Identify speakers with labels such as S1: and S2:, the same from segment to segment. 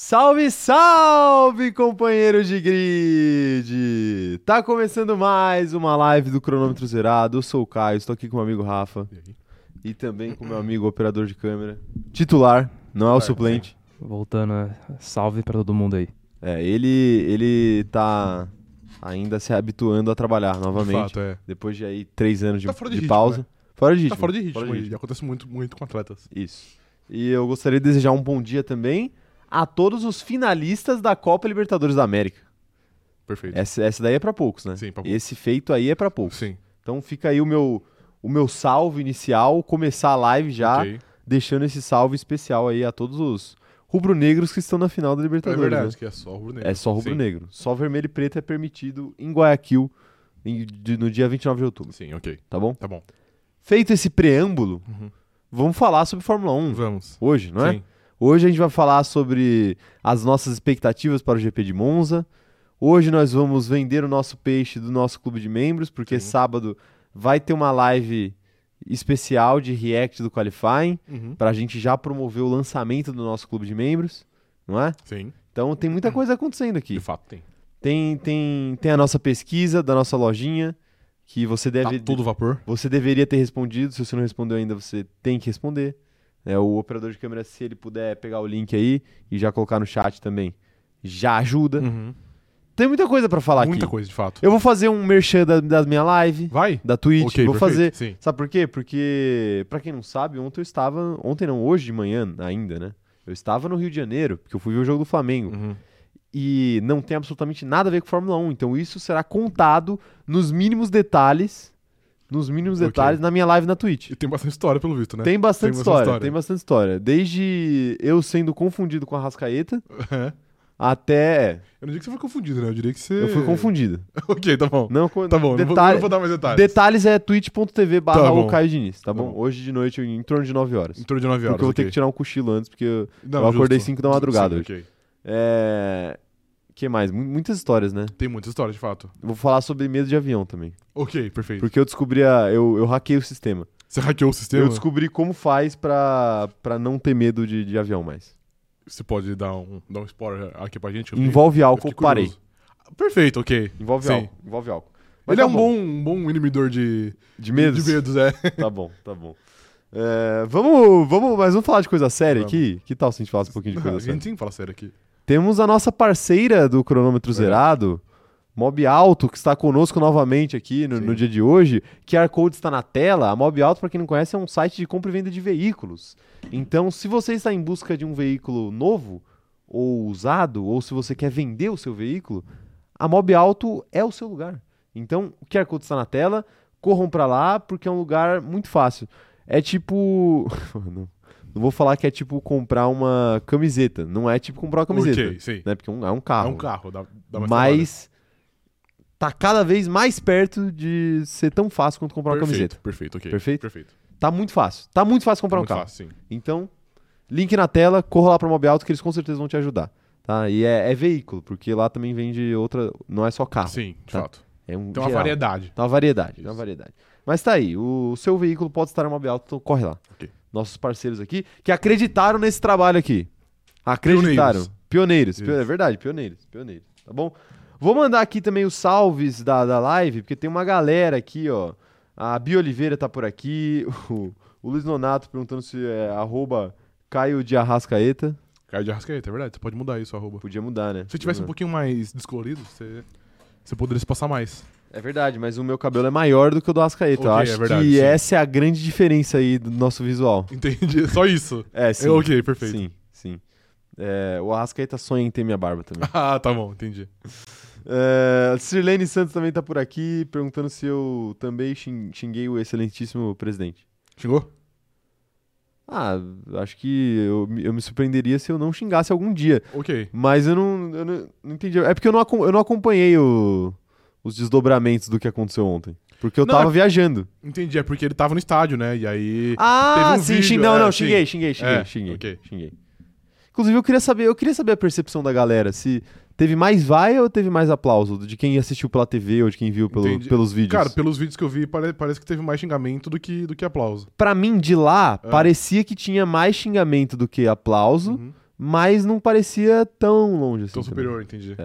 S1: Salve, salve, companheiros de grid! Tá começando mais uma live do Cronômetro Zerado. Eu sou o Caio, estou aqui com meu amigo Rafa e também com meu amigo operador de câmera, titular, não é o suplente.
S2: Voltando, é, salve pra todo mundo aí.
S1: É, ele ele tá ainda se habituando a trabalhar
S3: De
S1: novamente.
S3: fato, é.
S1: Depois de aí três anos de,
S3: Tá fora de
S1: de
S3: ritmo,
S1: pausa.
S3: né?
S1: Fora de ritmo.
S3: Tá fora de ritmo, e acontece muito, muito com atletas.
S1: Isso. E eu gostaria de desejar um bom dia também a todos os finalistas da Copa Libertadores da América.
S3: Perfeito.
S1: Essa, essa daí é pra poucos, né?
S3: Sim, pra poucos.
S1: Esse feito aí é pra poucos.
S3: Tá Sim.
S1: Então fica aí o meu o meu salve inicial, começar a live já,
S3: ok.
S1: deixando esse salve especial aí a todos os rubro-negros que estão na final da
S3: É
S1: Libertadores.
S3: verdade, que é só rubro-negro.
S1: né? É só
S3: Sim.
S1: rubro-negro. Só vermelho e preto é permitido em Guayaquil em- de- no dia 29 de outubro,
S3: Sim, ok.
S1: tá bom?
S3: Tá bom.
S1: Feito esse preâmbulo,
S3: Uhum.
S1: vamos falar sobre Fórmula 1
S3: Vamos.
S1: hoje, Hum. não é?
S3: Sim.
S1: Hoje a gente vai falar sobre as nossas expectativas para o GP de Monza. Hoje nós vamos vender o nosso peixe do nosso clube de membros, porque
S3: Sim.
S1: sábado vai ter uma live especial de react do qualifying,
S3: Uhum.
S1: para a gente já promover o lançamento do nosso clube de membros, não é?
S3: Sim,
S1: Então tem muita coisa acontecendo
S3: de
S1: aqui.
S3: fato tem.
S1: Tem tem tem a nossa pesquisa da nossa lojinha que você
S3: Tá
S1: deve
S3: todo vapor.
S1: você deveria ter respondido. Se você não respondeu ainda, você tem que responder. É, o operador de câmera, se ele puder pegar o link aí e já colocar no chat também, já ajuda.
S3: Uhum.
S1: Tem muita coisa pra falar
S3: Muita
S1: aqui.
S3: coisa, de fato.
S1: Eu vou fazer um merchan da, da minha live,
S3: Vai?
S1: da Twitch.
S3: Ok,
S1: vou
S3: perfeito.
S1: fazer.
S3: Sim.
S1: Sabe por quê? Porque, pra quem não sabe, ontem eu estava. Ontem não, hoje de manhã ainda, né? Eu estava no Rio de Janeiro, porque eu fui ver o jogo do Flamengo.
S3: Uhum.
S1: E não tem absolutamente nada a ver com Fórmula 1. Então isso será contado nos mínimos detalhes. Nos mínimos
S3: Ok.
S1: detalhes na minha live na Twitch.
S3: E tem bastante história, pelo visto, né?
S1: Tem bastante
S3: Tem bastante
S1: história,
S3: história.
S1: tem bastante história. Desde eu sendo confundido com a Rascaeta até.
S3: É.
S1: é,
S3: Eu não diria que você foi confundido, né? Eu diria que você...
S1: Eu fui confundido.
S3: ok, tá bom.
S1: Não, co-
S3: Tá bom, não vou-
S1: detalhe-
S3: não, vou, dar mais detalhes.
S1: Detalhes é twitch.tv barra
S3: Tá bom.
S1: o Caio Diniz, tá
S3: Tá
S1: bom?
S3: bom.
S1: Hoje de noite, em torno de 9 horas.
S3: Em torno de 9 horas,
S1: porque eu vou ter
S3: ok.
S1: que tirar um cochilo antes, porque eu.
S3: Não,
S1: acordei
S3: justo.
S1: cinco da madrugada
S3: Sim,
S1: hoje.
S3: ok.
S1: É. que mais? Mu- Muitas histórias, né?
S3: Tem muita história, de fato.
S1: Vou falar sobre medo de avião também.
S3: Ok, perfeito.
S1: Porque eu descobri a. Eu, eu hackei o sistema.
S3: Você hackeou o sistema?
S1: Eu descobri como faz pra, pra não ter medo de, de avião mais.
S3: Você pode dar um, dar um spoiler aqui pra gente? Eu fiquei-
S1: Envolve
S3: eu
S1: álcool,
S3: fiquei
S1: parei.
S3: curioso. Perfeito, ok.
S1: Envolve
S3: Sim.
S1: álcool. Envolve álcool. Mas
S3: Ele é
S1: tá
S3: um bom, um bom inibidor de,
S1: De medos?
S3: de medos, é.
S1: Tá bom, tá bom. É, vamos, vamos, mas vamos falar de coisa séria
S3: Vamos.
S1: aqui? Que tal se a gente falasse um pouquinho de
S3: A
S1: coisa séria?
S3: gente sim fala sério aqui.
S1: Temos a nossa parceira do cronômetro
S3: Verdade.
S1: zerado, Mob Alto, que está conosco novamente aqui no,
S3: Sim.
S1: no dia de hoje. QR Code está na tela. A Mob Alto, para quem não conhece, é um site de compra e venda de veículos. Então, se você está em busca de um veículo novo ou usado, ou se você quer vender o seu veículo, a Mob Alto é o seu lugar. Então, o QR Code está na tela. Corram para lá, porque é um lugar muito fácil. É tipo. não, não vou falar que é tipo comprar uma camiseta. Não é tipo comprar uma camiseta
S3: Ok, sim.
S1: né? Porque é um, é um carro.
S3: É um carro, dá, dá mais
S1: Mas tá cada vez mais perto de ser tão fácil quanto comprar
S3: trabalho.
S1: uma
S3: perfeito,
S1: camiseta.
S3: Perfeito, ok.
S1: Perfeito?
S3: Perfeito.
S1: Tá muito fácil. Tá muito fácil comprar
S3: Muito
S1: um carro.
S3: fácil, sim.
S1: Então, link na tela, corra lá para Mob Alto que eles com certeza vão te ajudar. Tá? E é, é veículo, porque lá também vende outra. Não é só carro.
S3: Sim, de
S1: Tá.
S3: fato.
S1: É um
S3: Tem uma
S1: geral.
S3: variedade.
S1: Tem uma variedade, tem uma
S3: Isso.
S1: variedade. Mas tá aí, o seu veículo pode estar em Mob Alto, então corre lá.
S3: Ok.
S1: Nossos parceiros aqui que acreditaram nesse trabalho aqui. Acreditaram. Pioneiros. pio-
S3: Isso.
S1: é verdade, pioneiros, pioneiros, tá bom? Vou mandar aqui também os salves da, da live, porque tem uma galera aqui, ó. A Bia Oliveira tá por aqui, o, o Luiz Nonato perguntando se é arroba Caio de Arrascaeta.
S3: Caio de Arrascaeta, é verdade. Você pode mudar isso, arroba.
S1: Podia mudar, né?
S3: Se tivesse um pouquinho mais descolorido, você, você poderia se passar mais.
S1: É verdade, mas o meu cabelo é maior do que o do Arrascaeta. Eu
S3: um- Ok,
S1: acho
S3: é verdade,
S1: que
S3: sim.
S1: essa é a grande diferença aí do nosso visual.
S3: Entendi. Só isso.
S1: É, sim.
S3: É, ok, perfeito.
S1: Sim, sim. É, o Arrascaeta sonha em ter minha barba também.
S3: Ah, tá bom, entendi.
S1: é, Sirlene Santos também tá por aqui, perguntando se eu também xin- xinguei o excelentíssimo presidente.
S3: Chegou?
S1: Ah, acho que eu, me- eu me surpreenderia se eu não xingasse algum dia.
S3: Ok.
S1: Mas eu não, eu não, não entendi. É porque eu não, acom- eu não acompanhei o- os desdobramentos do que aconteceu ontem. Porque eu
S3: Não,
S1: tava viajando.
S3: Entendi, é porque ele tava no estádio, né? E aí.
S1: Ah,
S3: teve um
S1: sim,
S3: vídeo,
S1: xing- não,
S3: é,
S1: não,
S3: sim.
S1: xinguei, xinguei, xinguei,
S3: É,
S1: xinguei,
S3: ok.
S1: xinguei. Inclusive, eu queria saber, eu queria saber a percepção da galera, se teve mais vai ou teve mais aplauso de quem assistiu pela TV ou de quem viu pelo-
S3: Entendi.
S1: pelos vídeos.
S3: Cara, pelos vídeos que eu vi, pare- parece que teve mais xingamento do que, do que aplauso.
S1: pra mim de lá
S3: Ah.
S1: parecia que tinha mais xingamento do que aplauso,
S3: Uhum.
S1: mas não parecia tão longe assim.
S3: Tão
S1: também.
S3: superior, entendi.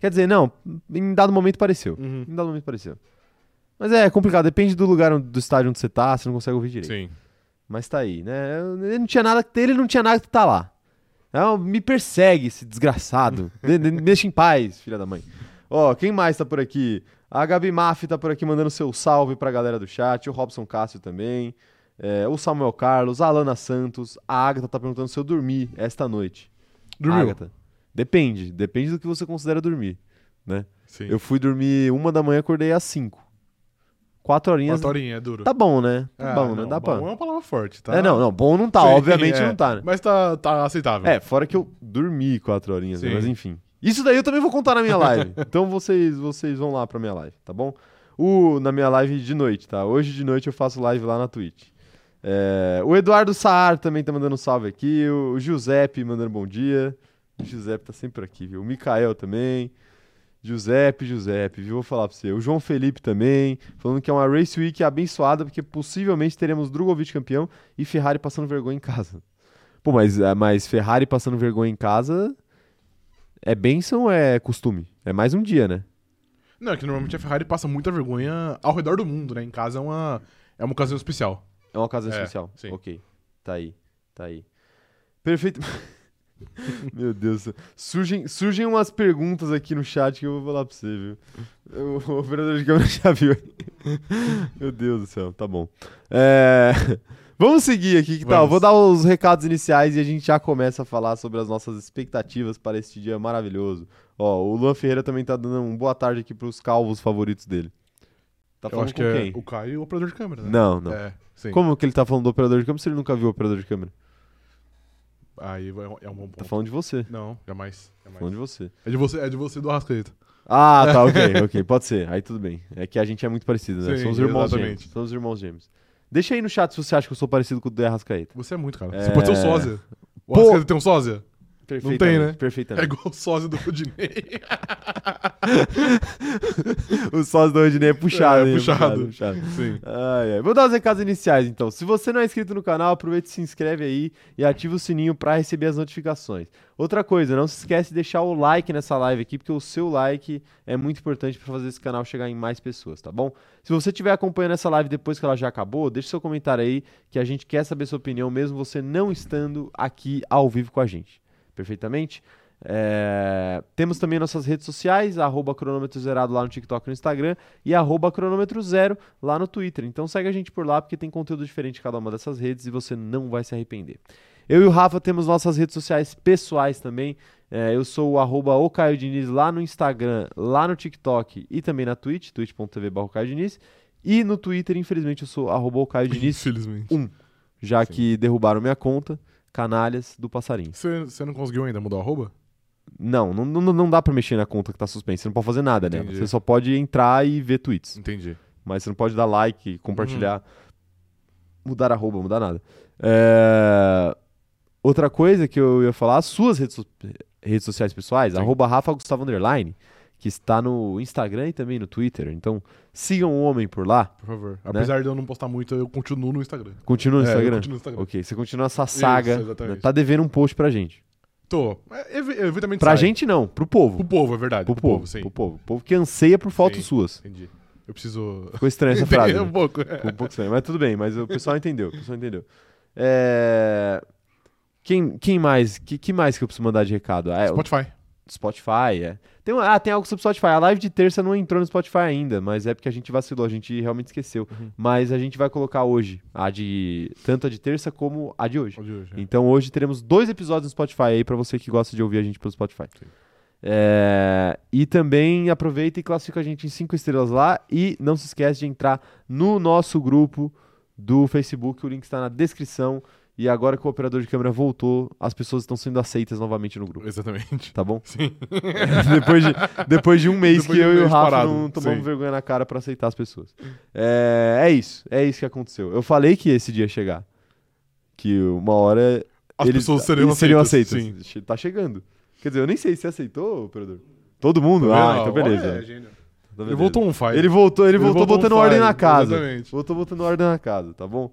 S1: Quer dizer, não, em dado momento pareceu.
S3: Uhum.
S1: Em dado momento pareceu. Mas é complicado, depende do lugar, onde- do estádio onde você tá, você não consegue ouvir direito.
S3: Sim.
S1: Mas tá aí, né? Ele não tinha nada, ele não tinha nada que tá lá. É um- me persegue, esse desgraçado. De- de- deixa em paz, filha da mãe. Ó, quem mais tá por aqui? A Gabi Maff tá por aqui mandando seu salve pra galera do chat, o Robson Cássio também, é, o Samuel Carlos, a Alana Santos, a Agatha tá perguntando se eu dormi esta noite.
S3: Dormiu?
S1: Agatha, depende, depende do que você considera dormir.
S3: Sim.
S1: Eu fui dormir uma da manhã, acordei às cinco. Quatro horinhas.
S3: Uma torinha, é duro.
S1: Tá bom, né? Tá
S3: Ah,
S1: bom, né?
S3: não,
S1: Dá
S3: bom
S1: pra.
S3: é uma palavra forte, tá?
S1: É, não, não, bom não tá,
S3: Sim,
S1: obviamente
S3: é.
S1: não tá, né?
S3: Mas tá, tá aceitável.
S1: É, fora que eu dormi quatro horinhas, né?
S3: Sim.
S1: mas enfim. Isso daí eu também vou contar na minha live. então vocês, vocês vão lá pra minha live, tá bom? O, na minha live de noite, tá? Hoje de noite eu faço live lá na Twitch. É, o Eduardo Saar também tá mandando um salve aqui. O, o Giuseppe mandando bom dia. O Giuseppe tá sempre por aqui, viu? O Mikael também. Giuseppe, Giuseppe, viu? Vou falar pra você. O João Felipe também, falando que é uma Race Week abençoada, porque possivelmente teremos Drogovic campeão e Ferrari passando vergonha em casa. Pô, mas, é, mas Ferrari passando vergonha em casa é bênção ou é costume? É mais um dia, né?
S3: Não, é que normalmente a Ferrari passa muita vergonha ao redor do mundo, né? Em casa é uma, é uma ocasião especial.
S1: É uma casa
S3: É,
S1: especial.
S3: sim.
S1: Ok. Tá aí. Tá aí. Perfeito. Meu Deus. do céu. Surgem, surgem umas perguntas aqui no chat que eu vou falar pra você, viu? O operador de câmera já viu. Meu Deus do céu. Tá bom. É, Vamos seguir aqui, que tal?
S3: Vamos.
S1: Vou dar os recados iniciais e a gente já começa a falar sobre as nossas expectativas para este dia maravilhoso. Ó, o Luan Ferreira também tá dando um boa tarde aqui pros calvos favoritos dele. Tá
S3: Eu
S1: falando
S3: acho que
S1: com
S3: é
S1: quem?
S3: o Caio e o operador de câmera, né?
S1: Não, não.
S3: É, sim.
S1: Como que ele tá falando do operador de câmera se ele nunca viu o operador de câmera?
S3: Aí é um- é um bom
S1: Tá
S3: ponto.
S1: falando de você.
S3: Não, jamais. jamais.
S1: Falando de você.
S3: É de você, é de você do Arrascaeta.
S1: Ah, tá, ok, ok. Pode ser. Aí tudo bem. É que a gente é muito parecido, né?
S3: Sim,
S1: Somos irmãos
S3: exatamente.
S1: gêmeos. Somos irmãos gêmeos. Deixa aí no chat se você acha que eu sou parecido com o do Arrascaeta.
S3: Você é muito, cara.
S1: É.
S3: Você pode ser o sósia. O
S1: Pô.
S3: Arrascaeta tem um sósia?
S1: Perfeitamente.
S3: né? É
S1: Perfeitamente.
S3: igual o sósia do Rodinei.
S1: o sócio do Rodinei é puxado,
S3: É,
S1: hein?
S3: puxado.
S1: puxado.
S3: sim.
S1: Ai, ai. Vou dar os recados iniciais então. Se você não é inscrito no canal, aproveita e se inscreve aí e ativa o sininho para receber as notificações. Outra coisa, não se esquece de deixar o like nessa live aqui, porque o seu like é muito importante para fazer esse canal chegar em mais pessoas, tá bom? Se você estiver acompanhando essa live depois que ela já acabou, deixa seu comentário aí que a gente quer saber sua opinião, mesmo você não estando aqui ao vivo com a gente. Perfeitamente? É, Temos também nossas redes sociais, arroba cronômetro zerado lá no TikTok e no Instagram e arroba cronômetro zero lá no Twitter. Então segue a gente por lá porque tem conteúdo diferente em cada uma dessas redes e você não vai se arrepender. Eu e o Rafa temos nossas redes sociais pessoais também. É, eu sou o arroba o Caio Diniz lá no Instagram, lá no TikTok e também na Twitch, twitch.tv barra Caio Diniz. E no Twitter, infelizmente, eu sou arroba o Caio Diniz, Um.
S3: Infelizmente.
S1: já
S3: Sim.
S1: que derrubaram minha conta, canalhas do passarinho.
S3: Você, você não conseguiu ainda mudar o arroba?
S1: Não, não, não, não dá pra mexer na conta que tá suspensa, você não pode fazer nada né?
S3: Entendi.
S1: Você só pode entrar e ver tweets.
S3: Entendi.
S1: Mas você não pode dar like, compartilhar,
S3: Uhum.
S1: mudar arroba, mudar nada. É, Outra coisa que eu ia falar, as suas redes, so- redes sociais pessoais,
S3: Sim.
S1: arroba Rafa Gustavo Underline, que está no Instagram e também no Twitter. Então, sigam o homem por lá.
S3: Por favor. Apesar de eu não postar muito, eu continuo no Instagram.
S1: Continua Né? no
S3: É, eu
S1: Instagram.
S3: continuo no Instagram.
S1: Ok, você continua essa saga. né?
S3: exatamente.
S1: Tá devendo um post pra gente.
S3: Tô. É, evi- eventualmente
S1: Pra
S3: sai.
S1: gente não, pro povo.
S3: Pro povo, é verdade.
S1: Pro, povo,
S3: sim.
S1: pro povo. O povo que anseia por fotos
S3: Sim.
S1: suas.
S3: Entendi. Eu preciso...
S1: Ficou estranha essa
S3: Entendi
S1: frase. né?
S3: um pouco.
S1: Ficou um pouco estranho, mas tudo bem, mas o pessoal entendeu, o pessoal entendeu. É, Quem, quem mais? Que, que mais que eu preciso mandar de recado? Ah, é, o
S3: Spotify.
S1: Spotify, é. Tem, um- ah, tem algo sobre Spotify. A live de terça não entrou no Spotify ainda, mas é porque a gente vacilou, a gente realmente esqueceu.
S3: Uhum.
S1: Mas a gente vai colocar hoje, a de tanto a de terça como a de hoje.
S3: Onde hoje, é.
S1: Então hoje teremos dois episódios no Spotify aí pra você que gosta de ouvir a gente pelo Spotify. É, e também aproveita e classifica a gente em cinco estrelas lá e não se esquece de entrar no nosso grupo do Facebook, o link está na descrição. E agora que o operador de câmera voltou, as pessoas estão sendo aceitas novamente no grupo,
S3: Exatamente.
S1: tá bom?
S3: Sim.
S1: depois, de, depois de um mês
S3: Depois
S1: que
S3: de
S1: eu
S3: um
S1: e o
S3: mês
S1: Rafa
S3: parado,
S1: não tomamos
S3: sim.
S1: vergonha na cara pra aceitar as pessoas. É, é isso, é isso que aconteceu. Eu falei que esse dia ia chegar. Que uma hora
S3: As
S1: eles,
S3: pessoas seriam
S1: eles
S3: aceitas.
S1: seriam aceitas.
S3: Sim.
S1: Che- Tá chegando. Quer dizer, eu nem sei se aceitou, operador. Todo mundo? ah, então beleza.
S3: Olha,
S1: Então
S3: gênio.
S1: beleza.
S3: Ele voltou um file.
S1: Ele voltou, ele
S3: Ele
S1: voltou
S3: voltou um
S1: botando
S3: file,
S1: ordem na casa.
S3: exatamente.
S1: Voltou botando ordem na casa, tá bom?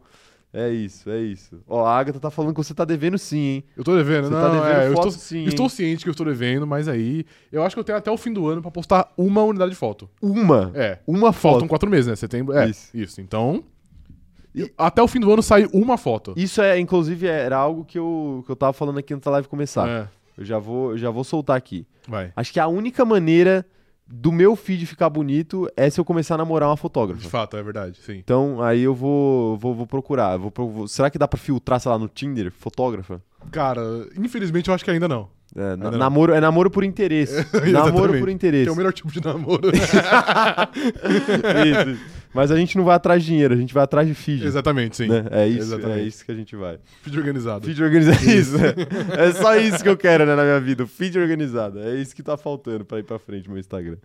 S1: É isso, é isso. Ó, a Agatha tá falando que você tá devendo sim, hein?
S3: Eu tô devendo,
S1: Você
S3: não,
S1: tá devendo
S3: é, eu
S1: foto
S3: estou,
S1: sim, hein?
S3: estou ciente que eu estou devendo, mas aí eu acho que eu tenho até o fim do ano pra postar uma unidade de foto.
S1: Uma.
S3: É,
S1: Uma
S3: faltam
S1: foto.
S3: quatro meses, né? Setembro, é,
S1: Isso.
S3: isso. Então,
S1: E-
S3: até o fim do ano sai uma foto.
S1: Isso é, inclusive, era algo que eu, que eu tava falando aqui antes da live começar.
S3: É,
S1: Eu já vou, eu já vou soltar aqui.
S3: vai,
S1: Acho que a única maneira do meu feed ficar bonito é se eu começar a namorar uma
S3: de
S1: fotógrafa.
S3: fato, é verdade, sim.
S1: Então, aí eu vou, vou, vou procurar. Eu Vou, pro- vou- será que dá pra filtrar, sei lá, no Tinder, fotógrafa?
S3: Cara, infelizmente eu acho que ainda não.
S1: É, na-
S3: Ah, não.
S1: namoro, é namoro por interesse. namoro por
S3: Exatamente. Que
S1: interesse.
S3: é o melhor tipo de namoro.
S1: Isso, isso. Mas a gente não vai atrás de dinheiro, a gente vai atrás de feed.
S3: Exatamente, sim.
S1: né? É isso, é
S3: Exatamente.
S1: isso que a gente vai.
S3: Vídeo organizado.
S1: Feed organizado. Isso. é só isso que eu quero né, na minha vida. o Feed organizado. É isso que tá faltando pra ir pra frente meu Instagram.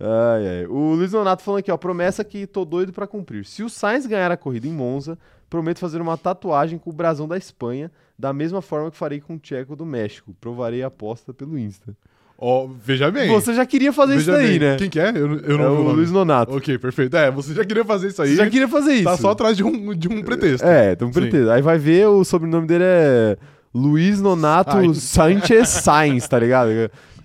S1: Ai, ai. O Luiz Leonardo falando aqui, ó. Promessa que tô doido pra cumprir. Se o Sainz ganhar a corrida em Monza, prometo fazer uma tatuagem com o brasão da Espanha, da mesma forma que farei com o Tcheco do México. Provarei a aposta pelo Insta.
S3: Ó, veja bem.
S1: Você já queria fazer isso
S3: veja
S1: daí,
S3: bem.
S1: né?
S3: Quem que é? Eu, eu não
S1: é
S3: vi o
S1: o
S3: nome.
S1: Luiz Nonato.
S3: Ok, perfeito. É, você já queria fazer isso aí.
S1: Você já queria fazer isso.
S3: Tá só atrás de um, de um pretexto.
S1: É, então
S3: Sim.
S1: certeza. Aí vai ver, o sobrenome dele é Luiz Nonato
S3: Sainz.
S1: Sanchez Sainz, tá ligado?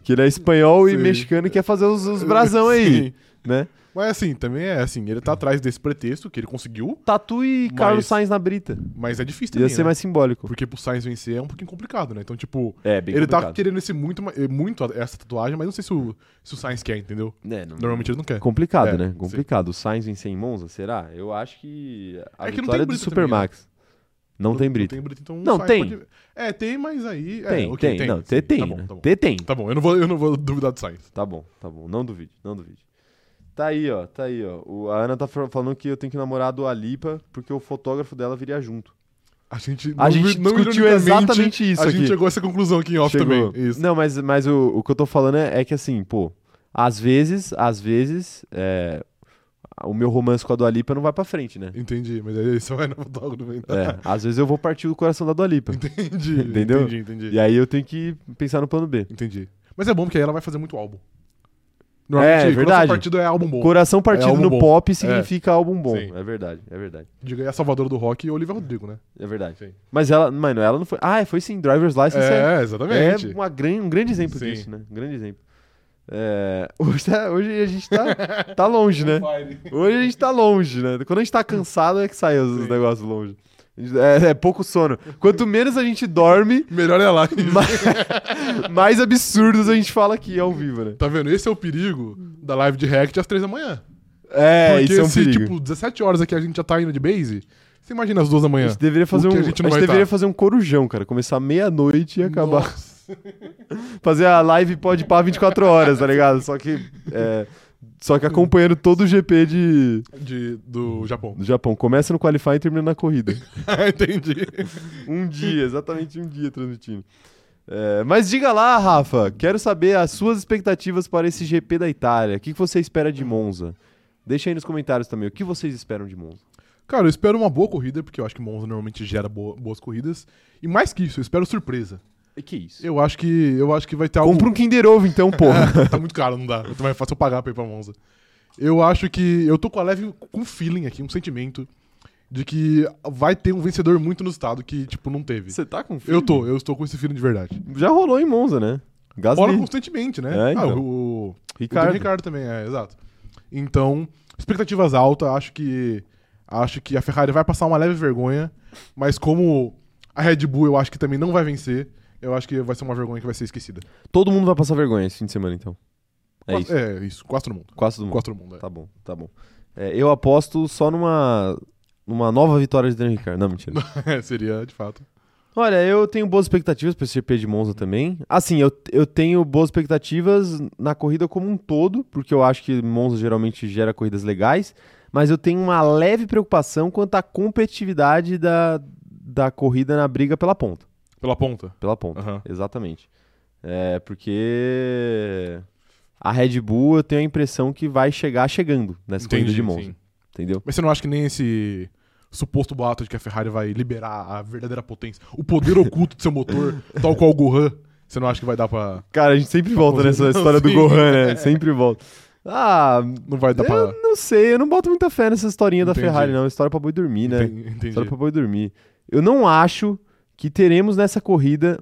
S1: Que ele é espanhol e
S3: Sim.
S1: mexicano e quer fazer os, os brasão aí,
S3: Sim.
S1: né?
S3: Mas assim, também é assim, ele tá atrás desse pretexto que ele conseguiu,
S1: Tatu e Carlos
S3: Mas-
S1: Sainz na brita.
S3: mas é difícil
S1: Ia
S3: também,
S1: ser
S3: né?
S1: mais simbólico.
S3: Porque pro Sainz vencer é um pouquinho complicado, né? Então, tipo,
S1: É, bem
S3: ele tá
S1: complicado.
S3: querendo esse muito, ma- eh, muito a- essa tatuagem, mas não sei se o, se o Sainz quer, entendeu?
S1: É, não-
S3: Normalmente ele não quer.
S1: Complicado,
S3: É,
S1: né?
S3: sim.
S1: Complicado. O Sainz em 100 Monza, será? Eu acho que a
S3: É que não
S1: vitória do
S3: tem brita
S1: Supermax. Não, tem brita.
S3: Não tem brita, então o
S1: Não,
S3: Sainz
S1: tem.
S3: pode- É, tem, mas aí... é,
S1: Tem,
S3: ok,
S1: tem, não,
S3: sim.
S1: tem, tem,
S3: Tá bom,
S1: né?
S3: tá bom.
S1: Tem, tem.
S3: Tá bom, eu não vou, eu não vou duvidar do Sainz.
S1: Tá bom, tá bom. Não duvide, não duvide. Tá aí, ó, tá aí, ó. O- a Ana tá fal- falando que eu tenho que namorar do Alipa porque o fotógrafo dela viria junto.
S3: A gente,
S1: A gente discutiu
S3: ironicamente,
S1: exatamente isso
S3: A
S1: aqui.
S3: gente chegou a essa conclusão aqui em off
S1: Chegou.
S3: também. Isso.
S1: Não, mas, mas o, o que eu tô falando é, é que assim, pô, às vezes, às vezes, é, o meu romance com a Dua Lipa não vai pra frente, né?
S3: Entendi, mas aí você vai no fotógrafo. então.
S1: É, às vezes eu vou partir do coração da Dua Lipa.
S3: Entendi.
S1: Entendeu?
S3: Entendi, entendi.
S1: E aí eu tenho que pensar no plano B.
S3: Entendi. Mas é bom porque aí ela vai fazer muito álbum.
S1: É,
S3: quando
S1: verdade.
S3: essa partida é álbum bom.
S1: Coração
S3: É
S1: partido
S3: álbum
S1: no
S3: bom.
S1: pop significa álbum bom.
S3: Sim.
S1: É verdade, é verdade.
S3: Diga aí a salvadora do rock e Olivia Rodrigo, né?
S1: É verdade.
S3: Sim.
S1: Mas ela, mano, ela não foi. Ah, foi sim, Driver's License é
S3: É, exatamente.
S1: É uma gran- um grande exemplo
S3: Sim.
S1: disso, né? Um grande exemplo. É, hoje, tá- hoje a gente tá, tá longe, né? Hoje a gente tá longe, né? Quando a gente tá cansado é que sai os
S3: Sim.
S1: negócios longe. A gente- É, é pouco sono. Quanto menos a gente dorme,
S3: Melhor é lá.
S1: mais, mais absurdos a gente fala aqui ao vivo, né?
S3: Tá vendo? Esse é o perigo da live de React às três da manhã.
S1: É,
S3: porque
S1: isso é um
S3: se,
S1: perigo.
S3: tipo, 17 horas aqui a gente já tá indo de base, você imagina às duas da
S1: a
S3: manhã.
S1: gente deveria fazer um,
S3: o que
S1: a
S3: a
S1: gente
S3: gente não vai
S1: deveria
S3: tá?
S1: fazer um corujão, cara. Começar meia-noite e acabar.
S3: Nossa.
S1: Fazer a live pode pá 24 horas, tá ligado? Só que é, só que acompanhando todo o GP de
S3: De, do Japão.
S1: do Japão. Começa no qualify e termina na corrida.
S3: Entendi.
S1: um dia, exatamente um dia transmitindo. É, mas diga lá, Rafa, quero saber as suas expectativas para esse GP da Itália. O que que você espera de Monza? Deixa aí nos comentários também o que vocês esperam de Monza.
S3: Cara, eu espero uma boa corrida, porque eu acho que Monza normalmente gera boa- boas corridas. E mais que isso, eu espero surpresa.
S1: E que isso?
S3: Eu acho que, eu acho que vai ter algo...
S1: Compra um Kinder Ovo então, porra.
S3: tá muito caro, não dá. Então é fácil eu pagar pra ir pra Monza. Eu acho que. Eu tô com a leve. com um feeling aqui, um sentimento. De que vai ter um vencedor muito no estado que, tipo, não teve.
S1: Você tá com
S3: Eu tô, eu estou com esse feeling de verdade.
S1: Já rolou em Monza, né?
S3: Fora
S1: Gasly,
S3: constantemente, né?
S1: É, então.
S3: Ah, o, o Ricardo.
S1: Ricardo.
S3: Ricardo também, é, exato. Então, expectativas altas, acho que. Acho que a Ferrari vai passar uma leve vergonha, mas como a Red Bull eu acho que também não vai vencer, eu acho que vai ser uma vergonha que vai ser esquecida.
S1: Todo mundo vai passar vergonha esse fim de semana então. É isso.
S3: É isso, quase todo mundo.
S1: Quase todo mundo.
S3: Quase todo mundo, é.
S1: Tá bom, tá bom. É, eu aposto só numa numa nova vitória de Daniel Ricciardo. Não, mentira.
S3: É, seria, de fato.
S1: Olha, eu tenho boas expectativas para esse GP de Monza também. Assim, eu, eu tenho boas expectativas na corrida como um todo, porque eu acho que Monza geralmente gera corridas legais, mas eu tenho uma leve preocupação quanto à competitividade da, da corrida na briga pela ponta.
S3: Pela ponta.
S1: Pela ponta,
S3: Aham.
S1: exatamente. É, porque a Red Bull eu tenho a impressão que vai chegar chegando nessa corrida de Monza,
S3: sim.
S1: entendeu?
S3: Mas você não acha que nem esse suposto boato de que a Ferrari vai liberar a verdadeira potência, o poder oculto do seu motor, tal qual o Gohan, você não acha que vai dar pra...
S1: Cara, a gente sempre volta nessa
S3: Não,
S1: história do
S3: sim.
S1: Gohan, né? Sempre volta. Ah,
S3: Não vai dar pra.
S1: eu não sei, eu não boto muita fé nessa historinha da
S3: Entendi.
S1: Ferrari, não. História pra boi dormir, né?
S3: Entendi. entendi.
S1: História pra boi dormir. Eu não acho que teremos nessa corrida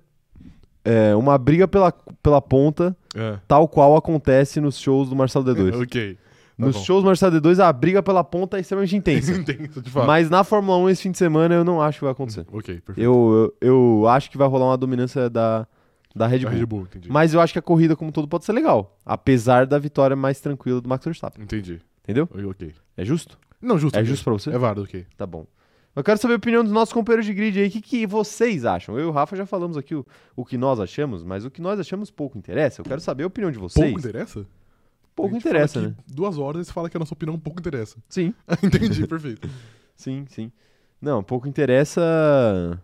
S1: é, uma briga pela, pela ponta,
S3: É.
S1: tal qual acontece nos shows do Marcelo D2.
S3: Ok. Tá
S1: nos
S3: bom.
S1: shows do Marcelo D2, a briga pela ponta é extremamente intensa.
S3: Intenso, de fato.
S1: Mas na Fórmula 1 esse fim de semana eu não acho que vai acontecer.
S3: Ok, perfeito.
S1: Eu, eu, eu acho que vai rolar uma dominância da, da Red
S3: Da
S1: Bull.
S3: É Red Bull, entendi.
S1: Mas eu acho que a corrida como um todo pode ser legal. Apesar da vitória mais tranquila do Max Verstappen.
S3: Entendi.
S1: Entendeu?
S3: Ok.
S1: É justo?
S3: Não, justo.
S1: É
S3: ok.
S1: justo pra você?
S3: É válido, ok.
S1: Tá bom. Eu quero saber a opinião dos nossos companheiros de grid aí. O que, que vocês acham? Eu e o Rafa já falamos aqui o, o que nós achamos, mas o que nós achamos pouco interessa. Eu quero saber a opinião de vocês.
S3: Pouco interessa?
S1: Pouco
S3: A gente
S1: interessa,
S3: fala
S1: né?
S3: aqui Duas horas e você fala que a nossa opinião pouco interessa.
S1: Sim,
S3: Entendi, perfeito.
S1: sim, sim. Não, pouco interessa.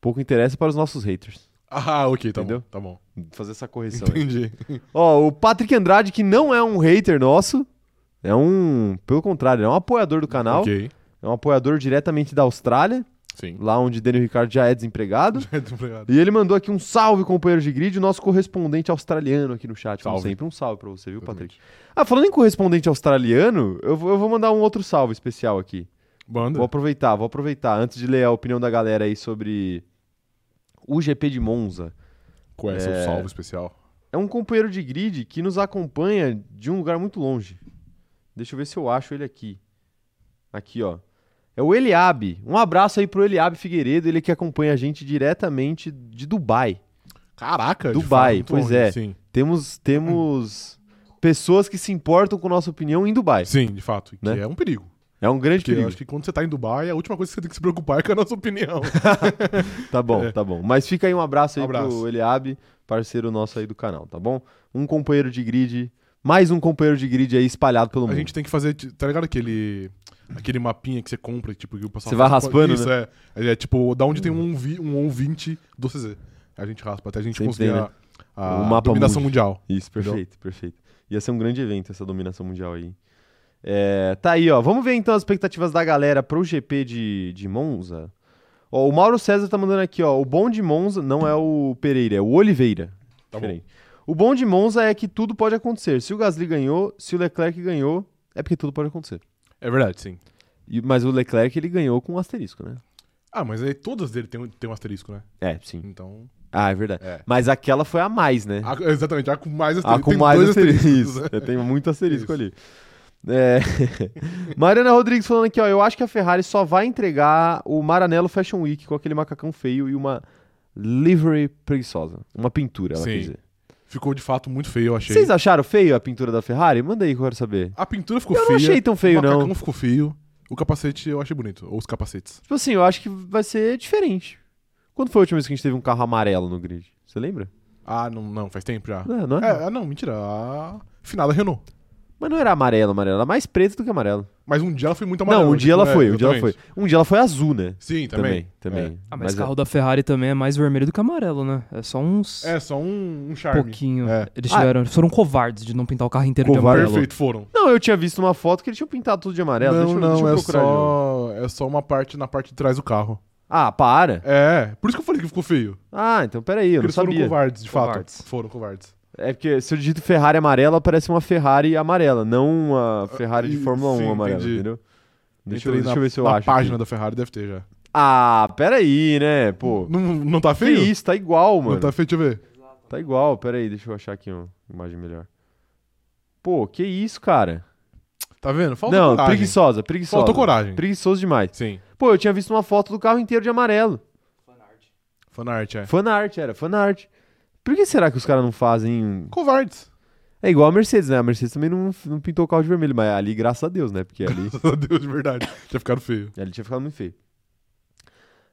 S1: Pouco interessa para os nossos haters.
S3: Ah, ok, tá
S1: Entendeu?
S3: bom. Tá bom.
S1: Fazer essa correção aí.
S3: Entendi.
S1: Ó, o Patrick Andrade, que não é um hater nosso, é um. Pelo contrário, é um apoiador do canal.
S3: Ok.
S1: É um apoiador diretamente da Austrália,
S3: Sim.
S1: lá onde Daniel Ricardo já é desempregado.
S3: Muito obrigado.
S1: E ele mandou aqui um salve, companheiro de grid, o nosso correspondente australiano aqui no chat, como
S3: Salve.
S1: sempre. Um salve pra você, viu, Patrick?
S3: Exatamente.
S1: Ah, falando em correspondente australiano, eu vou, eu vou mandar um outro salve especial aqui.
S3: Banda?
S1: Vou aproveitar, vou aproveitar, antes de ler a opinião da galera aí sobre o GP de Monza.
S3: Com essa, o salve especial.
S1: É um companheiro de grid que nos acompanha de um lugar muito longe. Deixa eu ver se eu acho ele aqui. Aqui, ó. É o Eliabe. Um abraço aí pro Eliabe Figueiredo, ele que acompanha a gente diretamente de Dubai.
S3: Caraca, de
S1: Dubai,
S3: fato, né?
S1: pois
S3: muito
S1: é.
S3: Sim.
S1: Temos, temos pessoas que se importam com nossa opinião em Dubai.
S3: Sim, de fato. Que
S1: Né?
S3: é um perigo.
S1: É um grande
S3: Porque eu
S1: perigo.
S3: acho que quando você tá em Dubai, a última coisa que você tem que se preocupar é com a nossa opinião.
S1: Tá bom,
S3: É.
S1: tá bom. Mas fica aí um abraço aí
S3: Um abraço.
S1: pro Eliabe, parceiro nosso aí do canal, tá bom? Um companheiro de grid, mais um companheiro de grid aí espalhado pelo
S3: a
S1: mundo.
S3: gente tem que fazer, tá ligado aquele aquele mapinha que você compra, tipo, que o pessoal
S1: Você vai
S3: faz com-
S1: raspando, né? Hum.
S3: Isso, é. Ele é tipo, da onde tem um, ouvi- um ouvinte do CZ. A gente raspa até a gente
S1: Sempre
S3: conseguir
S1: tem, né?
S3: a, a
S1: O mapa
S3: dominação
S1: mundi.
S3: mundial.
S1: Isso,
S3: Entendeu?
S1: perfeito, perfeito. Ia ser um grande evento essa dominação mundial aí. É, tá aí, ó. Vamos ver então as expectativas da galera pro GP de, de Monza. Ó, o Mauro César tá mandando aqui, ó. O bom de Monza não é o Pereira, é o Oliveira.
S3: Tá bom.
S1: Diferente. O bom de Monza é que tudo pode acontecer. Se o Gasly ganhou, se o Leclerc ganhou, é porque tudo pode acontecer.
S3: É verdade, sim.
S1: E- mas o Leclerc ele ganhou com um asterisco, né?
S3: Ah, mas aí todas dele tem, um- tem um asterisco, né?
S1: É, sim.
S3: Então.
S1: Ah, é verdade.
S3: É.
S1: Mas aquela foi a mais, né?
S3: A- exatamente, a com mais
S1: Ah,
S3: asterisco.
S1: com
S3: tem
S1: mais
S3: dois
S1: asterisco.
S3: asteriscos, né?
S1: Isso, Tem muito asterisco
S3: Isso.
S1: ali. É. Mariana Rodrigues falando aqui, ó. Eu acho que a Ferrari só vai entregar o Maranello Fashion Week com aquele macacão feio e uma livery preguiçosa. Uma pintura, ela
S3: Sim.
S1: quer dizer.
S3: Ficou de fato muito feio, eu achei.
S1: Vocês acharam feio a pintura da Ferrari? Manda aí que eu quero saber.
S3: A pintura ficou
S1: Eu
S3: feia.
S1: não achei tão feio,
S3: o macacão
S1: não.
S3: ficou feio. O capacete eu achei bonito. Ou os capacetes.
S1: Tipo assim, eu acho que vai ser diferente. Quando foi a última vez que a gente teve um carro amarelo no grid? Você lembra?
S3: Ah, não, não, faz tempo já.
S1: Não, não é?
S3: É, ah, não, mentira. A finada Renault.
S1: Mas não era amarelo, amarelo. Era mais preto do que amarelo.
S3: Mas um dia ela foi muito amarela.
S1: não, um dia
S3: tipo,
S1: ela
S3: é,
S1: foi, um dia ela foi.
S3: exatamente.
S1: Um dia ela foi azul, né?
S3: Sim, também.
S1: Também, também.
S2: Ah, mas,
S1: é-
S2: o carro da Ferrari também é mais vermelho do que amarelo, né? É só uns
S3: É, só um, um charme.
S2: pouquinho.
S3: É.
S2: Eles
S1: Ah.
S2: tiveram, foram covardes de não pintar o carro inteiro
S1: Covarde.
S2: de amarelo.
S3: Perfeito, foram.
S1: Não, eu tinha visto uma foto que eles tinham pintado tudo de amarelo.
S3: não,
S1: deixa, eu-
S3: não,
S1: deixa eu
S3: é
S1: procurar de novo.
S3: só, é só uma parte na parte de trás do carro.
S1: Ah, para.
S3: É, por isso que eu falei que ficou feio.
S1: Ah, então peraí, eu
S3: Porque
S1: não
S3: eles foram
S1: sabia.
S3: covardes, de
S2: Covardes.
S3: fato. Foram covardes.
S1: É porque se eu digito Ferrari amarela, aparece uma Ferrari amarela, não uma Ferrari de
S3: e-
S1: Fórmula 1
S3: Ah, sim,
S1: amarela,
S3: entendi.
S1: entendeu? Deixa eu,
S3: Entrei
S1: deixa
S3: na-
S1: eu ver se eu
S3: na
S1: acho.
S3: página
S1: aqui.
S3: da Ferrari deve ter já.
S1: Ah, peraí, né, pô.
S3: Não, não tá
S1: Que
S3: feio?
S1: isso, tá igual,
S3: Não
S1: mano.
S3: tá
S1: Tá...
S3: feio, deixa eu ver.
S1: igual, peraí, deixa eu achar aqui uma imagem melhor. Pô, que isso, cara.
S3: Tá vendo? Falta
S1: não,
S3: coragem.
S1: preguiçosa, preguiçosa.
S3: Faltou coragem.
S1: Preguiçoso demais.
S3: Sim.
S1: Pô, eu tinha visto uma foto do carro inteiro de amarelo.
S3: Fanart, é.
S1: Fanart, era, fanart. Por que será que os caras não fazem um-
S3: Covardes.
S1: É igual a Mercedes, né? A Mercedes também não, não pintou o carro de vermelho, mas ali, graças a Deus, né? Porque ali,
S3: Meu Deus, de verdade. Já ficaram feio.
S1: ali tinha ficado muito feio.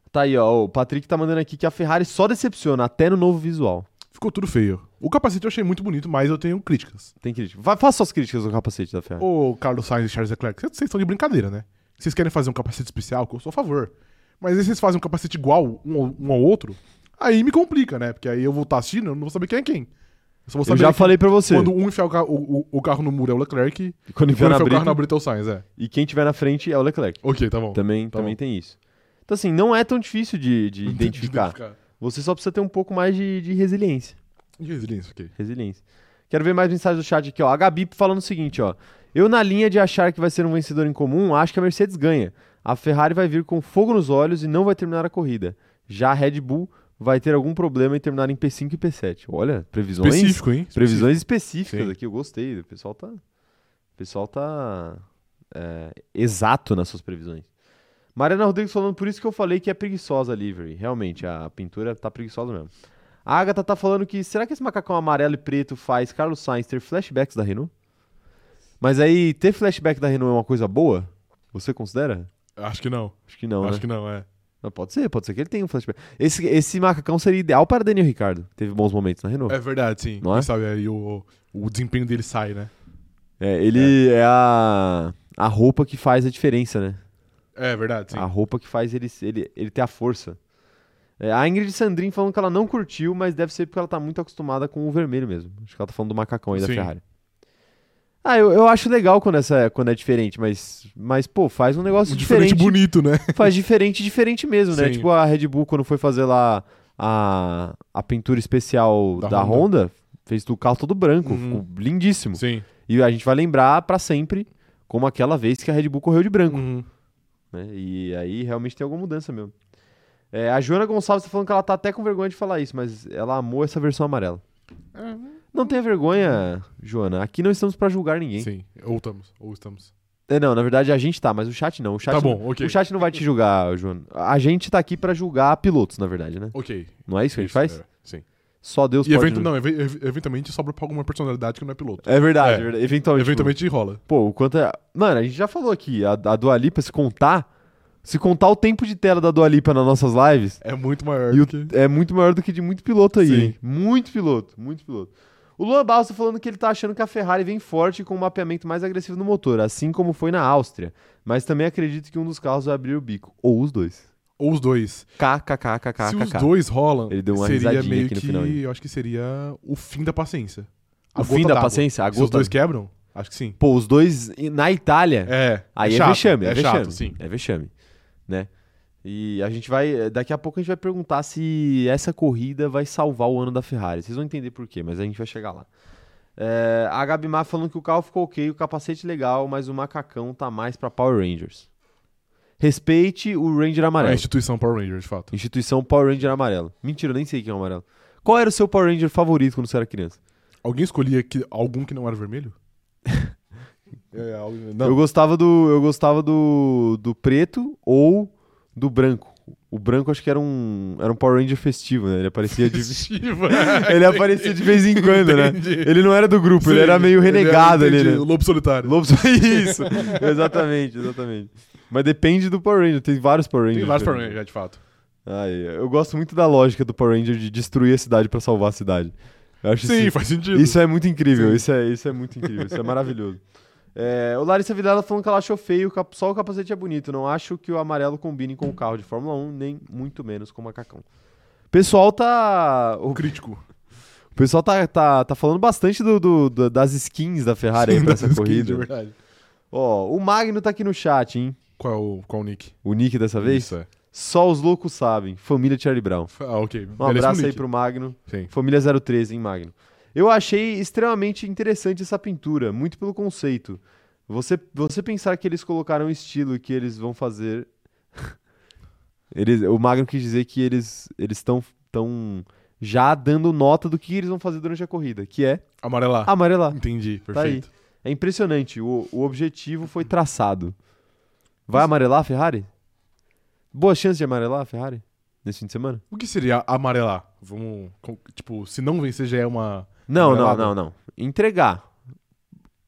S1: Tá aí, ó. O Patrick tá mandando aqui que a Ferrari só decepciona, até no novo visual.
S3: Ficou tudo feio. O capacete eu achei muito bonito, mas eu tenho críticas.
S1: Tem crítica. Vai, faça suas críticas ao capacete da Ferrari.
S3: Ô, Carlos Sainz e Charles Leclerc, vocês estão de brincadeira, né? Vocês querem fazer um capacete especial, que eu sou a favor. Mas aí vocês fazem um capacete igual um ao, um ao outro, aí me complica, né? Porque aí eu vou estar assistindo, eu não vou saber quem é quem. Eu só vou
S1: Eu
S3: saber
S1: já
S3: que
S1: falei pra você.
S3: quando um enfiar o, ca- o- o- o carro no muro é o Leclerc, e
S1: Quando,
S3: quando
S1: enfiar na
S3: enfiar o
S1: briga,
S3: carro na brita é o Sainz, é.
S1: e quem tiver na frente é o Leclerc.
S3: Ok, tá bom.
S1: Também,
S3: Tá
S1: também
S3: bom.
S1: tem isso. Então, assim, não é tão difícil de, de
S3: De- de
S1: identificar. Você só precisa ter um pouco mais de, de resiliência.
S3: De resiliência, ok.
S1: Resiliência. Quero ver mais mensagens do chat aqui, ó. A Gabi falando o seguinte, ó. Eu, na linha de achar que vai ser um vencedor em comum, acho que a Mercedes ganha. A Ferrari vai vir com fogo nos olhos e não vai terminar a corrida. Já a Red Bull vai ter algum problema em terminar em P5 e P7. Olha, previsões.
S3: Específico, hein?
S1: Previsões específicas
S3: Sim.
S1: aqui, eu gostei. O pessoal tá. O pessoal tá. é, exato nas suas previsões. Mariana Rodrigues falando, por isso que eu falei que é preguiçosa a livery. Realmente, a pintura tá preguiçosa mesmo. A Agatha tá falando que será que esse macacão amarelo e preto faz Carlos Sainz ter flashbacks da Renault? Mas aí, ter flashback da Renault é uma coisa boa? Você considera?
S3: Acho que não.
S1: Acho que não,
S3: Acho
S1: né?
S3: que não, é.
S1: Não, pode ser, pode ser que ele tenha um flashback. Esse, esse macacão seria ideal para Daniel Ricardo. que Teve bons momentos na Renault.
S3: É verdade, sim.
S1: Não
S3: Quem
S1: é?
S3: sabe aí o, o desempenho dele sai, né?
S1: É, ele é, a, a roupa que faz a diferença, né?
S3: É verdade, sim.
S1: A roupa que faz ele, ele, ele ter a força. É, a Ingrid Sandrin falando que ela não curtiu, mas deve ser porque ela tá muito acostumada com o vermelho mesmo. Acho que ela tá falando do macacão aí da
S3: Sim.
S1: Ferrari. Ah, eu, eu acho legal quando, essa, quando é diferente, mas, mas, pô, faz um negócio
S3: Um diferente
S1: diferente
S3: bonito, né?
S1: faz diferente, diferente mesmo, né?
S3: Sim.
S1: Tipo a Red Bull quando foi fazer lá a, a pintura especial da,
S3: Da
S1: Honda.
S3: Honda.
S1: fez o carro todo branco,
S3: Uhum.
S1: ficou lindíssimo.
S3: Sim.
S1: E a gente vai lembrar pra sempre como aquela vez que a Red Bull correu de branco,
S3: Uhum.
S1: né? E aí realmente tem alguma mudança mesmo. É, a Joana Gonçalves tá falando que ela tá até com vergonha de falar isso, mas ela amou essa versão amarela.
S3: Uhum.
S1: Não tenha vergonha, Joana. Aqui não estamos pra julgar ninguém.
S3: Sim. Ou estamos. Ou estamos.
S1: É, não, na verdade a gente tá, mas o chat não. O chat
S3: Tá
S1: não-
S3: bom, ok.
S1: O chat não vai te julgar, Joana. A gente tá aqui pra julgar pilotos, na verdade, né?
S3: Ok.
S1: Não é isso que a gente
S3: Isso,
S1: faz?
S3: é, Sim.
S1: Só Deus
S3: E
S1: pode.
S3: eventu- não, ev- ev- eventualmente sobra pra alguma personalidade que não é piloto.
S1: É verdade,
S3: É.
S1: é verdade. Eventualmente.
S3: Eventualmente rola.
S1: Pô, o quanto é... Mano, a gente já falou aqui, a, a Dua Lipa, se contar, se contar o tempo de tela da Dua Lipa nas nossas lives,
S3: É muito maior
S1: E o-
S3: do que.
S1: é muito maior do que de muito piloto aí,
S3: Sim.
S1: hein? Muito piloto, muito piloto. O Luan Balsa falando que ele tá achando que a Ferrari vem forte com um mapeamento mais agressivo no motor, assim como foi na Áustria. Mas também acredito que um dos carros vai abrir o bico. Ou os dois.
S3: Ou os dois.
S1: KKKKKK.
S3: Se os dois rolam,
S1: Ele deu uma
S3: seria
S1: risadinha
S3: meio
S1: aqui no
S3: que.
S1: final, hein?
S3: eu acho que seria o fim da paciência. A
S1: O
S3: gota
S1: fim da
S3: d'água.
S1: paciência, a
S3: Se os
S1: gota.
S3: dois quebram, acho que sim.
S1: Pô, os dois e- na Itália.
S3: É.
S1: Aí é,
S3: chato,
S1: vexame, é,
S3: é
S1: vexame.
S3: chato, sim.
S1: É vexame, né? E a gente vai. Daqui a pouco a gente vai perguntar se essa corrida vai salvar o ano da Ferrari. Vocês vão entender por quê, mas a gente vai chegar lá. É, a Gabi Mar falando que o carro ficou ok, o capacete legal, mas o macacão tá mais pra Power Rangers. Respeite o Ranger
S3: É A
S1: amarelo.
S3: instituição Power Ranger, de fato.
S1: Instituição Power Ranger amarelo. Mentira, eu nem sei quem é o amarelo. Qual era o seu Power Ranger favorito quando você era criança?
S3: Alguém escolhia que, algum que não era vermelho? é, algo- não.
S1: Eu gostava do. Eu gostava do. do preto ou do branco. O branco acho que era um. Era um Power Ranger festivo, né? Ele aparecia de.
S3: Festiva.
S1: ele aparecia de vez em quando, né?
S3: Entendi.
S1: Ele não era do grupo, ele
S3: Sim,
S1: era meio
S3: ele era-
S1: renegado ali,
S3: entendi,
S1: né?
S3: O lobo solitário.
S1: Lobo Isso! exatamente, exatamente. Mas depende do Power Ranger, tem vários Power Rangers.
S3: Tem vários Power
S1: né?
S3: Rangers, é. já, de fato.
S1: Ai, eu gosto muito da lógica do Power Ranger de destruir a cidade pra salvar a cidade. Eu acho
S3: Sim,
S1: isso
S3: faz sentido.
S1: isso é muito incrível, isso é, isso é muito incrível, isso é maravilhoso. É, o Larissa Vidal falando que ela achou feio, o cap- só o capacete é bonito. Não acho que o amarelo combine com o carro de Fórmula 1, nem muito menos com o macacão. O pessoal tá. O
S3: crítico.
S1: o pessoal tá, tá, tá falando bastante do, do- do- das skins da Ferrari aí pra
S3: das
S1: essa
S3: skins,
S1: corrida.
S3: de verdade.
S1: Ó, o Magno tá aqui no chat, hein?
S3: Qual é o, qual é o nick?
S1: O Nick dessa vez.
S3: Isso, é.
S1: Só os loucos sabem. Família Charlie Brown.
S3: Ah, ok.
S1: Um abraço aí pro Magno.
S3: Sim.
S1: Família 013, hein, Magno? Eu achei extremamente interessante essa pintura, muito pelo conceito. Você, você pensar que eles colocaram um estilo e que eles vão fazer. Eles- o Magno quis dizer que eles estão tão já dando nota do que eles vão fazer durante a corrida, que é
S3: Amarelar.
S1: amarelar.
S3: Entendi,
S1: Tá aí.
S3: perfeito.
S1: É impressionante, o, o objetivo foi traçado. Vai amarelar a Ferrari? Boa chance de amarelar a Ferrari nesse fim de semana?
S3: O que seria amarelar? Vamos. com- Tipo, se não vencer já é uma.
S1: Não, não,
S3: Amarelado?
S1: não, não. Entregar.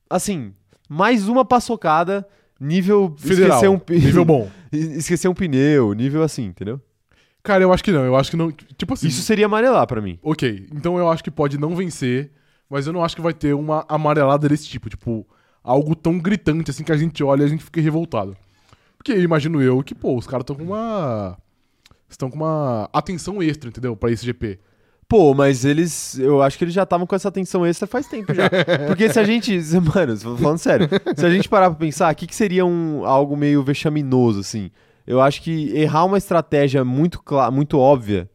S1: Assim, mais uma paçocada, nível.
S3: Federal.
S1: Esquecer um, pi-
S3: Nível bom.
S1: es- esquecer um pneu, nível assim, entendeu?
S3: Cara, eu acho que não. Eu acho que não. Tipo assim.
S1: Isso seria amarelar pra mim.
S3: Ok, então eu acho que pode não vencer, mas eu não acho que vai ter uma amarelada desse tipo. Tipo, algo tão gritante assim que a gente olha e a gente fica revoltado. Porque imagino eu que, pô, os caras estão com uma. Estão com uma atenção extra, entendeu? Pra esse GP.
S1: Pô, mas eles. Eu acho que eles já estavam com essa atenção extra faz tempo já. Porque se a gente. Mano, falando sério. Se a gente parar pra pensar, o que, que seria um, algo meio vexaminoso, assim? Eu acho que errar uma estratégia muito, cla- muito óbvia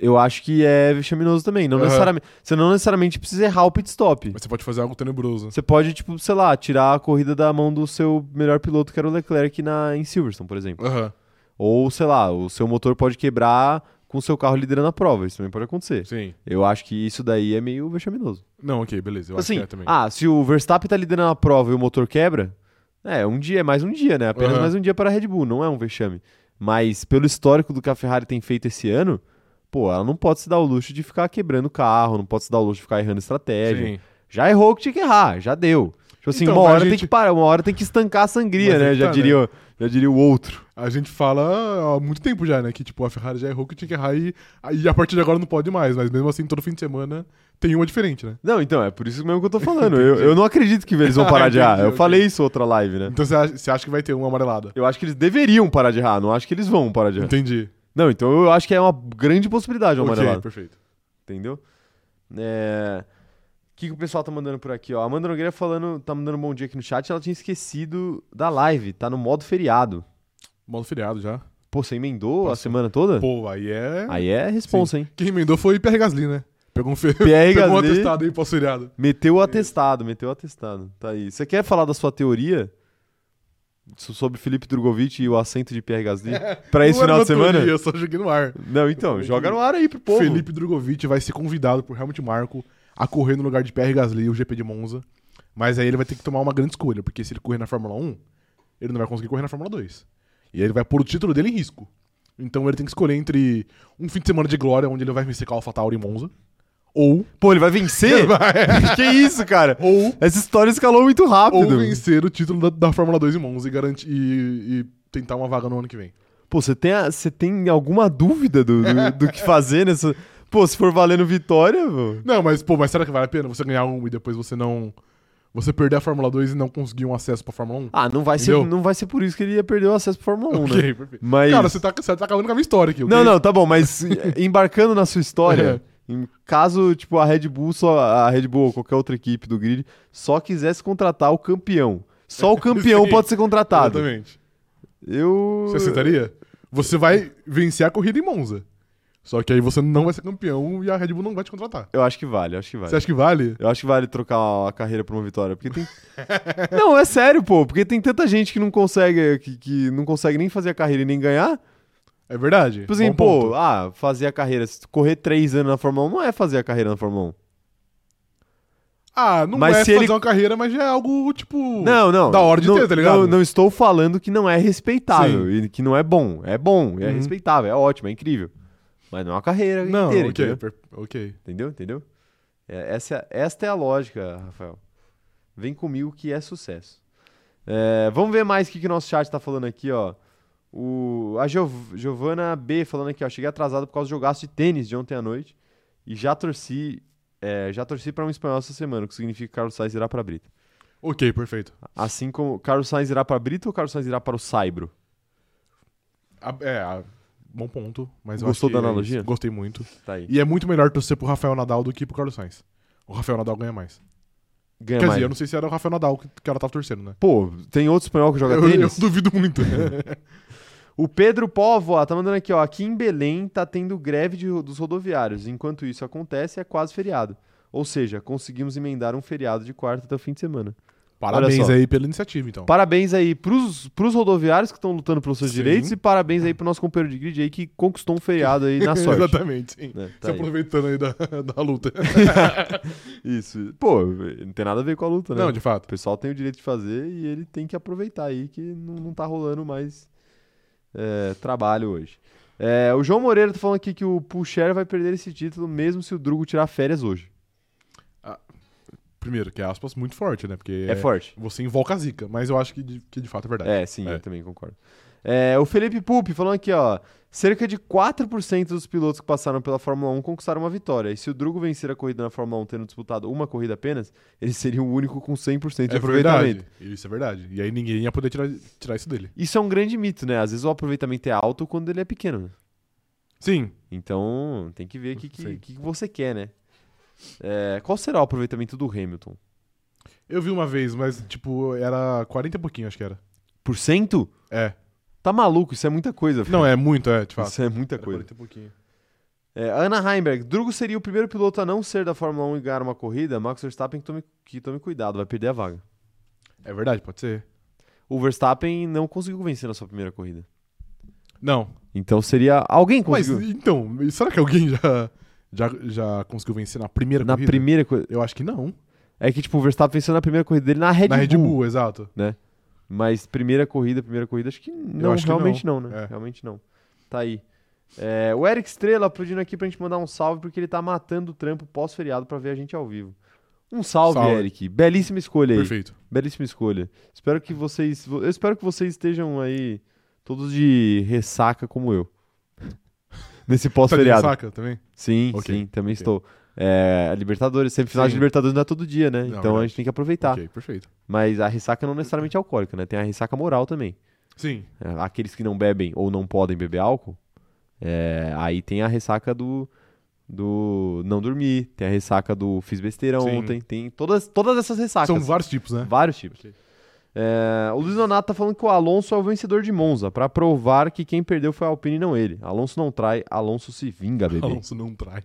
S1: eu acho que é vexaminoso também. Não
S3: Aham.
S1: necessariamente, você não necessariamente precisa errar o pit stop.
S3: Mas você pode fazer algo tenebroso. assim.
S1: Você pode, tipo, sei lá, tirar a corrida da mão do seu melhor piloto, que era o Leclerc, na, em Silverstone, por exemplo.
S3: Aham,
S1: Ou, sei lá, o seu motor pode quebrar com o seu carro liderando a prova. Isso também pode acontecer.
S3: sim.
S1: Eu acho que isso daí é meio vexaminoso.
S3: Não, ok, beleza. Eu
S1: assim,
S3: acho que é também.
S1: ah, se o Verstappen tá liderando a prova e o motor quebra, é um dia, é mais um dia, né? Apenas
S3: Aham.
S1: mais um dia para a Red Bull, não é um vexame. Mas pelo histórico do que a Ferrari tem feito esse ano, pô, ela não pode se dar o luxo de ficar quebrando o carro, não pode se dar o luxo de ficar errando estratégia.
S3: sim.
S1: Já errou o que tinha que errar, já deu. Tipo assim,
S3: Então,
S1: uma
S3: mas a
S1: hora tem
S3: gente-
S1: que parar, uma hora tem que estancar a sangria,
S3: Mas
S1: né?
S3: tem que
S1: Já
S3: tá,
S1: diria, o- já diria o outro.
S3: A gente fala há muito tempo já, né? Que tipo, a Ferrari já errou que tinha que errar e, e a partir de agora não pode mais. Mas mesmo assim, todo fim de semana tem uma diferente, né?
S1: Não, então, é por isso mesmo que eu tô falando. eu, eu não acredito que eles vão parar de
S3: Entendi,
S1: errar. Eu
S3: ok.
S1: falei isso outra live, né?
S3: Então você acha, você acha que vai ter uma amarelada?
S1: Eu acho que eles deveriam parar de errar, não acho que eles vão parar de errar.
S3: Entendi.
S1: Não, então eu acho que é uma grande possibilidade o
S3: ok,
S1: amarelado,
S3: perfeito.
S1: entendeu? É... O que, que o pessoal tá mandando por aqui, ó? Amanda Nogueira falando, tá mandando um bom dia aqui no chat, ela tinha esquecido da live, tá no modo feriado.
S3: Modo feriado já.
S1: Pô, você emendou a
S3: Passou.
S1: semana toda?
S3: Pô, aí é.
S1: Aí é responsa, hein?
S3: Quem emendou foi Pierre Gasly, né? Pegou um, fe...
S1: Pierre
S3: Pegou um
S1: Gasly.
S3: atestado aí pós feriado.
S1: Meteu o atestado, meteu o atestado. Tá aí. Você quer falar da sua teoria so- sobre Felipe Drogovic e o assento de Pierre Gasly pra esse
S3: Não era
S1: final
S3: uma
S1: de semana?
S3: teoria, Eu só joguei no ar.
S1: Não, então, joga no ar aí pro povo.
S3: Felipe Drogovic vai ser convidado por Helmut Marko a correr no lugar de Pierre Gasly o GP de Monza. Mas aí ele vai ter que tomar uma grande escolha, porque se ele correr na Fórmula 1, ele não vai conseguir correr na Fórmula 2. E aí ele vai pôr o título dele em risco. Então ele tem que escolher entre um fim de semana de glória, onde ele vai vencer com a AlphaTauri em Monza, ou,
S1: Pô, ele vai vencer? que isso, cara?
S3: ou,
S1: Essa história escalou muito
S3: ou
S1: rápido.
S3: vencer o título da, da Fórmula 2 em Monza e, garantir, e, e tentar uma vaga no ano que vem.
S1: Pô, você tem, a- você tem alguma dúvida do, do, do que fazer nessa. Pô, se for valendo vitória, pô.
S3: Não, mas pô, mas será que vale a pena você ganhar um e depois você não... Você perder a Fórmula 2 e não conseguir um acesso pra Fórmula 1?
S1: Ah, não vai, ser,
S3: Entendeu?
S1: não vai ser por isso que ele ia perder o acesso pra Fórmula 1, né?
S3: Ok, perfeito.
S1: Mas.
S3: Cara, você tá, você tá acabando com a minha história aqui. ok?
S1: Não, não, tá bom, mas eh, embarcando na sua história,
S3: É.
S1: em caso, tipo, a Red Bull, só, a Red Bull ou qualquer outra equipe do grid, só quisesse contratar o campeão. Só o campeão
S3: Sim,
S1: pode ser contratado.
S3: Exatamente.
S1: Eu.
S3: Você aceitaria? Você vai vencer a corrida em Monza. Só que aí você não vai ser campeão e a Red Bull não vai te contratar.
S1: Eu acho que vale, eu acho que vale.
S3: Você acha que vale?
S1: Eu acho que vale trocar a carreira por uma vitória, porque tem. não, é sério, pô, porque tem tanta gente que não consegue, que, que não consegue nem fazer a carreira e nem ganhar.
S3: É verdade.
S1: Tipo assim,
S3: Bom
S1: pô,
S3: ponto.
S1: ah, fazer a carreira, se correr três anos na Fórmula 1 não é fazer a carreira na Fórmula 1.
S3: Ah, não
S1: mas
S3: é
S1: se
S3: fazer
S1: ele-
S3: uma carreira, mas já é algo, tipo.
S1: Não, não.
S3: Da hora de
S1: não,
S3: ter, tá ligado?
S1: Não, não estou falando que não é respeitável e que não é bom. É bom, é
S3: Uhum.
S1: respeitável, é ótimo, é incrível. Mas não é uma carreira
S3: Não,
S1: inteira,
S3: ok.
S1: entendeu?
S3: per- Ok.
S1: Entendeu? Entendeu? É, essa, esta é a lógica, Rafael. Vem comigo que é sucesso. É, vamos ver mais o que, que o nosso chat tá falando aqui, ó. O, a Giov- Giovana B falando aqui, ó. Cheguei atrasado por causa do jogaço de tênis de ontem à noite. E já torci. é, já torci para um espanhol essa semana, o que significa que Carlos Sainz irá para Brita.
S3: Ok, perfeito.
S1: Assim como Carlos Sainz irá para Brita ou Carlos Sainz irá para o Saibro?
S3: A- É, a- bom ponto. Mas eu
S1: Gostou
S3: acho que
S1: da
S3: é
S1: analogia?
S3: isso. Gostei muito.
S1: Tá aí.
S3: E é muito melhor torcer pro Rafael Nadal do que pro Carlos Sainz. O Rafael Nadal ganha mais.
S1: Ganha
S3: Quer
S1: mais.
S3: dizer, eu não sei se era o Rafael Nadal que, que ela tava torcendo, né?
S1: Pô, tem outro espanhol que joga
S3: Eu, eu
S1: tênis?
S3: duvido muito.
S1: O Pedro Póvoa tá mandando aqui, ó. Aqui em Belém tá tendo greve de ro- dos rodoviários. Enquanto isso acontece, é quase feriado. Ou seja, conseguimos emendar um feriado de quarta até o fim de semana. Olha
S3: Parabéns
S1: só.
S3: aí pela iniciativa, então.
S1: Parabéns aí pros, pros rodoviários que estão lutando pelos seus
S3: Sim.
S1: direitos e parabéns aí pro nosso companheiro de grid aí que conquistou um feriado aí na sorte.
S3: Exatamente, sim.
S1: Né,
S3: Se
S1: tá aí.
S3: aproveitando aí da, da luta.
S1: Isso. Pô, não tem nada a ver com a luta, né?
S3: Não, de
S1: O
S3: fato.
S1: pessoal tem o direito de fazer e ele tem que aproveitar aí que não, não tá rolando mais é, trabalho hoje. É, o João Moreira tá falando aqui que o Pucher vai perder esse título mesmo se o Drugo tirar férias hoje.
S3: Primeiro, que é aspas muito forte, né? Porque
S1: É, forte.
S3: você invoca a zica, mas eu acho que de, que de fato é verdade.
S1: É, sim,
S3: É.
S1: eu também concordo. É, o Felipe Pupi falando aqui, ó. Cerca de 4% dos pilotos que passaram pela Fórmula 1 conquistaram uma vitória. E se o Drugo vencer a corrida na Fórmula 1 tendo disputado uma corrida apenas, ele seria o único com 100% de
S3: É
S1: aproveitamento.
S3: verdade. Isso é verdade. E aí ninguém ia poder tirar, tirar isso dele.
S1: Isso é um grande mito, né? Às vezes o aproveitamento é alto quando ele é pequeno, né?
S3: Sim.
S1: Então, tem que ver o que, que,
S3: Sim.
S1: que que você quer, né? É, qual será o aproveitamento do Hamilton?
S3: Eu vi uma vez, mas, tipo, era 40 e pouquinho, acho que era.
S1: Por cento?
S3: É.
S1: Tá maluco, isso é muita coisa.
S3: Não, é muito, é,
S1: filho.
S3: de fato.
S1: Isso é muita
S3: Era
S1: coisa.
S3: 40 e pouquinho.
S1: É, Ana Heimberg, Drugo seria o primeiro piloto a não ser da Fórmula 1 e ganhar uma corrida. Max Verstappen, que tome, que tome cuidado, vai perder a vaga.
S3: É verdade, pode ser.
S1: O Verstappen não conseguiu vencer na sua primeira corrida.
S3: Não.
S1: Então seria. Alguém
S3: Mas
S1: conseguiu.
S3: então, será que alguém já, já, já conseguiu vencer na primeira
S1: na
S3: corrida?
S1: primeira corrida.
S3: Eu acho que não.
S1: É que, tipo, o Verstappen venceu na primeira corrida dele na Red,
S3: na Red
S1: Bull.
S3: Bull, exato.
S1: Mas primeira corrida, primeira corrida, acho que não,
S3: acho que
S1: realmente não,
S3: não.
S1: né?
S3: É.
S1: Realmente não. Tá aí. É, o Eric Estrela pedindo aqui pra gente mandar um salve, porque ele tá matando o trampo pós-feriado pra ver a gente ao vivo. Um salve,
S3: Salve.
S1: Eric. Belíssima escolha aí.
S3: Perfeito.
S1: Belíssima escolha. Espero que vocês. Eu espero que vocês estejam aí todos de ressaca como eu. Nesse
S3: Tá de
S1: pós-feriado.
S3: ressaca também?
S1: Sim,
S3: Ok,
S1: sim, também
S3: ok.
S1: estou. É, a Libertadores, semifinal de
S3: Sim.
S1: Libertadores não é todo dia, né?
S3: Não,
S1: então a
S3: verdade.
S1: gente tem que aproveitar.
S3: Ok, perfeito.
S1: Mas a ressaca não é necessariamente alcoólica, né? Tem a ressaca moral também.
S3: Sim.
S1: É, Aqueles que não bebem ou não podem beber álcool, é, aí tem a ressaca do, do não dormir, tem a ressaca do fiz besteira
S3: Sim.
S1: ontem, tem todas, todas essas ressacas.
S3: São vários tipos, né?
S1: Vários tipos.
S3: Ok.
S1: É, o Luiz Donato tá falando que o Alonso é o vencedor de Monza, pra provar que quem perdeu foi a Alpine e não ele. Alonso não trai, Alonso se vinga, bebê.
S3: Alonso não trai.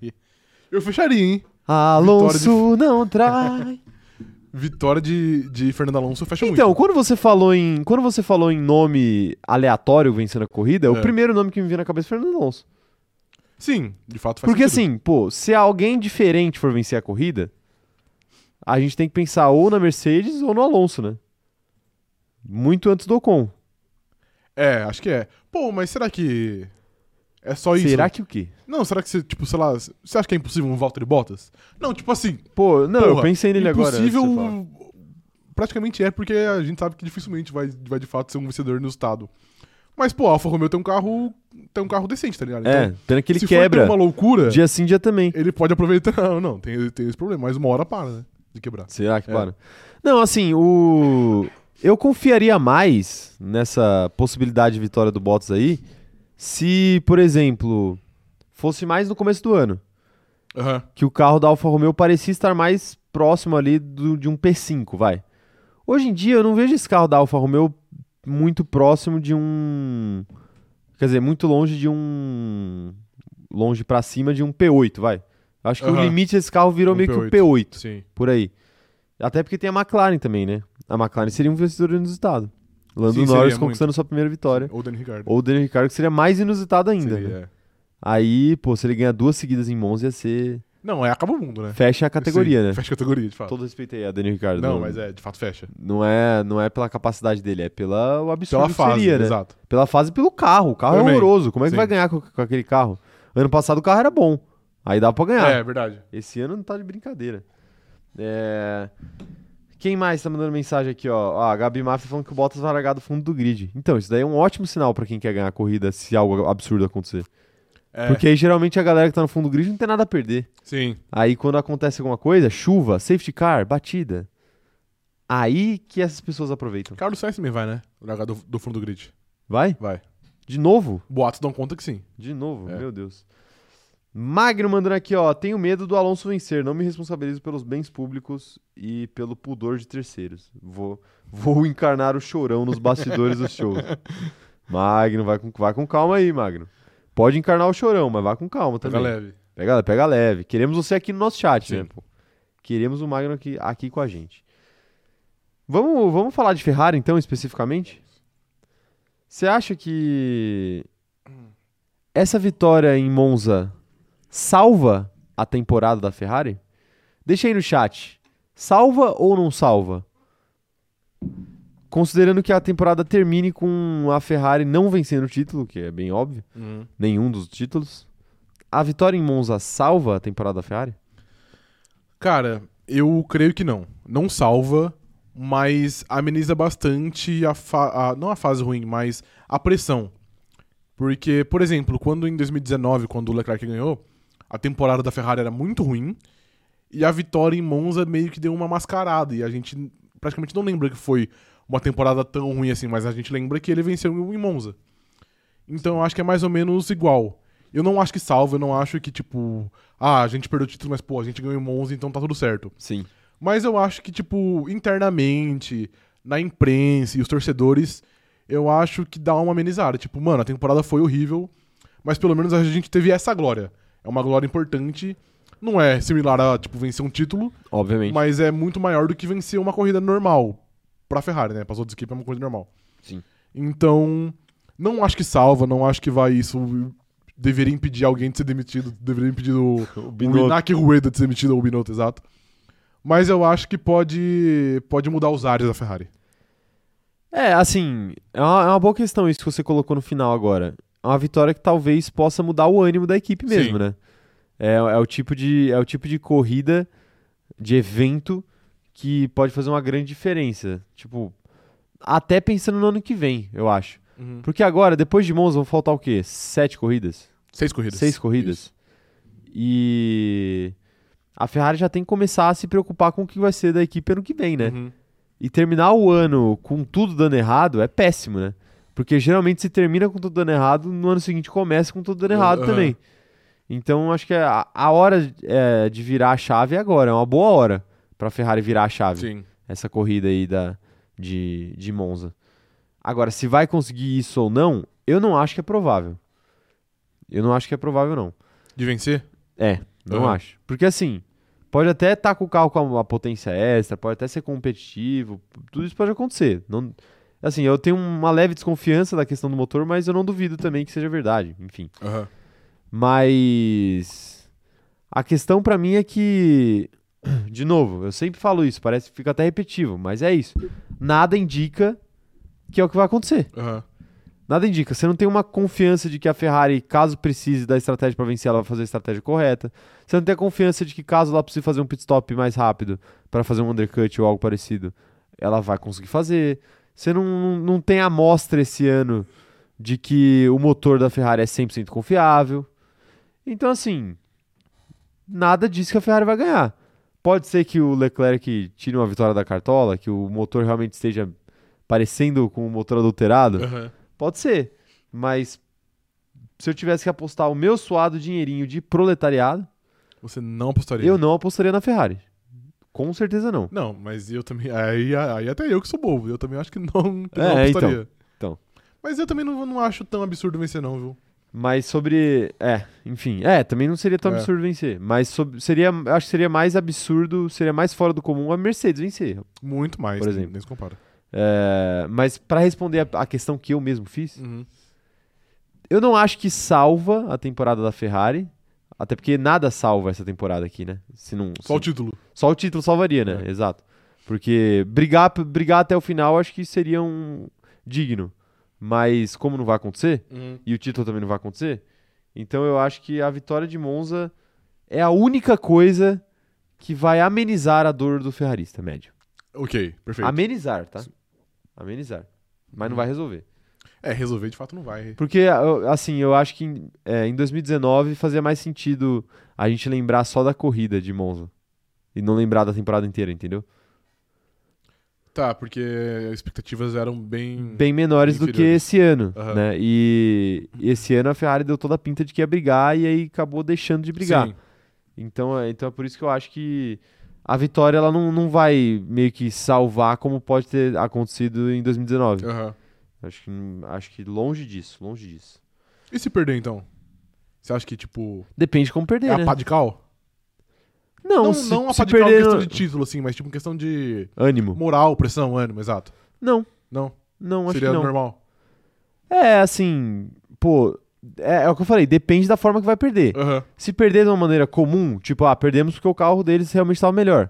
S3: Eu fecharia, hein?
S1: Alonso não trai.
S3: Vitória de, de Fernando Alonso fecha muito.
S1: Então, quando você falou em, quando você falou em nome aleatório vencendo a corrida, o
S3: É.
S1: primeiro nome que me veio na cabeça foi Fernando Alonso.
S3: Sim, de fato faz
S1: Porque
S3: sentido.
S1: assim, pô, se alguém diferente for vencer a corrida, a gente tem que pensar ou na Mercedes ou no Alonso, né? Muito antes do Ocon. assim-
S3: É, acho que é. Pô, mas será que. É só isso?
S1: Será que o quê?
S3: Não, será que você, tipo, sei lá, você acha que é impossível um Valtteri Bottas? Não, tipo assim,
S1: Pô, não, eu
S3: Porra,
S1: pensei nele agora. antes de
S3: impossível um-
S1: você falar.
S3: praticamente é, porque a gente sabe que dificilmente vai, vai de fato ser um vencedor no estado. Mas, pô, a Alfa Romeo tem um carro. Tem um carro decente, tá ligado?
S1: É, pena que ele
S3: se
S1: quebra.
S3: for é. ter uma loucura,
S1: Dia sim, dia também.
S3: ele pode aproveitar. Não, não, tem, tem esse problema, mas uma hora para, né? De quebrar.
S1: Será que
S3: É.
S1: para? Não, assim, o. Eu confiaria mais nessa possibilidade de vitória do Bottas aí se, por exemplo, fosse mais no começo do ano.
S3: Aham.
S1: Que o carro da Alfa Romeo parecia estar mais próximo ali do- de um P5, vai. Hoje em dia eu não vejo esse carro da Alfa Romeo muito próximo de um. Quer dizer, muito longe de um. Longe pra cima de um P8, vai. Acho que o
S3: Aham.
S1: limite desse carro virou
S3: Um
S1: meio que o
S3: P8.
S1: P8
S3: Sim.
S1: por aí. Até porque tem a McLaren também, né? A McLaren seria um vencedor inusitado. Lando
S3: Sim, seria
S1: Norris
S3: muito.
S1: conquistando sua primeira vitória.
S3: Ou Dani Ricardo.
S1: Ou o Daniel Ricciardo, que seria mais inusitado ainda.
S3: Seria,
S1: né?
S3: é.
S1: Aí, pô, se ele ganhar duas seguidas em Monza, ia ser...
S3: Não, é acaba o mundo, né?
S1: Fecha a categoria,
S3: Sim,
S1: né?
S3: Fecha a categoria, de fato.
S1: Todo respeito aí a Daniel Ricciardo.
S3: Não, mas é, de fato fecha.
S1: Não é, não é pela capacidade dele, é pela o absurdo
S3: Pela
S1: que
S3: fase,
S1: seria, né?
S3: exato.
S1: Pela fase e pelo carro. O carro
S3: Também.
S1: é horroroso. Como é que
S3: Sim.
S1: vai ganhar com, com aquele carro? Ano passado o carro era bom. Aí dá pra ganhar.
S3: É, verdade.
S1: Esse ano não tá de brincadeira. É... Quem mais tá mandando mensagem aqui, ó? Ah, a Gabi Mafia falando que o Bottas vai largar do fundo do grid. Então, isso daí é um ótimo sinal pra quem quer ganhar a corrida se algo absurdo acontecer.
S3: É,
S1: Porque aí geralmente a galera que tá no fundo do grid não tem nada a perder.
S3: sim.
S1: Aí quando acontece alguma coisa, chuva, safety car, batida. Aí que essas pessoas aproveitam.
S3: Carlos Sainz também vai, né? Largar do, do fundo do grid.
S1: Vai?
S3: Vai.
S1: De novo?
S3: Boatos dão conta que sim.
S1: De novo,
S3: É.
S1: meu Deus. Magno mandando aqui, ó. Tenho medo do Alonso vencer. Não me responsabilizo pelos bens públicos e pelo pudor de terceiros. Vou, vou encarnar o chorão nos bastidores do show. Magno, vai com, vai com calma aí, Magno. Pode encarnar o chorão, mas vai com calma
S3: Pega
S1: também.
S3: tá leve.
S1: Pega, pega leve. Queremos você aqui no nosso chat,
S3: Sim.
S1: né, pô? Queremos o Magno aqui, aqui com a gente. Vamos, vamos falar de Ferrari, então, especificamente? Você acha que essa vitória em Monza salva a temporada da Ferrari? Deixa aí no chat. Salva ou não salva? Considerando que a temporada termine com a Ferrari não vencendo o título, que é bem óbvio
S3: Uhum.
S1: nenhum dos títulos. A vitória em Monza salva a temporada da Ferrari?
S3: Cara, eu creio que não. Não salva, mas ameniza bastante a, fa a- não a fase ruim, mas a pressão. Porque, por exemplo, quando em 2019, quando o Leclerc ganhou, a temporada da Ferrari era muito ruim e a vitória em Monza meio que deu uma mascarada e a gente praticamente não lembra que foi uma temporada tão ruim assim, mas a gente lembra que ele venceu em Monza. Então eu acho que é mais ou menos igual. Eu não acho que salva, eu não acho que tipo, ah, a gente perdeu o título, mas pô, a gente ganhou em Monza, então tá tudo certo.
S1: Sim.
S3: Mas eu acho que, tipo, internamente, na imprensa e os torcedores, eu acho que dá uma amenizada. Tipo, mano, a temporada foi horrível, mas pelo menos a gente teve essa glória. É uma glória importante. Não é similar a, tipo, vencer um título,
S1: Obviamente.
S3: mas é muito maior do que vencer uma corrida normal pra Ferrari, né? Para outras equipes é uma corrida normal.
S1: Sim.
S3: Então, não acho que salva, não acho que vai isso deveria impedir alguém de ser demitido, deveria impedir o,
S1: O
S3: o Inaki Rueda de ser demitido ou o Binotto, exato. Mas eu acho que pode pode mudar os ares da Ferrari.
S1: É, assim, é uma, é uma boa questão isso que você colocou no final agora. É uma vitória que talvez possa mudar o ânimo da equipe mesmo, né? É, é o tipo de, é o tipo de corrida, de evento, que pode fazer uma grande diferença. Tipo, até pensando no ano que vem, eu acho.
S3: Uhum.
S1: Porque agora, depois de Monza, vão faltar o quê? Sete corridas?
S3: Seis corridas.
S1: Seis corridas. E a Ferrari já tem que começar a se preocupar com o que vai ser da equipe ano que vem, né?
S3: Uhum.
S1: E terminar o ano com tudo dando errado é péssimo, né? Porque geralmente se termina com tudo dando errado, no ano seguinte começa com tudo dando errado
S3: Aham.
S1: também. Então acho que a, a hora é, de virar a chave é agora, é uma boa hora pra Ferrari virar a chave.
S3: Sim.
S1: Essa corrida aí da, de, de Monza. Agora, se vai conseguir isso ou não, eu não acho que é provável. Eu não acho que é provável, não.
S3: De vencer?
S1: É, não
S3: Aham.
S1: acho. Porque assim, pode até estar com o carro com uma potência extra, pode até ser competitivo, tudo isso pode acontecer. Não, assim, eu tenho uma leve desconfiança da questão do motor, mas eu não duvido também que seja verdade, enfim.
S3: Aham.
S1: Mas a questão pra mim é que, de novo, eu sempre falo isso, parece que fica até repetitivo, mas é isso. Nada indica que é o que vai acontecer.
S3: Aham.
S1: Nada indica. Você não tem uma confiança de que a Ferrari, caso precise da estratégia para vencer, ela vai fazer a estratégia correta. Você não tem a confiança de que, caso ela precise fazer um pit stop mais rápido para fazer um undercut ou algo parecido, ela vai conseguir fazer. Você não, não tem amostra esse ano de que o motor da Ferrari é 100% confiável. Então, assim, nada diz que a Ferrari vai ganhar. Pode ser que o Leclerc tire uma vitória da cartola, que o motor realmente esteja parecendo com o motor adulterado.
S3: Aham.
S1: Pode ser. Mas se eu tivesse que apostar o meu suado dinheirinho de proletariado,
S3: Você não apostaria.
S1: eu não apostaria na Ferrari. Com certeza não.
S3: Não, mas eu também. Aí, aí até eu que sou bobo. Eu também acho que não, que não
S1: É,
S3: apostaria.
S1: então.
S3: Mas eu também não, não acho tão absurdo vencer, não, viu?
S1: Mas sobre. É, enfim. É, também não seria tão
S3: É.
S1: absurdo vencer. Mas sobre- seria. eu Acho que seria mais absurdo, seria mais fora do comum a Mercedes vencer.
S3: Muito mais.
S1: Por exemplo.
S3: Nem se compara.
S1: É, mas pra responder a, a questão que eu mesmo fiz, eu não acho que salva a temporada da Ferrari. Até porque nada salva essa temporada aqui, né? Se não, se
S3: Só o título.
S1: Só o título salvaria, né? Exato. Porque brigar, brigar até o final acho que seria um digno. Mas como não vai acontecer, e o título também não vai acontecer, então eu acho que a vitória de Monza é a única coisa que vai amenizar a dor do ferrarista médio.
S3: Ok, perfeito.
S1: Amenizar, tá? Amenizar. Mas não vai resolver.
S3: É, resolver de fato não vai.
S1: Porque, eu- assim, eu acho que em- é, em 2019 fazia mais sentido a gente lembrar só da corrida de Monza. E não lembrar da temporada inteira, entendeu?
S3: Tá, porque as expectativas eram bem.
S1: bem menores do que
S3: Inferiores.
S1: esse ano,
S3: Aham.
S1: né? E e esse ano a Ferrari deu toda a pinta de que ia brigar e aí acabou deixando de brigar.
S3: Sim.
S1: Então, é- então é por isso que eu acho que a vitória ela não, não vai meio que salvar como pode ter acontecido em 2019.
S3: Aham.
S1: Acho que acho que longe disso, longe disso.
S3: E se perder, então? Você acha que, tipo.
S1: Depende de como perder,
S3: é
S1: né?
S3: a pá de cal?
S1: Não,
S3: não,
S1: se,
S3: não a
S1: se
S3: pá de cal em
S1: perder
S3: questão
S1: no-
S3: de título, assim, mas tipo em questão de
S1: ânimo.
S3: moral, pressão, ânimo, exato.
S1: Não,
S3: Não.
S1: não acho
S3: Seria
S1: que não.
S3: normal.
S1: É assim, pô, é, é o que eu falei, depende da forma que vai perder.
S3: Aham.
S1: Se perder de uma maneira comum, tipo, ah, perdemos porque o carro deles realmente estava melhor.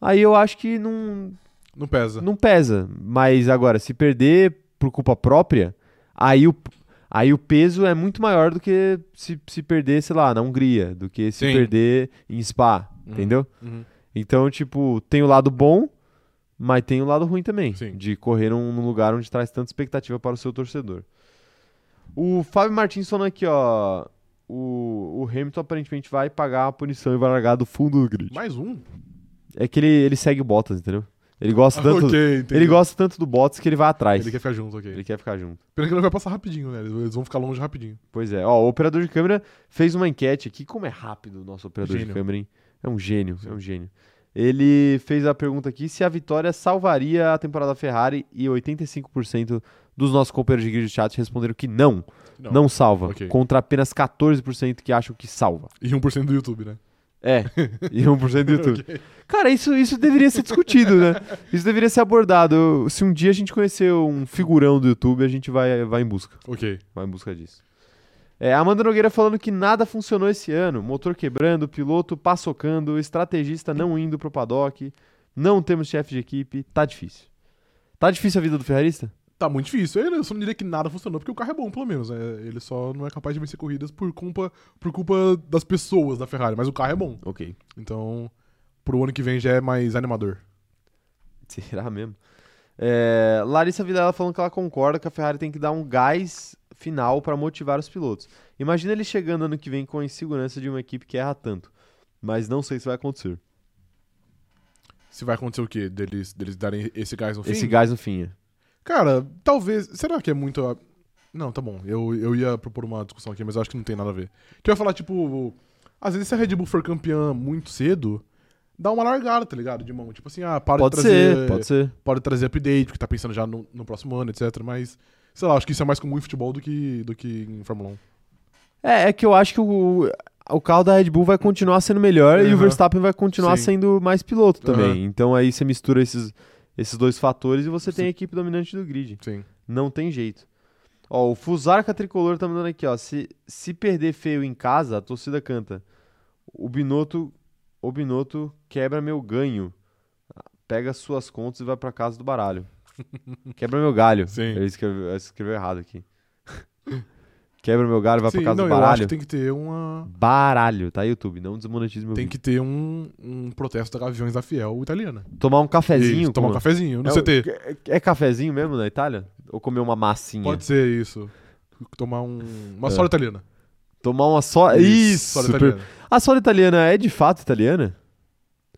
S1: Aí eu acho que não,
S3: Não pesa.
S1: não pesa. Mas agora, se perder por culpa própria, aí o, aí o peso é muito maior do que se, se perder, sei lá, na Hungria, do que se
S3: Sim.
S1: perder em Spa,
S3: Uhum.
S1: entendeu?
S3: Uhum.
S1: Então, tipo, tem o lado bom, mas tem o lado ruim também,
S3: Sim.
S1: de correr num, num lugar onde traz tanta expectativa para o seu torcedor. O Fábio Martins falando aqui, ó. O, o Hamilton aparentemente vai pagar a punição e vai largar do fundo do grid.
S3: Mais um?
S1: É que ele, ele segue o Bottas, entendeu? Ele gosta tanto,
S3: ok, entendi.
S1: ele gosta tanto do Bottas que ele vai atrás.
S3: Ele quer ficar junto, ok.
S1: Ele quer ficar junto.
S3: Pena que ele vai passar rapidinho, né? Eles- Eles vão ficar longe rapidinho.
S1: Pois é. Ó, o operador de câmera fez uma enquete aqui. Como é rápido o nosso operador de
S3: Gênio.
S1: câmera, hein? É um gênio, é um gênio. Ele fez a pergunta aqui se a vitória salvaria a temporada Ferrari e 85% dos nossos companheiros de igreja de chat responderam que não, não, salva.
S3: Ok.
S1: Contra apenas 14% que acham que salva.
S3: E 1% do YouTube, né?
S1: É, e 1% do YouTube. Cara, isso, isso deveria ser discutido, né? Isso deveria ser abordado. Eu- Se um dia a gente conhecer um figurão do YouTube, a gente vai, vai em busca.
S3: Ok.
S1: Vai em busca disso. É, Amanda Nogueira falando que nada funcionou esse ano. Motor quebrando, piloto paçocando, estrategista não indo pro paddock, não temos chefe de equipe, tá difícil. Tá difícil a vida do ferrarista?
S3: Tá muito difícil. Eu só não diria que nada funcionou, porque o carro é bom, pelo menos. Né? Ele só não é capaz de vencer corridas por culpa, por culpa das pessoas da Ferrari, mas o carro é bom.
S1: Ok.
S3: Então, pro ano que vem já é mais animador.
S1: Será mesmo? É, Larissa Vidal falando que ela concorda que a Ferrari tem que dar um gás final para motivar os pilotos. Imagina ele chegando ano que vem com a insegurança de uma equipe que erra tanto. Mas não sei se vai acontecer.
S3: Se vai acontecer o quê? Deles, deles darem esse gás no fim?
S1: Esse gás no fim. é.
S3: Cara, talvez. Será que é muito. a- Não, tá bom. Eu, eu ia propor uma discussão aqui, mas eu acho que não tem nada a ver. Que eu ia falar, tipo. Às vezes, se a Red Bull for campeã muito cedo, dá uma largada, tá ligado? De mão. Tipo assim, ah, para
S1: Pode
S3: de trazer.
S1: ser, pode ser.
S3: pode trazer update, porque tá pensando já no, no próximo ano, etc. Mas, sei lá, acho que isso é mais comum em futebol do que, do que em Fórmula 1.
S1: É, é que eu acho que o, o carro da Red Bull vai continuar sendo melhor e o
S3: Aham.
S1: Verstappen vai continuar
S3: Sim.
S1: sendo mais piloto também.
S3: Aham.
S1: Então aí você mistura esses, esses dois fatores e você tem a
S3: Sim.
S1: equipe dominante do grid.
S3: Sim.
S1: Não tem jeito. Ó, o Fusarca Tricolor tá mandando aqui, ó. Se, se perder feio em casa, a torcida canta. O Binotto, o Binotto quebra meu ganho. Pega suas contas e vai pra casa do baralho. Quebra meu galho.
S3: Sim.
S1: Ele escreveu, ele escreveu errado aqui. Quebra meu galho, vai
S3: Sim,
S1: pra casa
S3: não,
S1: do
S3: eu acho
S1: baralho.
S3: que tem que ter uma.
S1: Baralho, tá YouTube, não desmonetize meu
S3: Tem
S1: vídeo.
S3: que ter um, um protesto da Gaviões da Fiel italiana.
S1: Tomar um cafezinho.
S3: Isso, tomar um
S1: como-
S3: cafezinho no
S1: É o-
S3: CT.
S1: É cafezinho mesmo na Itália? Ou comer uma massinha?
S3: Pode ser isso. Tomar um, uma
S1: É.
S3: sola italiana.
S1: Tomar uma só. Isso!
S3: Sola
S1: per-
S3: italiana.
S1: A sola italiana é de fato italiana?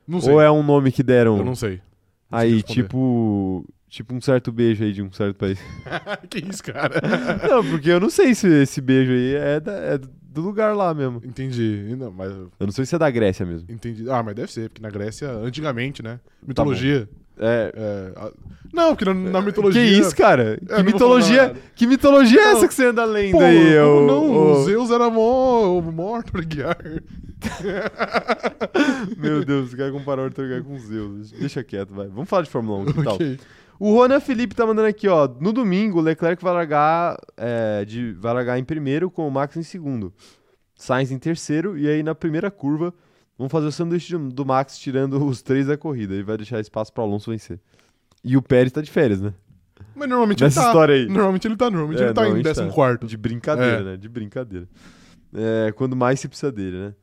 S3: Não sei.
S1: Ou é um nome que
S3: Eu
S1: deram
S3: não sei. Não sei
S1: aí,
S3: responder.
S1: tipo. Tipo um certo beijo aí de um certo país.
S3: que isso, cara?
S1: não, porque eu não sei se esse beijo aí é, da- é do lugar lá mesmo.
S3: Entendi. Não, mas eu
S1: Eu não sei se é da Grécia mesmo.
S3: entendi. Ah, mas deve ser, porque na Grécia, antigamente,
S1: Tá
S3: né? Mitologia.
S1: É.
S3: é, a- Não, porque na, na mitologia.
S1: Que isso, cara? Que
S3: não vou
S1: mitologia,
S3: falar nada.
S1: que mitologia é
S3: Não.
S1: essa que você anda lendo
S3: Pô,
S1: aí?
S3: como
S1: ô-
S3: não,
S1: ô-
S3: o Zeus era mó, mó Arthur Guiar.
S1: Meu Deus, você quer comparar o Arthur Guerra com Zeus. Deixa quieto, vai. Vamos falar de Fórmula 1, que tal?
S3: Ok.
S1: O Ronan Felipe tá mandando aqui, ó. No domingo, o Leclerc vai largar, é, de, vai largar em primeiro, com o Max em segundo. Sainz em terceiro, e aí na primeira curva, vão fazer o sanduíche do, do Max, tirando os três da corrida. E vai deixar espaço pro Alonso vencer. E o Pérez tá de férias, né?
S3: Mas normalmente
S1: Nessa
S3: ele tá.
S1: história aí.
S3: Normalmente ele tá, normalmente
S1: É,
S3: ele tá
S1: normalmente
S3: em décimo
S1: tá.
S3: quarto.
S1: De brincadeira,
S3: É.
S1: né? De brincadeira. É, quando mais se precisa dele, né?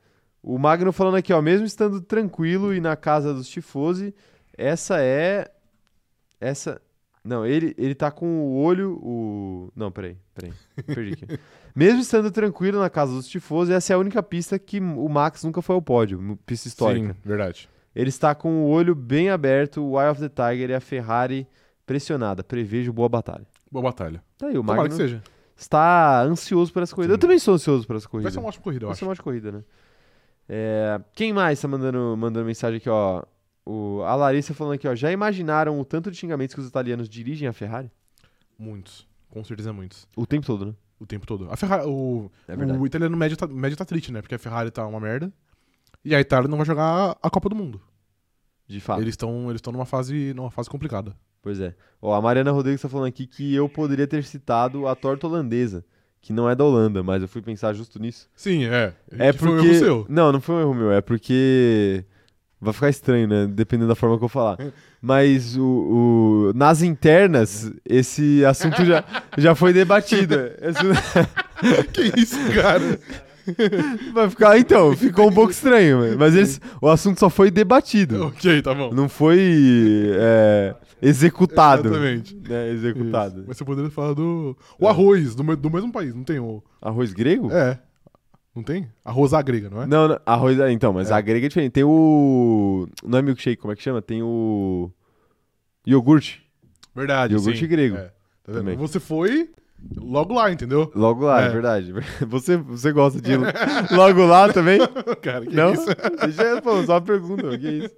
S1: O Magno falando aqui, ó, mesmo estando tranquilo e na casa dos tifose, essa é. Essa. Não, ele, ele tá com o olho. O... Não, peraí, peraí. Perdi aqui. mesmo estando tranquilo na casa dos tifose, essa é a única pista que o Max nunca foi ao pódio mu- pista histórica.
S3: Sim, verdade.
S1: Ele está com o olho bem aberto, o Eye of the Tiger e a Ferrari pressionada. Prevejo boa batalha.
S3: Boa batalha.
S1: Tá aí, o
S3: Tomara que
S1: Magno
S3: seja.
S1: está tá ansioso por essa corrida. Eu
S3: Sim.
S1: também sou ansioso por essa corrida.
S3: Vai ser uma ótima corrida, eu
S1: um. Vai ser
S3: acho.
S1: uma ótima corrida, né? É, quem mais tá mandando, mandando mensagem aqui, ó? O, a Larissa falando aqui, ó. Já imaginaram o tanto de xingamentos que os italianos dirigem a Ferrari?
S3: Muitos. Com certeza muitos.
S1: O tempo todo, né?
S3: O tempo todo. A Ferrari. O,
S1: É verdade.
S3: o italiano médio tá, médio tá triste, né? Porque a Ferrari tá uma merda. E a Itália não vai jogar a Copa do Mundo.
S1: De fato.
S3: Eles estão eles tão numa fase numa fase complicada.
S1: Pois é. Ó, a Mariana Rodrigues tá falando aqui que eu poderia ter citado a torta holandesa, que não é da Holanda, mas eu fui pensar justo nisso.
S3: Sim, é.
S1: É porque.
S3: Que foi um erro seu.
S1: Não, não foi um erro meu, é porque. Vai ficar estranho, né? Dependendo da forma que eu falar. Mas o, o- nas internas, esse assunto já, já foi debatido. Esse-
S3: que isso, cara?
S1: Vai ficar. Então, ficou um pouco estranho, mas- mas eles, o assunto só foi debatido.
S3: ok, tá bom.
S1: Não foi é, executado.
S3: Exatamente.
S1: Né? Executado.
S3: Mas você poderia falar do.
S1: É.
S3: O arroz, do, me- do mesmo país, não tem o.
S1: Arroz grego?
S3: É. Não tem? Arroz à grega, não é?
S1: Uh. Não, não, arroz. é, Então, mas a grega é diferente. Tem o. Não é milkshake, como é que chama? Tem o. Iogurte.
S3: Verdade.
S1: Iogurte
S3: sim.
S1: grego.
S3: É, tá vendo?
S1: Também.
S3: Você foi logo lá, entendeu?
S1: Logo lá, é,
S3: É.
S1: verdade. Você, você gosta de logo lá também?
S3: Cara, que
S1: não?
S3: isso?
S1: Deixa eu pô, só uma pergunta, que isso?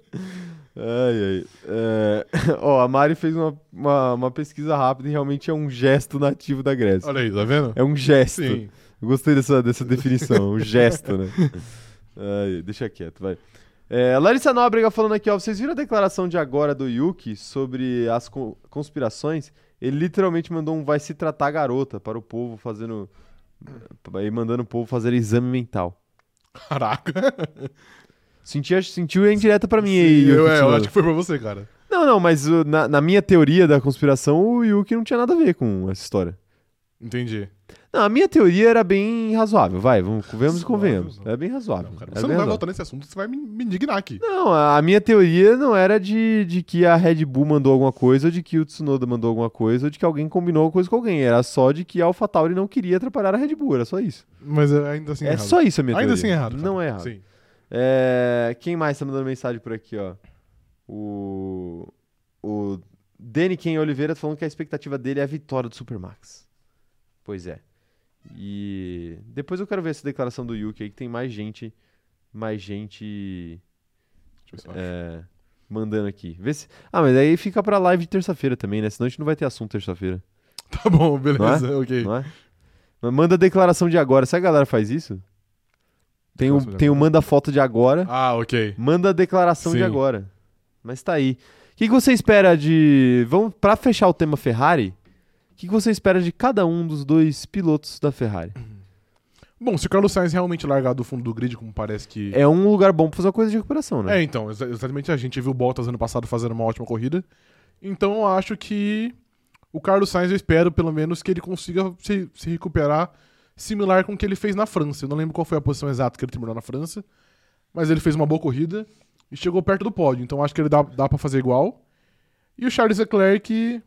S1: Ai, ai. É, Ó, a Mari fez uma, uma, uma pesquisa rápida e realmente é um gesto nativo da Grécia.
S3: Olha aí, tá vendo?
S1: É um gesto.
S3: Sim.
S1: Eu gostei dessa, dessa definição, um gesto, né? Ai, deixa quieto, vai. É, Larissa Nóbrega falando aqui, ó, vocês viram a declaração de agora do Yuki sobre as co- conspirações? Ele literalmente mandou um vai se tratar garota para o povo fazendo... E mandando o povo fazer exame mental.
S3: Caraca.
S1: Sentiu, sentiu a indireta pra mim aí, Yuki
S3: eu, é, eu
S1: Tsunoda.
S3: acho que foi pra você, cara.
S1: Não, não, mas uh, na, na minha teoria da conspiração, o Yuki não tinha nada a ver com essa história.
S3: Entendi.
S1: Não, a minha teoria era bem razoável, vai, vamos, vemos e
S3: Razoável,
S1: convenhamos.
S3: não.
S1: É bem razoável.
S3: Não, cara,
S1: é
S3: você
S1: bem
S3: não vai
S1: razoável.
S3: voltar nesse assunto, você vai me, me indignar aqui.
S1: Não, a a minha teoria não era de, de que a Red Bull mandou alguma coisa, ou de que o Tsunoda mandou alguma coisa, ou de que alguém combinou alguma coisa com alguém. Era só de que a AlphaTauri não queria atrapalhar a Red Bull, era só isso.
S3: Mas é, ainda assim
S1: é
S3: errado.
S1: só isso a minha
S3: Ainda
S1: teoria.
S3: assim é errado. cara.
S1: Não é errado.
S3: Sim.
S1: É, quem mais tá mandando mensagem por aqui, ó? O. O Deniken Oliveira tá falando que a expectativa dele é a vitória do Supermax. Pois é. E depois eu quero ver essa declaração do Yuki aí, que tem mais gente. Mais gente
S3: Deixa eu ver se eu acho.
S1: é, mandando aqui. Vê se... Ah, mas aí fica pra live de terça-feira também, né? Senão a gente não vai ter assunto terça-feira,
S3: Tá bom, beleza, ok.
S1: não é? Mas manda a declaração de agora. Se a galera faz isso, tem o,
S3: Declaração de
S1: tem o manda foto de agora.
S3: Ah, ok.
S1: Manda a declaração de
S3: Sim.
S1: agora. Mas tá aí. O que, que você espera de. Vamos para fechar o tema Ferrari. O que, que você espera de cada um dos dois pilotos da Ferrari?
S3: Bom, se o Carlos Sainz realmente largar do fundo do grid, como parece que.
S1: É um lugar bom pra fazer uma coisa de recuperação, né?
S3: É, então, exa- exatamente a gente viu o Bottas ano passado fazendo uma ótima corrida. Então eu acho que o Carlos Sainz, eu espero pelo menos que ele consiga se, se recuperar similar com o que ele fez na França. Eu não lembro qual foi a posição exata que ele terminou na França, mas ele fez uma boa corrida e chegou perto do pódio. Então eu acho que ele dá, dá para fazer igual. E o Charles Leclerc,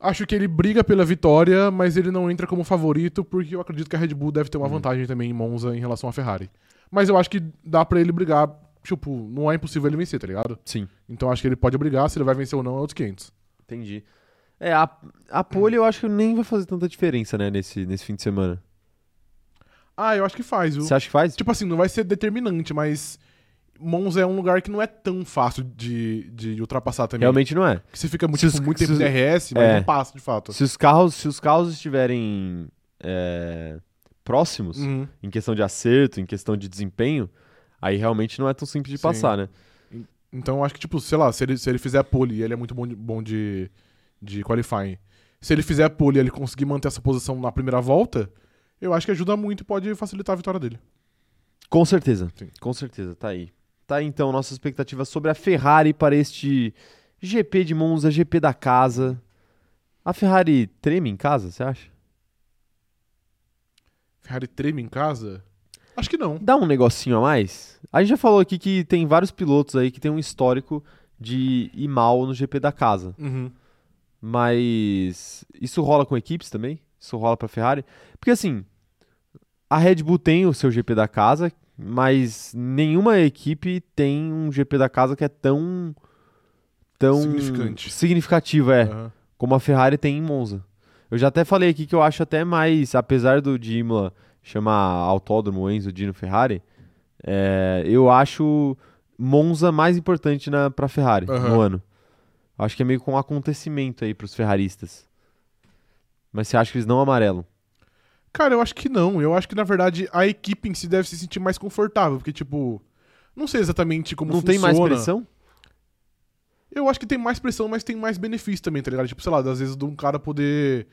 S3: acho que ele briga pela vitória, mas ele não entra como favorito, porque eu acredito que a Red Bull deve ter uma vantagem também em Monza em relação à Ferrari. Mas eu acho que dá pra ele brigar. Tipo, não é impossível ele vencer, tá ligado?
S1: Sim.
S3: Então acho que ele pode brigar, se ele vai vencer ou não é outros 500.
S1: Entendi. É, a, a pole eu acho que nem vai fazer tanta diferença, né, nesse, nesse fim de semana.
S3: Ah, eu acho que faz, viu?
S1: Você acha que faz?
S3: Tipo assim, não vai ser determinante, mas Monza é um lugar que não é tão fácil de, de ultrapassar também.
S1: Realmente não é.
S3: Que você fica muito,
S1: Se os-
S3: tipo, muito
S1: se
S3: tempo
S1: os-
S3: de DRS, mas
S1: É.
S3: não passa, de fato.
S1: Se os carros, se os carros estiverem é, próximos,
S3: Uhum.
S1: em questão de acerto, em questão de desempenho, aí realmente não é tão simples de
S3: Sim.
S1: passar, né?
S3: Então acho que, tipo, sei lá, se ele, se ele fizer a pole, e ele é muito bom de, bom de, de qualifying. Se ele fizer a pole e ele conseguir manter essa posição na primeira volta, eu acho que ajuda muito e pode facilitar a vitória dele.
S1: Com certeza.
S3: Sim.
S1: Com certeza, tá aí. Tá aí então nossa expectativa sobre a Ferrari para este GP de Monza, GP da casa. A Ferrari treme em casa, você acha?
S3: Ferrari treme em casa? Acho que não.
S1: Dá um negocinho a mais? A gente já falou aqui que tem vários pilotos aí que tem um histórico de ir mal no GP da casa.
S3: Uhum.
S1: Mas isso rola com equipes também? Isso rola pra Ferrari? Porque assim, a Red Bull tem o seu GP da casa, mas nenhuma equipe tem um GP da casa que é tão tão
S3: Significante.
S1: significativo, é,
S3: Aham.
S1: como a Ferrari tem em Monza. Eu já até falei aqui que eu acho até mais, apesar do de Imola chamar Autódromo Enzo Dino Ferrari, é, eu acho Monza mais importante na para Ferrari
S3: Aham.
S1: no ano. Acho que é meio que um acontecimento aí para os ferraristas. Mas você acha que eles não amarelam?
S3: Cara, eu acho que não. Eu acho que, na verdade, a equipe em si deve se sentir mais confortável, porque, tipo, não sei exatamente como
S1: não
S3: funciona.
S1: tem mais pressão?
S3: Eu acho que tem mais pressão, mas tem mais benefício também, tá ligado? Tipo, sei lá, às vezes de um cara poder.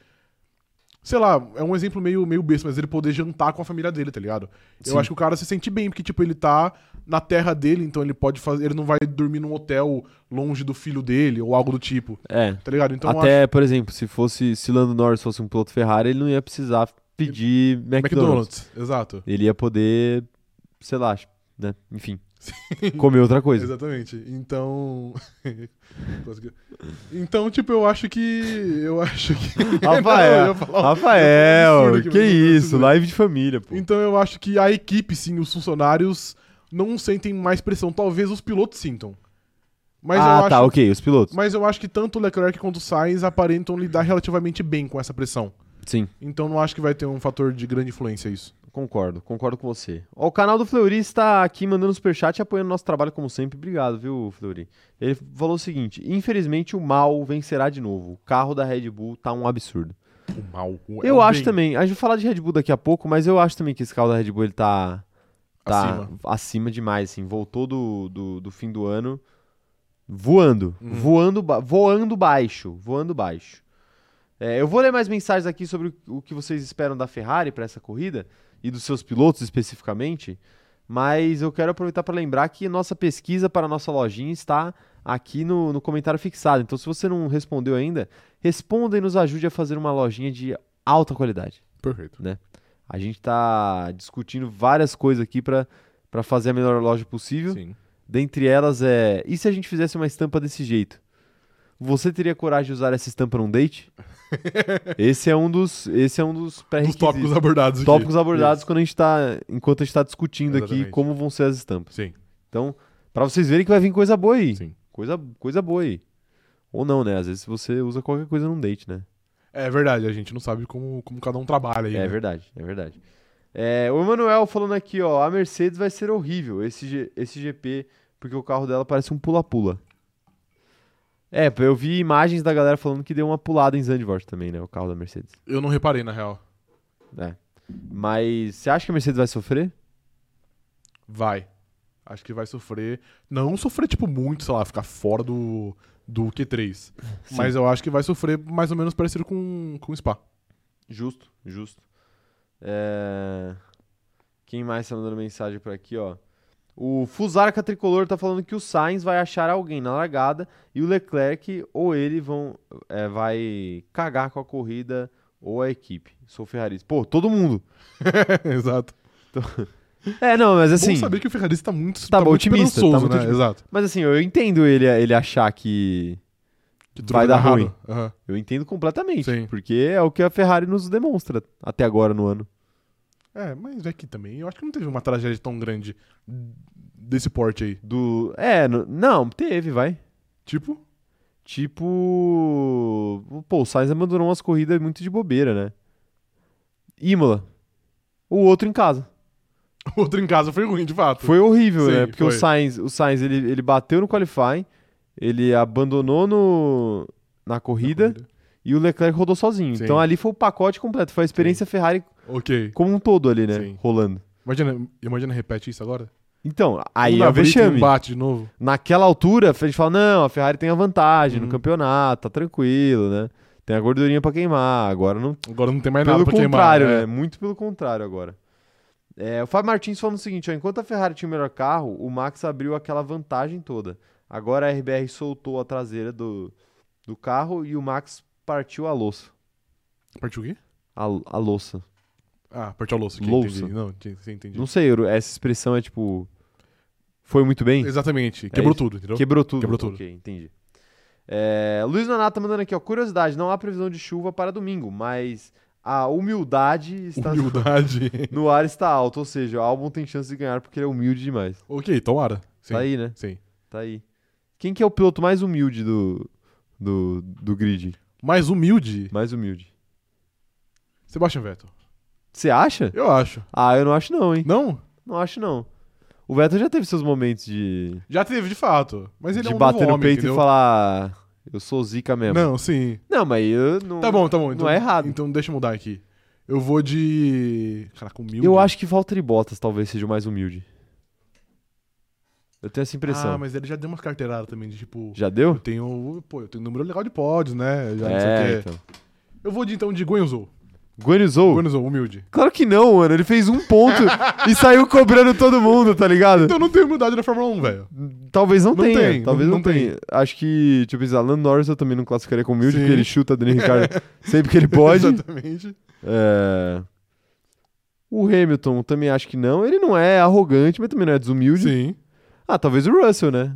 S3: Sei lá, é um exemplo meio, meio besta, mas ele poder jantar com a família dele, tá ligado?
S1: Sim.
S3: Eu acho que o cara se sente bem, porque, tipo, ele tá na terra dele, então ele pode fazer. Ele não vai dormir num hotel longe do filho dele ou algo do tipo,
S1: É.
S3: tá ligado? Então eu acho-
S1: Até, por exemplo, se fosse se Lando Norris fosse um piloto Ferrari, ele não ia precisar pedir McDonald's.
S3: é McDonald's. Exato.
S1: ele ia poder, sei lá, né? Enfim, comer outra coisa.
S3: Exatamente. Então. Conseguiu. então, tipo, eu acho que. Eu acho que. Não, eu
S1: Rafael,
S3: ia falar-
S1: Rafael,
S3: absurdo que
S1: que
S3: eu não
S1: isso,
S3: consigo.
S1: live de família, pô.
S3: Então eu acho que a equipe, sim, os funcionários não sentem mais pressão. Talvez os pilotos sintam. Mas,
S1: ah,
S3: eu
S1: tá,
S3: acho,
S1: ok, os pilotos.
S3: mas eu acho que tanto o Leclerc quanto o Sainz aparentam lidar relativamente bem com essa pressão.
S1: Sim,
S3: Então não acho que vai ter um fator de grande influência isso.
S1: concordo, concordo com você. Ó, o canal do Fleury está aqui mandando superchat e apoiando nosso trabalho como sempre. Obrigado, viu, Fleury? Ele falou o seguinte: infelizmente o mal vencerá de novo. O carro da Red Bull tá um absurdo.
S3: O mal. o- é
S1: eu
S3: o
S1: acho
S3: bem.
S1: também, a gente vai falar de Red Bull daqui a pouco, mas eu acho também que esse carro da Red Bull ele tá, tá
S3: Acima.
S1: acima. demais, assim. Voltou do, do, do fim do ano voando,
S3: Uhum.
S1: voando, ba- voando baixo, voando baixo. É, eu vou ler mais mensagens aqui sobre o o que vocês esperam da Ferrari para essa corrida e dos seus pilotos especificamente, mas eu quero aproveitar para lembrar que nossa pesquisa para a nossa lojinha está aqui no, no comentário fixado. Então, se você não respondeu ainda, responda e nos ajude a fazer uma lojinha de alta qualidade.
S3: Perfeito.
S1: A gente tá discutindo várias coisas aqui pra pra fazer a melhor loja possível.
S3: Sim.
S1: Dentre elas é, e se a gente fizesse uma estampa desse jeito? Você teria coragem de usar essa estampa num date? esse é um dos, esse é um dos
S3: Dos tópicos
S1: pré-requisitos.
S3: abordados aqui.
S1: Tópicos abordados quando a gente tá, enquanto a gente tá discutindo
S3: Exatamente.
S1: aqui como vão ser as estampas.
S3: Sim.
S1: Então, pra vocês verem que vai vir coisa boa aí.
S3: Sim.
S1: Coisa, coisa boa aí. Ou não, né? Às vezes você usa qualquer coisa num date, né?
S3: É verdade, a gente não sabe como, como cada um trabalha aí.
S1: É
S3: né?
S1: verdade, é verdade. É, o Emanuel falando aqui, ó, a Mercedes vai ser horrível esse, G- esse GP, porque o carro dela parece um pula-pula. É, pô, eu vi imagens da galera falando que deu uma pulada em Zandvoort também, né, o carro da Mercedes.
S3: Eu não reparei, na real.
S1: É. Mas você acha que a Mercedes vai sofrer?
S3: Vai. Acho que vai sofrer. Não sofrer, tipo, muito, sei lá, ficar fora do, do Q3. Mas eu acho que vai sofrer mais ou menos parecido com, com o Spa.
S1: Justo, justo. É, Quem mais tá mandando mensagem por aqui, ó? O Fusarca Tricolor tá falando que o Sainz vai achar alguém na largada e o Leclerc ou ele vão, é, vai cagar com a corrida ou a equipe. Sou ferrarista. Pô, todo mundo.
S3: Exato.
S1: É, não, mas assim...
S3: Bom saber que o Ferrarista tá muito,
S1: Tá
S3: muito
S1: otimista, tá
S3: esperançoso,
S1: muito
S3: né?
S1: otimista.
S3: Exato.
S1: Mas assim, eu entendo ele, ele achar que...
S3: Que
S1: Vai dar
S3: errado.
S1: ruim.
S3: Aham.
S1: Eu entendo completamente.
S3: Sim.
S1: Porque é o que a Ferrari nos demonstra até agora no ano.
S3: É, mas é que também, eu acho que não teve uma tragédia tão grande desse porte aí.
S1: Do... É, n- não, teve, vai.
S3: Tipo,
S1: Tipo. Pô, o Sainz abandonou umas corridas muito de bobeira, né? Imola. O outro em casa.
S3: outro em casa foi ruim, de fato.
S1: Foi horrível,
S3: Sim,
S1: né? Porque o
S3: foi.
S1: Sainz, o Sainz ele, ele bateu no qualifying, ele abandonou no, na, corrida, e o Leclerc rodou sozinho.
S3: Sim.
S1: Então ali foi o pacote completo, foi a experiência Ferrari
S3: Ok.
S1: como um todo ali, né?
S3: Sim.
S1: Rolando.
S3: Imagina, imagina repete isso agora.
S1: Então, aí
S3: um
S1: é o
S3: Brito, um
S1: vexame.
S3: bate de novo.
S1: Naquela altura, a gente fala: não, a Ferrari tem a vantagem
S3: Uhum.
S1: no campeonato, tá tranquilo, né? Tem a gordurinha pra queimar, agora não
S3: Agora não tem mais
S1: Pelo
S3: nada pra queimar.
S1: contrário,
S3: é.
S1: né? Muito pelo contrário agora. É, o Fábio Martins falando o seguinte: ó, enquanto a Ferrari tinha o melhor carro, o Max abriu aquela vantagem toda. Agora a RBR soltou a traseira do, do carro e o Max partiu a louça.
S3: Partiu o quê?
S1: A, a louça.
S3: Ah, partiu a louça. aqui,
S1: Louça.
S3: Entendi. Não, entendi, sim, entendi.
S1: Não sei, Euro, essa expressão é tipo. Foi muito bem?
S3: Exatamente.
S1: É
S3: Quebrou
S1: isso.
S3: tudo, entendeu?
S1: Quebrou tudo.
S3: Quebrou tudo.
S1: Ok, entendi. É, Luiz Nonato tá mandando aqui, ó. Curiosidade, não há previsão de chuva para domingo, mas a humildade está
S3: Humildade.
S1: No ar está alto, ou seja, o álbum tem chance de ganhar porque ele é humilde demais.
S3: ok, tomara. Sim.
S1: Tá aí, né?
S3: Sim.
S1: Tá aí. Quem que é o piloto mais humilde do, do, do grid?
S3: Mas humilde,
S1: Mais humilde.
S3: Sebastian Vettel.
S1: Você acha?
S3: Eu acho.
S1: Ah, eu não acho não, hein?
S3: Não?
S1: Não acho não. O Vettel já teve seus momentos de,
S3: Já teve, de fato. Mas ele
S1: de
S3: é um
S1: bater
S3: novo
S1: no
S3: homem,
S1: peito
S3: entendeu?
S1: e falar, "Ah, eu sou zica mesmo. Não,
S3: Não, sim.
S1: mas eu não...
S3: Tá bom, tá bom. Então,
S1: é errado.
S3: Então deixa eu mudar aqui. Eu vou de. Caraca, humilde.
S1: Eu acho que Valtteri Bottas talvez seja o mais humilde. Eu tenho essa é impressão.
S3: Ah, mas ele já deu umas carteiradas também, de tipo.
S1: Já deu?
S3: Eu tenho. Pô, eu tenho um número legal de pods, né? Já não sei
S1: é,
S3: o quê.
S1: então.
S3: Eu vou de então de Guenzou.
S1: Guanizou.
S3: Guenzou, humilde.
S1: Claro que não, mano. Ele fez um ponto e saiu cobrando todo mundo, tá ligado?
S3: Então não tem humildade na Fórmula 1, velho.
S1: Talvez não,
S3: Não
S1: tenha.
S3: tem,
S1: talvez
S3: não-
S1: não,
S3: não tem.
S1: tenha. Acho que, tipo, o Alan Norris eu também não classificaria como humilde,
S3: Sim.
S1: porque ele chuta Daniel Ricardo sempre que ele pode.
S3: Exatamente.
S1: É. O Hamilton também acho que não. Ele não é arrogante, mas também não é desumilde.
S3: Sim.
S1: Ah, talvez o Russell, né?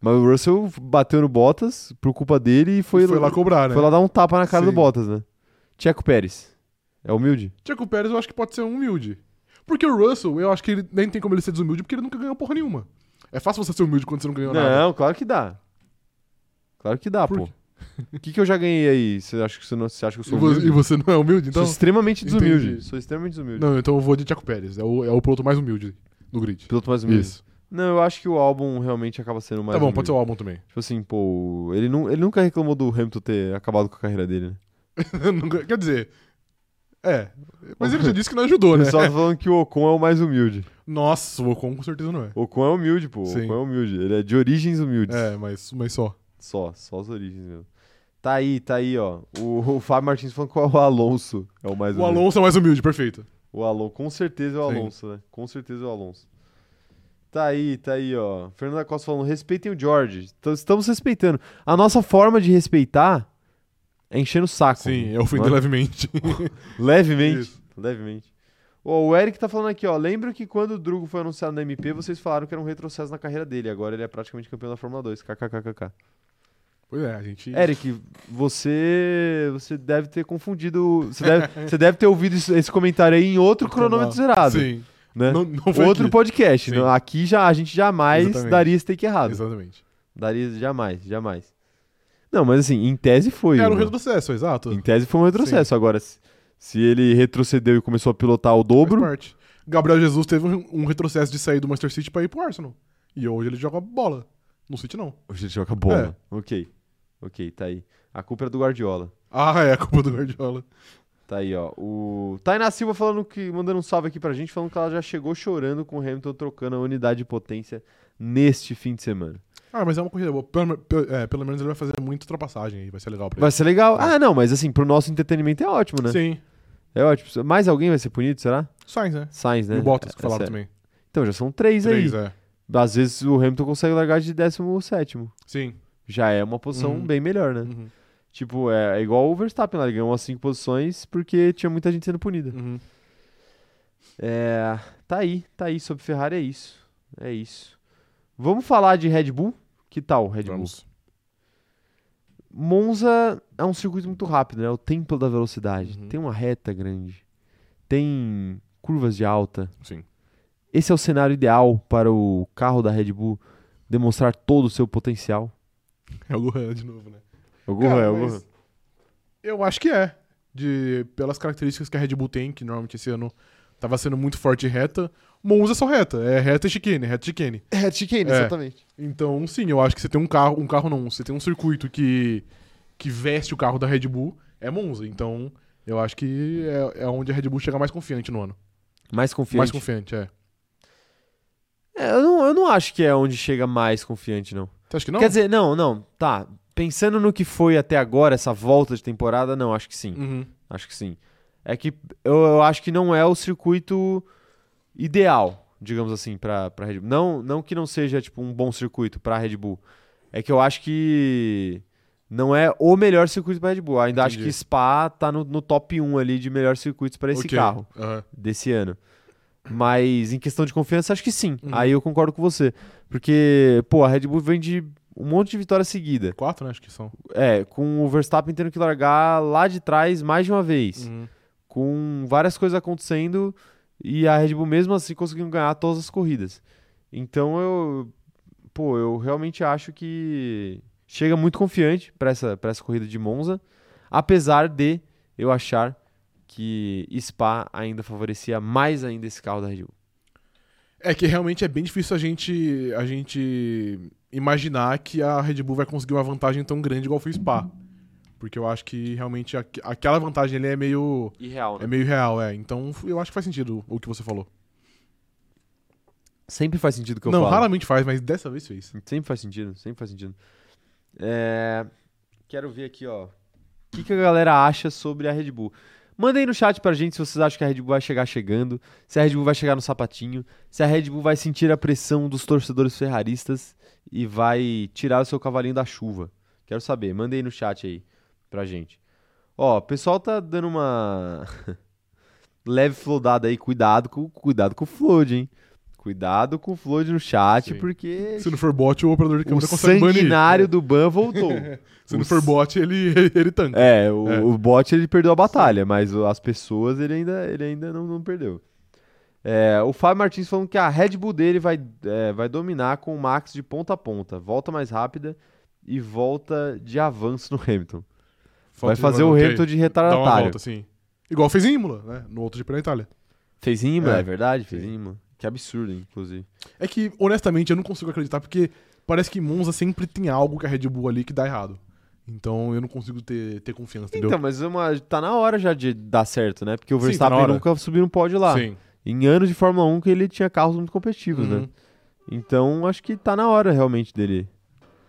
S1: Mas o Russell bateu no Bottas por culpa dele e foi,
S3: Foi, lá cobrar, né?
S1: foi lá dar um tapa na cara
S3: Sim.
S1: do Bottas, né? Tcheco Pérez. É humilde?
S3: Checo Pérez eu acho que pode ser um humilde. Porque o Russell, eu acho que ele nem tem como ele ser desumilde porque ele nunca ganhou porra nenhuma. É fácil você ser humilde quando você não ganhou nada.
S1: Não, claro que dá. Claro que dá,
S3: Por
S1: pô.
S3: quê?
S1: O que, que eu já ganhei aí? Você acha que, você não, você acha que eu
S3: E
S1: sou
S3: vo-
S1: humilde?
S3: e você não é humilde, então?
S1: Sou extremamente desumilde.
S3: Entendi.
S1: Sou extremamente desumilde.
S3: Não, então eu vou de Tiago Pérez. É o, é o piloto mais humilde do grid.
S1: Piloto mais humilde.
S3: Isso.
S1: Não, eu acho que o álbum realmente acaba sendo mais
S3: tá bom,
S1: humilde.
S3: pode ser o álbum também.
S1: Tipo assim, pô, ele, nu- ele nunca reclamou do Hamilton ter acabado com a carreira dele, né?
S3: Nunca- Quer dizer. É. Mas ele já disse que não ajudou,
S1: O
S3: né?
S1: pessoal tá falando que o Ocon é o mais humilde.
S3: Nossa, o Ocon com certeza não é.
S1: O Ocon é humilde, pô. O
S3: Sim.
S1: Ocon é humilde. Ele é de origens humildes.
S3: É, mas, mas só.
S1: Só, só as origens mesmo. Tá aí, tá aí, ó. O, o Fábio Martins falando que o Alonso é o mais
S3: O
S1: humilde.
S3: Alonso é o mais humilde, perfeito.
S1: O Alonso, com certeza é o
S3: Sim.
S1: Alonso, né? Com certeza é o Alonso. Tá aí, tá aí, ó. Fernanda Costa falando, respeitem o George. Então, Estamos respeitando. A nossa forma de respeitar é enchendo o saco.
S3: Sim,
S1: né?
S3: eu ofendi
S1: Não é?
S3: levemente.
S1: Levemente.
S3: Isso.
S1: Levemente. Ó, o Eric tá falando aqui, ó. Lembra que quando o Drugo foi anunciado na MP, vocês falaram que era um retrocesso na carreira dele. Agora ele é praticamente campeão da Fórmula 2. KKKKK.
S3: Pois é, a gente.
S1: Eric, você você deve ter confundido. Você deve, você deve ter ouvido isso- esse comentário aí em outro cronômetro zerado.
S3: Sim.
S1: Né?
S3: Não, não foi
S1: outro
S3: aqui.
S1: podcast.
S3: Sim.
S1: Não, aqui já a gente jamais
S3: Exatamente.
S1: daria esse take errado.
S3: Exatamente.
S1: Daria jamais, jamais. Não, mas assim, em tese foi.
S3: Era um
S1: né?
S3: retrocesso, exato.
S1: Em tese foi um retrocesso. Agora, se, se ele retrocedeu e começou a pilotar o
S3: Faz
S1: dobro,
S3: parte. Gabriel Jesus teve um, um retrocesso de sair do Manchester City pra ir pro Arsenal. E hoje ele joga bola. No City, não.
S1: hoje ele joga
S3: É.
S1: bola. né? Ok, ok, tá aí. A culpa era do Guardiola.
S3: Ah, é a culpa do Guardiola.
S1: Tá aí, ó. O Tainá Silva falando que, mandando um salve aqui pra gente, falando que ela já chegou chorando com o Hamilton trocando a unidade de potência neste fim de semana.
S3: Ah, mas é uma corrida boa. Pelo, pelo- é, pelo menos ele vai fazer muita ultrapassagem aí. Vai ser legal pra ele.
S1: Vai ser legal. Ah, não, mas assim, pro nosso entretenimento é ótimo, né?
S3: Sim.
S1: É ótimo. Mais alguém vai ser punido, será?
S3: Sainz, né?
S1: Sainz, né?
S3: E o Bottas, que
S1: É,
S3: falaram
S1: sério.
S3: também.
S1: Então já são três,
S3: Três,
S1: aí.
S3: é.
S1: Às vezes o Hamilton consegue largar de 17.
S3: Sim.
S1: Já é uma posição
S3: Uhum.
S1: bem melhor, né?
S3: Uhum.
S1: Tipo, é, é igual o Verstappen lá, ele ganhou umas 5 posições porque tinha muita gente sendo punida.
S3: Uhum.
S1: É. Tá aí, tá aí. Sobre Ferrari é isso. É isso. Vamos falar de Red Bull? Que tal, Red Bull?
S3: Vamos.
S1: Monza é um circuito muito rápido, né? É O templo da velocidade.
S3: Uhum.
S1: Tem uma reta grande. Tem curvas de alta.
S3: Sim.
S1: Esse é o cenário ideal para o carro da Red Bull demonstrar todo o seu potencial.
S3: É o Luan de novo, né?
S1: O
S3: Cara,
S1: é o
S3: mas Eu acho que é. De, pelas características que a Red Bull tem, que normalmente esse ano tava sendo muito forte e reta. Monza é só reta. É reta e chicane, reta e chicane.
S1: É, Chicane,
S3: É.
S1: exatamente.
S3: Então, sim, eu acho que você tem um carro... Um carro não. Você tem um circuito que, que veste o carro da Red Bull. É Monza. Então, eu acho que é, é onde a Red Bull chega mais confiante no ano.
S1: Mais confiante.
S3: Mais confiante, é.
S1: É, eu, não, eu não acho que é onde chega mais confiante, não.
S3: Você acha que não?
S1: Quer dizer, não, não, tá. Pensando no que foi até agora, essa volta de temporada, não, acho que sim.
S3: Uhum.
S1: Acho que sim. É que eu, eu acho que não é o circuito ideal, digamos assim, pra, pra Red Bull. Não, não que não seja, tipo, um bom circuito pra Red Bull. É que eu acho que não é o melhor circuito pra Red Bull. Ainda acho
S3: Entendi.
S1: que Spa tá no, no top 1 ali de melhores circuitos pra esse
S3: Ok.
S1: carro
S3: Aham.
S1: desse ano. Mas em questão de confiança, acho que sim.
S3: Uhum.
S1: Aí eu concordo com você. Porque, pô, a Red Bull vem de um monte de vitória seguida.
S3: Quatro, né? Acho que são.
S1: É, com o Verstappen tendo que largar lá de trás mais de uma vez.
S3: Uhum.
S1: Com várias coisas acontecendo e a Red Bull mesmo assim conseguindo ganhar todas as corridas. Então eu, pô, eu realmente acho que chega muito confiante para essa, pra essa corrida de Monza, apesar de eu achar que Spa ainda favorecia mais ainda esse carro da Red Bull.
S3: É que realmente é bem difícil a gente, a gente imaginar que a Red Bull vai conseguir uma vantagem tão grande igual foi o Spa. Porque eu acho que realmente aqu- aquela vantagem ali é meio,
S1: Irreal,
S3: é meio real, é. Então eu acho que faz sentido o que você falou.
S1: Sempre faz sentido o que eu
S3: Não,
S1: falo.
S3: raramente faz, mas dessa vez fez.
S1: Sempre faz sentido, sempre faz sentido. É, Quero ver aqui, ó. O que, que a galera acha sobre a Red Bull? Mandem no chat pra gente se vocês acham que a Red Bull vai chegar chegando, se a Red Bull vai chegar no sapatinho, se a Red Bull vai sentir a pressão dos torcedores ferraristas e vai tirar o seu cavalinho da chuva. Quero saber, mandem no chat aí pra gente. Ó, o pessoal tá dando uma leve flodada aí, cuidado com, cuidado com o flood, hein? Cuidado com o flood no chat,
S3: Sim.
S1: porque
S3: Se não for bot, o operador de
S1: o
S3: câmera consegue banir. É.
S1: sanguinário do Ban voltou.
S3: Se não
S1: o
S3: for
S1: s-
S3: bot, ele, ele tanca.
S1: é, o,
S3: É.
S1: o bot ele perdeu a batalha, mas o- as pessoas ele ainda, ele ainda não, não perdeu. É, o Fábio Martins falando que a Red Bull dele vai, é, vai dominar com o Max de ponta a ponta. Volta mais rápida e volta de avanço no Hamilton.
S3: Falta
S1: Vai
S3: de
S1: fazer o
S3: manobra,
S1: Hamilton de
S3: ok. Dá uma
S1: retardatário.
S3: volta, sim. Igual fez em Imola, né? No outro de na Itália.
S1: Fez imã,
S3: É.
S1: é, verdade, fez
S3: Sim.
S1: imã. Que absurdo, inclusive.
S3: É que, honestamente, eu não consigo acreditar, porque parece que Monza sempre tem algo que a Red Bull ali que dá errado. Então eu não consigo ter, ter confiança, entendeu?
S1: Então, mas é uma, tá na hora já de dar certo, né? Porque o
S3: Sim, tá
S1: Verstappen
S3: na hora.
S1: nunca subiu no pódio lá.
S3: Sim.
S1: Em anos de Fórmula 1 que ele tinha carros muito competitivos,
S3: Uhum.
S1: né? Então acho que tá na hora realmente dele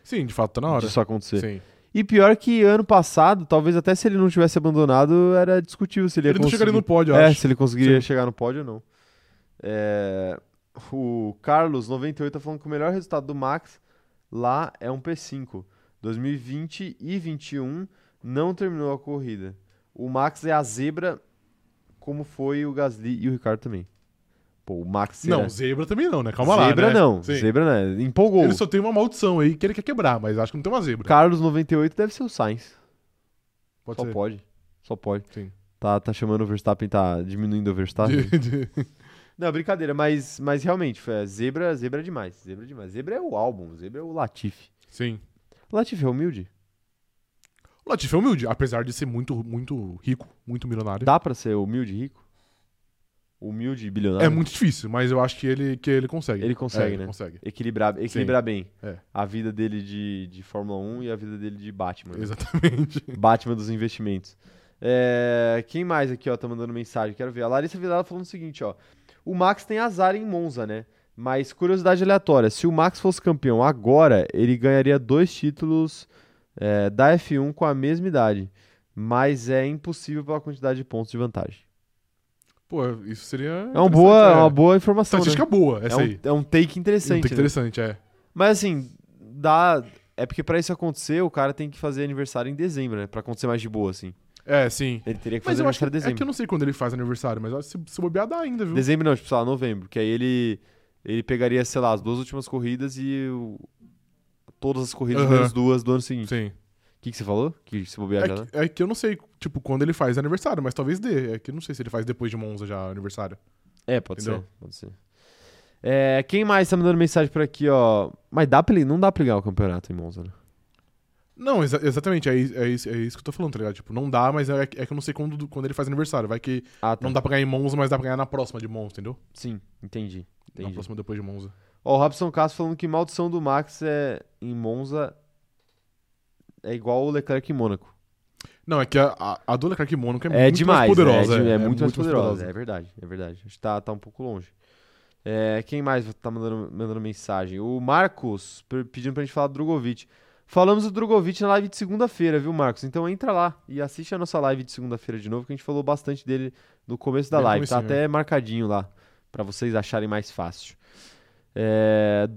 S3: Sim, de fato, tá na hora.
S1: disso acontecer.
S3: Sim.
S1: E pior que ano passado, talvez até se ele não tivesse abandonado, era discutível se ele ia
S3: Ele não
S1: conseguir.
S3: chegaria no pódio, eu
S1: é,
S3: acho.
S1: se ele conseguiria chegar no pódio ou não. É, O Carlos, 98, tá falando que o melhor resultado do Max lá é um P5. 2020 e 21 não terminou a corrida. O Max é a zebra, como foi o Gasly e o Ricardo também. Pô, o Max será-
S3: Não, zebra também não, né? Calma lá.
S1: é. zebra
S3: né?
S1: não,
S3: Sim.
S1: zebra não. é- Empolgou.
S3: Ele só tem uma maldição aí que ele quer quebrar, mas acho que não tem uma zebra.
S1: Carlos 98 deve ser o Sainz.
S3: Pode
S1: Só
S3: ser.
S1: pode. Só pode.
S3: Sim.
S1: Tá, tá chamando o Verstappen, tá diminuindo o Verstappen.
S3: De- de-
S1: Não, brincadeira, mas, mas realmente, foi, zebra, zebra é demais. Zebra é demais. Zebra é o álbum, zebra é o Latifi.
S3: Sim.
S1: Latifi é humilde?
S3: O Latifi é humilde, apesar de ser muito, muito rico, muito milionário.
S1: Dá pra ser humilde e rico? Humilde e bilionário?
S3: É muito difícil, mas eu acho que ele, que ele consegue.
S1: né? Ele consegue,
S3: É,
S1: né?
S3: Ele consegue.
S1: Equilibrar, equilibrar bem
S3: É.
S1: a vida dele de, de Fórmula 1 e a vida dele de Batman. né?
S3: Exatamente.
S1: Batman dos investimentos. É, quem mais aqui, ó, tá mandando mensagem? Quero ver. A Larissa Vidal falando o seguinte, ó. O Max tem azar em Monza, né? Mas curiosidade aleatória, se o Max fosse campeão agora, ele ganharia dois títulos é, da F1 com a mesma idade. Mas é impossível pela quantidade de pontos de vantagem.
S3: Pô, isso seria.
S1: É uma boa, é
S3: interessante, é.
S1: uma boa informação. né?
S3: Estatística boa,
S1: É
S3: essa aí.
S1: um, é um take
S3: Tem
S1: interessante.
S3: que
S1: né?
S3: interessante, é.
S1: Mas assim, dá. É porque pra isso acontecer, o cara tem que fazer aniversário em dezembro, né? Pra acontecer mais de boa, assim.
S3: É, sim.
S1: Ele teria que
S3: Mas
S1: fazer um
S3: eu acho
S1: aniversário
S3: que,
S1: em
S3: é
S1: dezembro.
S3: que eu não sei quando ele faz aniversário, mas eu acho que se, se bobear dá ainda, viu?
S1: Dezembro não, tipo, sei lá, novembro. Que aí ele, ele pegaria, sei lá, as duas últimas corridas e o- todas as corridas,
S3: Aham.
S1: menos duas do ano seguinte.
S3: Sim.
S1: O que, que você falou? Que se bobear já,
S3: É
S1: né?
S3: que, é que eu não sei, tipo, quando ele faz aniversário, mas talvez dê. É que eu não sei se ele faz depois de Monza já aniversário.
S1: É, pode
S3: Entendeu?
S1: ser. Pode ser. É, quem mais tá mandando mensagem por aqui, ó? Mas dá pra ele, não dá pra ligar o campeonato em Monza, né?
S3: Não, exa- exatamente, é, is- é isso, é isso que eu tô falando, tá ligado? Tipo, não dá, mas é, é que eu não sei quando, quando ele faz aniversário. Vai que
S1: Ah, tá.
S3: não dá pra ganhar em Monza, mas dá pra ganhar na próxima de Monza, entendeu?
S1: Sim, entendi.
S3: Na
S1: entendi.
S3: próxima depois de Monza.
S1: Ó, o Robson Castro falando que maldição do Max é, em Monza é igual o Leclerc em Mônaco.
S3: Não, é que a, a, a do Leclerc e Mônaco é,
S1: É
S3: muito
S1: demais.
S3: mais poderosa.
S1: É, de- é muito, mais poderosa. É verdade, é verdade. Acho que tá, tá um pouco longe. É, quem mais tá mandando, mandando mensagem? O Marcos per- pedindo pra gente falar do Drogovic. Falamos do Drogovic na live de segunda-feira, viu, Marcos? Então entra lá e assiste a nossa live de segunda-feira de novo, que a gente falou bastante dele no começo da
S3: Bem no
S1: live. Tá
S3: comecinho, é.
S1: até marcadinho lá, pra vocês acharem mais fácil. É,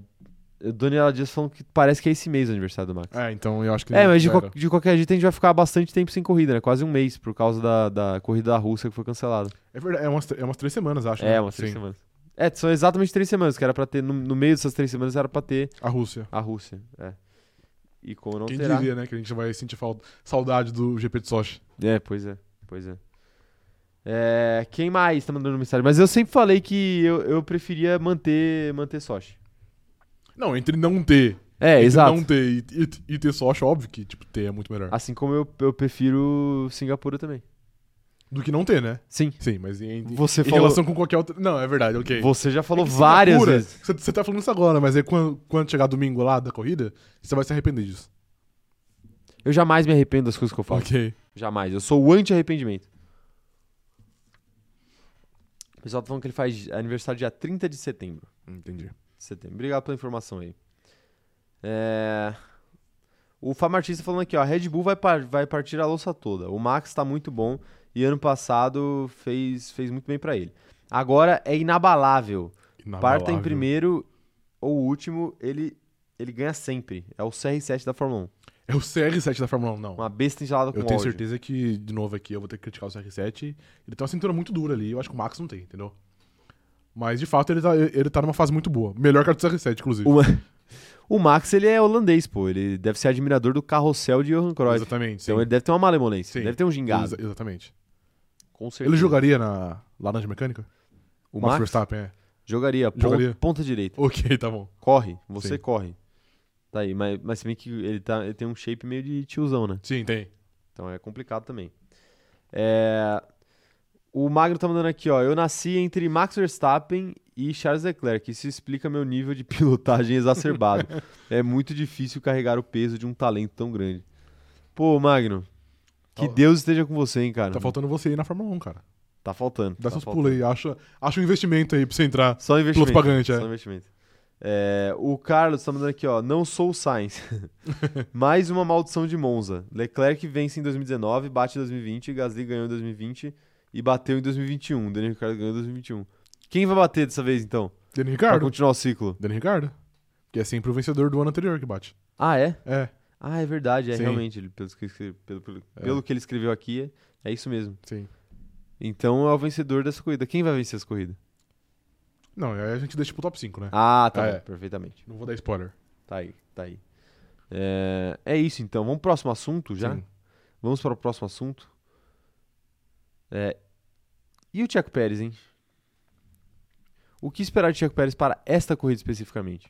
S1: Daniela Dias falando que parece que é esse mês o aniversário do Max.
S3: É, então eu acho que.
S1: É, mas de,
S3: era.
S1: qual- de qualquer jeito a gente vai ficar bastante tempo sem corrida, né? Quase um mês, por causa da, da corrida da Rússia que foi cancelada.
S3: É verdade, é umas, é umas três semanas, acho.
S1: É,
S3: né?
S1: umas três
S3: Sim,
S1: semanas. É, são exatamente três semanas, que era pra ter. No, no meio dessas três semanas era pra ter
S3: A Rússia.
S1: a Rússia. É. E como não
S3: Quem
S1: terá.
S3: diria, né, que a gente vai sentir falta, saudade do GP de Sochi.
S1: É, pois é, pois é. É, Quem mais tá mandando mensagem? Mas eu sempre falei que eu, eu preferia manter, manter Sochi.
S3: Não, entre não ter.
S1: É,
S3: entre
S1: exato.
S3: Não ter e, e- e ter Sochi, óbvio que, tipo, ter é muito melhor.
S1: Assim como eu, eu prefiro Singapura também.
S3: Do que não ter, né?
S1: Sim.
S3: Sim, mas em, em
S1: Você falou.
S3: relação com qualquer outra. Não, é verdade, ok.
S1: Você já falou
S3: É que Singapura,
S1: várias vezes.
S3: Você, você tá falando isso agora, mas aí quando, quando chegar domingo lá da corrida, você vai se arrepender disso.
S1: Eu jamais me arrependo das coisas que eu falo.
S3: Ok.
S1: Jamais. Eu sou o anti-arrependimento. O pessoal tá falando que ele faz aniversário dia 30 de setembro.
S3: Entendi.
S1: setembro. Obrigado pela informação aí. É... O Famartista falando aqui, ó. A Red Bull vai, par- vai partir a louça toda. O Max tá muito bom e ano passado fez, fez muito bem pra ele. Agora é inabalável. Parta em
S3: Inabalável.
S1: primeiro ou último, ele, ele ganha sempre. É o CR7 da Fórmula 1.
S3: É o CR7 da Fórmula 1, não.
S1: Uma besta enjalada com
S3: Eu tenho
S1: ódio.
S3: certeza que, de novo aqui, eu vou ter que criticar o CR7. Ele tem uma cintura muito dura ali, eu acho que o Max não tem, entendeu? Mas, de fato, ele tá, ele tá numa fase muito boa. Melhor que a do CR7, inclusive.
S1: O, o Max, ele é holandês, pô. Ele deve ser admirador do carrossel de Johan Cruyff.
S3: Exatamente, sim.
S1: Então ele deve ter uma malemolência.
S3: Sim.
S1: Deve ter um gingado.
S3: Exa- exatamente.
S1: Com certeza.
S3: Ele jogaria na laranja mecânica?
S1: O
S3: Max
S1: Max
S3: Verstappen, é.
S1: jogaria, pon-
S3: Jogaria.
S1: Ponta, direita.
S3: Ok, tá bom.
S1: Corre. Você
S3: Sim.
S1: corre. Tá aí, mas, mas se bem que ele, tá, ele tem um shape meio de tiozão, né?
S3: Sim, tem.
S1: Então é complicado também. É, O Magno tá mandando aqui, ó. Eu nasci entre Max Verstappen e Charles Leclerc. Isso explica meu nível de pilotagem exacerbado. é muito difícil carregar o peso de um talento tão grande. Pô, Magno. Que
S3: Tá-
S1: Deus esteja com você, hein, cara.
S3: Tá faltando você ir na Fórmula 1, cara.
S1: Tá faltando.
S3: Dá
S1: tá
S3: seus
S1: faltando.
S3: pulos aí. Acha, acha um investimento aí pra você entrar.
S1: Só um investimento.
S3: Piloto pagante, é.
S1: Só investimento. É, o Carlos tá mandando aqui, ó. Não sou o Sainz. Mais uma maldição de Monza. Leclerc vence em 2019, bate em 2020, Gasly ganhou em 2020 e bateu em 2021. Daniel Ricciardo ganhou em 2021. Quem vai bater dessa vez, então?
S3: Dani
S1: Pra
S3: Ricardo.
S1: continuar o ciclo.
S3: Dani Ricardo. Que é sempre o vencedor do ano anterior que bate.
S1: Ah, é?
S3: É,
S1: Ah, é verdade. É
S3: Sim. É.
S1: realmente. ele- pelo, que escre- pelo- pelo- pelo que ele escreveu aqui, é, é isso mesmo.
S3: sim.
S1: Então é o vencedor dessa corrida. Quem vai vencer essa corrida?
S3: Não, aí a gente deixa pro top 5, né?
S1: Ah, tá
S3: Ah,
S1: bom,
S3: é.
S1: Perfeitamente.
S3: Não vou dar spoiler.
S1: Tá aí, tá aí. É, é isso então. Vamos pro próximo assunto já?
S3: Sim.
S1: Vamos para o próximo assunto. É, e o Tiago Pérez, hein? O que esperar de Tiago Pérez para esta corrida especificamente?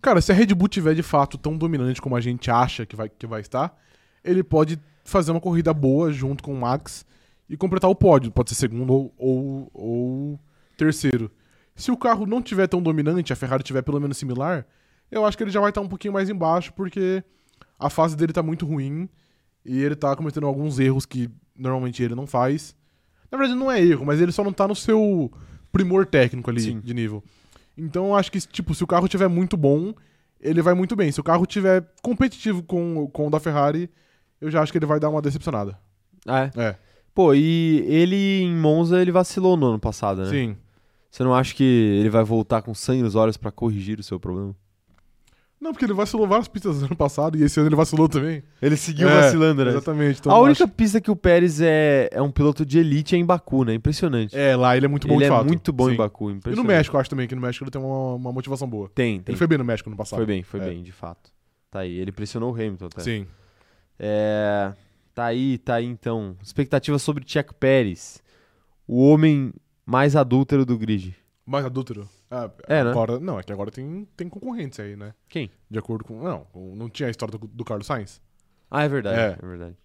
S3: Cara, se a Red Bull tiver de fato tão dominante como a gente acha que vai, que vai estar, ele pode fazer uma corrida boa junto com o Max e completar o pódio. Pode ser segundo ou, ou, ou terceiro. Se o carro não tiver tão dominante, a Ferrari tiver pelo menos similar, eu acho que ele já vai estar um pouquinho mais embaixo, porque a fase dele tá muito ruim e ele tá cometendo alguns erros que normalmente ele não faz. Na verdade, não é erro, mas ele só não tá no seu primor técnico ali
S1: Sim.
S3: de nível. Então eu acho que, tipo, se o carro tiver muito bom, ele vai muito bem. Se o carro tiver competitivo com, com o da Ferrari, eu já acho que ele vai dar uma decepcionada.
S1: Ah, é?
S3: É,
S1: Pô, e ele em Monza ele vacilou no ano passado, né?
S3: sim.
S1: Você não acha que ele vai voltar com sangue nos olhos para corrigir o seu problema?
S3: Não, porque ele vacilou várias pistas no ano passado e esse ano ele vacilou também.
S1: Ele seguiu
S3: É,
S1: vacilando, né?
S3: Exatamente. então
S1: A
S3: eu
S1: única
S3: acho-
S1: pista que o Pérez é, é um piloto de elite é em Baku, né? Impressionante.
S3: É, lá ele é muito bom
S1: ele
S3: de
S1: é
S3: fato.
S1: muito bom
S3: Sim.
S1: em Baku,
S3: E no
S1: impressionante.
S3: México, eu acho também, que no México ele tem uma, uma motivação boa.
S1: Tem, tem.
S3: Ele foi bem no México no passado.
S1: Foi bem, foi
S3: É.
S1: bem, de fato. Tá aí, ele pressionou o Hamilton até.
S3: Sim.
S1: É, tá aí, tá aí então. Expectativa sobre Checo Pérez, o homem mais adúltero do grid.
S3: Mais adúltero. Ah,
S1: É, né?
S3: Agora, não, é que agora tem, tem concorrentes aí, né?
S1: Quem?
S3: De acordo com. Não, com- não tinha a história do, do Carlos Sainz.
S1: Ah, é verdade, é,
S3: É.
S1: verdade.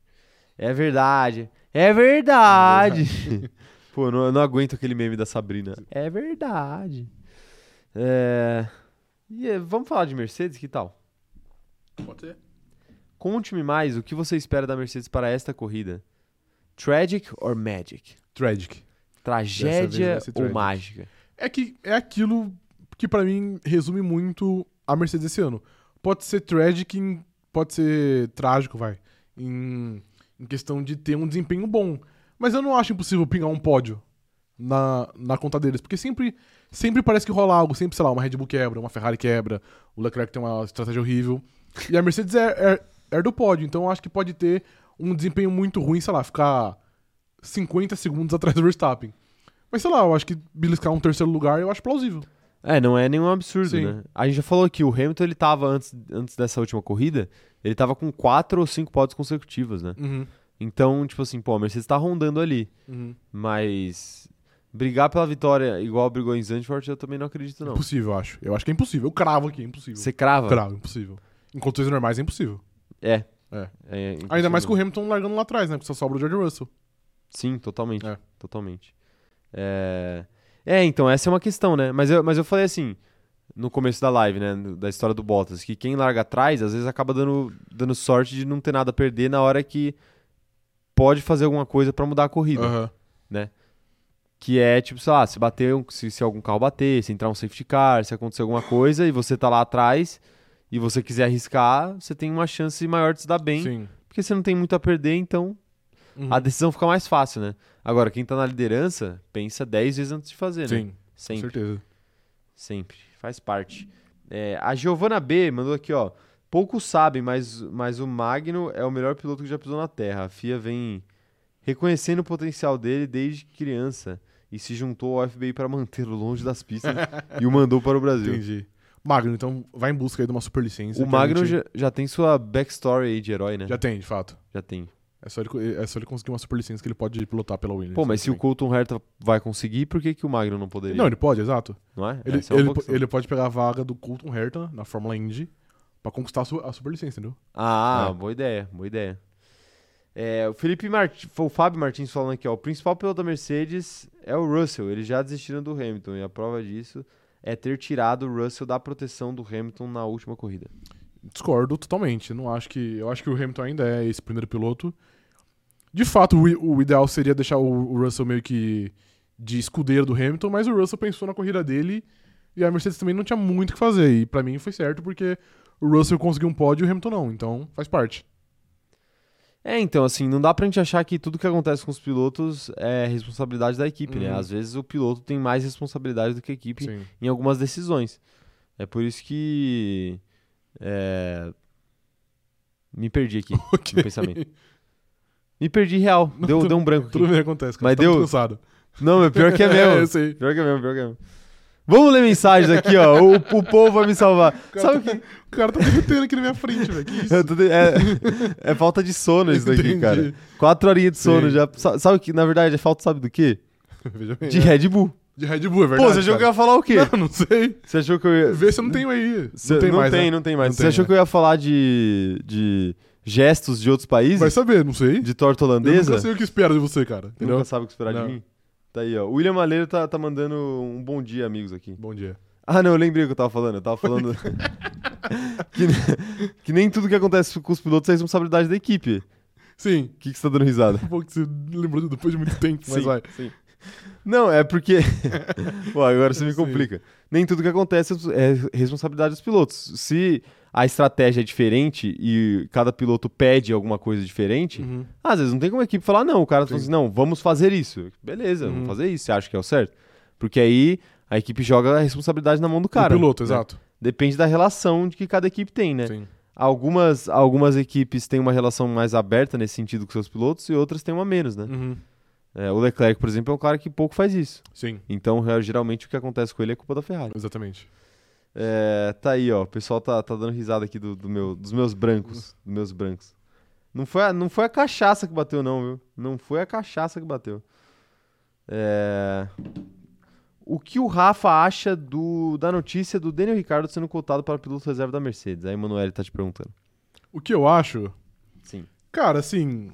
S1: É verdade, é verdade. Pô, não, eu não aguento aquele meme da Sabrina. É verdade. É, e é, vamos falar de Mercedes, que tal?
S3: Pode ser.
S1: Conte-me mais o que você espera da Mercedes para esta corrida. Tragic or Magic?
S3: Tragic. vez
S1: Tragédia
S3: vai ser
S1: ou
S3: tragic.
S1: mágica?
S3: É que é aquilo que pra mim resume muito a Mercedes esse ano. Pode ser tragic, em- pode ser trágico, vai. Em, em questão de ter um desempenho bom. Mas eu não acho impossível pingar um pódio na, na conta deles. Porque sempre, sempre parece que rola algo. Sempre, sei lá, uma Red Bull quebra, uma Ferrari quebra, o Leclerc tem uma estratégia horrível. E a Mercedes é, é, é do pódio. Então eu acho que pode ter um desempenho muito ruim, sei lá, ficar 50 segundos atrás do Verstappen. Mas sei lá, eu acho que beliscar um terceiro lugar eu acho plausível.
S1: É, não é nenhum absurdo,
S3: Sim.
S1: né? A gente já falou que o Hamilton, ele tava antes, antes dessa última corrida, ele tava com quatro ou cinco pódios consecutivos, né? Então, tipo assim, pô, a Mercedes tá rondando ali, mas brigar pela vitória igual brigou em Zandvoort, eu também não acredito, não.
S3: Impossível, eu acho. Eu acho que é impossível. Eu cravo aqui, é impossível.
S1: Você crava?
S3: Cravo, impossível. Em condições normais é impossível.
S1: É.
S3: É.
S1: É
S3: Ainda mais com o
S1: impossível.
S3: Hamilton largando lá atrás, né? Porque só sobra o George Russell.
S1: Sim, totalmente.
S3: É.
S1: Totalmente. É... é, então, essa é uma questão, né? Mas eu, mas eu falei assim, no começo da live, né? no- Da história do Bottas, que quem larga atrás, às vezes acaba dando, dando sorte de não ter nada a perder na hora que pode fazer alguma coisa pra mudar a corrida.
S3: Aham.
S1: Que é tipo, sei lá, se bater, um- se, se algum carro bater, se entrar um safety car, se acontecer alguma coisa e você tá lá atrás e você quiser arriscar, você tem uma chance maior de se dar bem,
S3: Sim.
S1: porque você não tem muito a perder, então
S3: Uhum.
S1: a decisão fica mais fácil, né? Agora, quem tá na liderança, pensa 10 vezes antes de fazer, né?
S3: Sim, com
S1: Sempre,
S3: certeza.
S1: sempre. Faz parte. É, a Giovana B mandou aqui, ó. Poucos sabem, mas, mas o Magno é o melhor piloto que já pisou na Terra. A FIA vem reconhecendo o potencial dele desde criança e se juntou ao FBI para mantê-lo longe das pistas e o mandou para o Brasil.
S3: Entendi. é Magno, então vai em busca aí de uma super licença.
S1: O Magno já, já tem sua backstory aí de herói, né?
S3: já tem, de fato.
S1: já tem.
S3: É só, ele, co- é só ele conseguir uma super licença que ele pode pilotar pela Williams.
S1: Pô, mas se o
S3: também.
S1: Colton Herta vai conseguir, por que, que o Magno não poderia?
S3: Não, ele pode, exato.
S1: Não é?
S3: Ele,
S1: Essa é uma
S3: ele
S1: boa
S3: po-
S1: questão.
S3: ele pode pegar a vaga do Colton Herta na Fórmula Indy Pra conquistar a, su a superlicença, entendeu?
S1: Ah,
S3: É.
S1: boa ideia, boa ideia. É, o Felipe Martins, o Fábio Martins falando aqui, ó, o principal piloto da Mercedes é o Russell, eles já desistiram do Hamilton e a prova disso é ter tirado o Russell da proteção do Hamilton na última corrida.
S3: Discordo totalmente. Não acho que. Eu acho que o Hamilton ainda é esse primeiro piloto. De fato, o, i- o ideal seria deixar o, o Russell meio que de escudeiro do Hamilton, mas o Russell pensou na corrida dele e a Mercedes também não tinha muito o que fazer. E pra mim foi certo, porque o Russell conseguiu um pódio e o Hamilton não. Então faz parte.
S1: É, então, assim, não dá pra gente achar que tudo que acontece com os pilotos é responsabilidade da equipe, né?
S3: Uhum.
S1: Às vezes o piloto tem mais responsabilidade do que a equipe
S3: Sim.
S1: em algumas decisões. É por isso que. é, Me perdi aqui no pensamento. Me perdi real.
S3: Não,
S1: Deu,
S3: tudo-
S1: deu um branco aqui.
S3: Tudo bem acontece, cara.
S1: Mas
S3: Tá muito
S1: deu-
S3: cansado.
S1: Não, é pior que é
S3: é, eu
S1: mesmo.
S3: sei.
S1: Pior que é mesmo, pior que é mesmo. Vamos ler mensagens aqui, ó. O, o povo vai me salvar. Sabe o que.
S3: O cara tá derretendo aqui na minha frente, velho. Que isso?
S1: eu tô de- É, é falta de sono isso daqui,
S3: Entendi.
S1: cara. Quatro horinhas de sono
S3: Sim.
S1: já. Sa- Sabe o que, na verdade, é falta, sabe do quê?
S3: Veja bem,
S1: De
S3: é.
S1: Red Bull.
S3: de Red Bull, é
S1: Pô,
S3: verdade.
S1: você achou que eu
S3: cara.
S1: ia falar o quê?
S3: Não, não sei.
S1: Você achou que eu ia.
S3: Vê se eu não tenho aí.
S1: Cê-
S3: não tem mais, né?
S1: não tem mais.
S3: Não
S1: Você
S3: tem,
S1: achou
S3: né?
S1: que eu ia falar de, de gestos de outros países?
S3: Vai saber, não sei.
S1: De torta
S3: Eu
S1: holandesa?
S3: nunca sei o que espero de você, cara.
S1: Nunca
S3: Entendeu?
S1: sabe o que esperar
S3: Não.
S1: de mim? Tá aí, ó. O William Maleiro tá, tá mandando um bom dia, amigos, aqui.
S3: Bom dia.
S1: Ah, não, eu lembrei o que eu tava falando. Eu tava falando. que, ne- que nem tudo que acontece com os pilotos é responsabilidade da equipe.
S3: Sim.
S1: O que, que você tá dando risada?
S3: Um pouco que você lembrou de- depois de muito tempo, mas vai.
S1: sim. Não, é porque. Pô, agora você me
S3: Sim.
S1: complica. Nem tudo que acontece é responsabilidade dos pilotos. Se a estratégia é diferente e cada piloto pede alguma coisa diferente,
S3: Um
S1: às vezes não tem como a equipe falar, não. O cara fala
S3: Sim.
S1: assim, não, vamos fazer isso. Beleza,
S3: Uhum.
S1: vamos fazer isso, você acha que é o certo? Porque aí a equipe joga a responsabilidade na mão do cara.
S3: o piloto,
S1: né?
S3: exato.
S1: Depende da relação de que cada equipe tem, né?
S3: Sim.
S1: Algumas, algumas equipes têm uma relação mais aberta nesse sentido com seus pilotos e outras têm uma menos, né?
S3: Uhum.
S1: É, o Leclerc, por exemplo, é um cara que pouco faz isso.
S3: Sim,
S1: Então, re- geralmente, o que acontece com ele é culpa da Ferrari.
S3: exatamente.
S1: É, tá aí, ó. O pessoal tá, tá dando risada aqui do, do meu, dos meus brancos. Dos meus brancos. Não foi, a, não foi a cachaça que bateu, não, viu? Não foi a cachaça que bateu. É, O que o Rafa acha do, da notícia do Daniel Ricardo sendo cotado para piloto reserva da Mercedes? Aí o Manoel tá te perguntando.
S3: O que eu acho,
S1: Sim.
S3: cara, assim.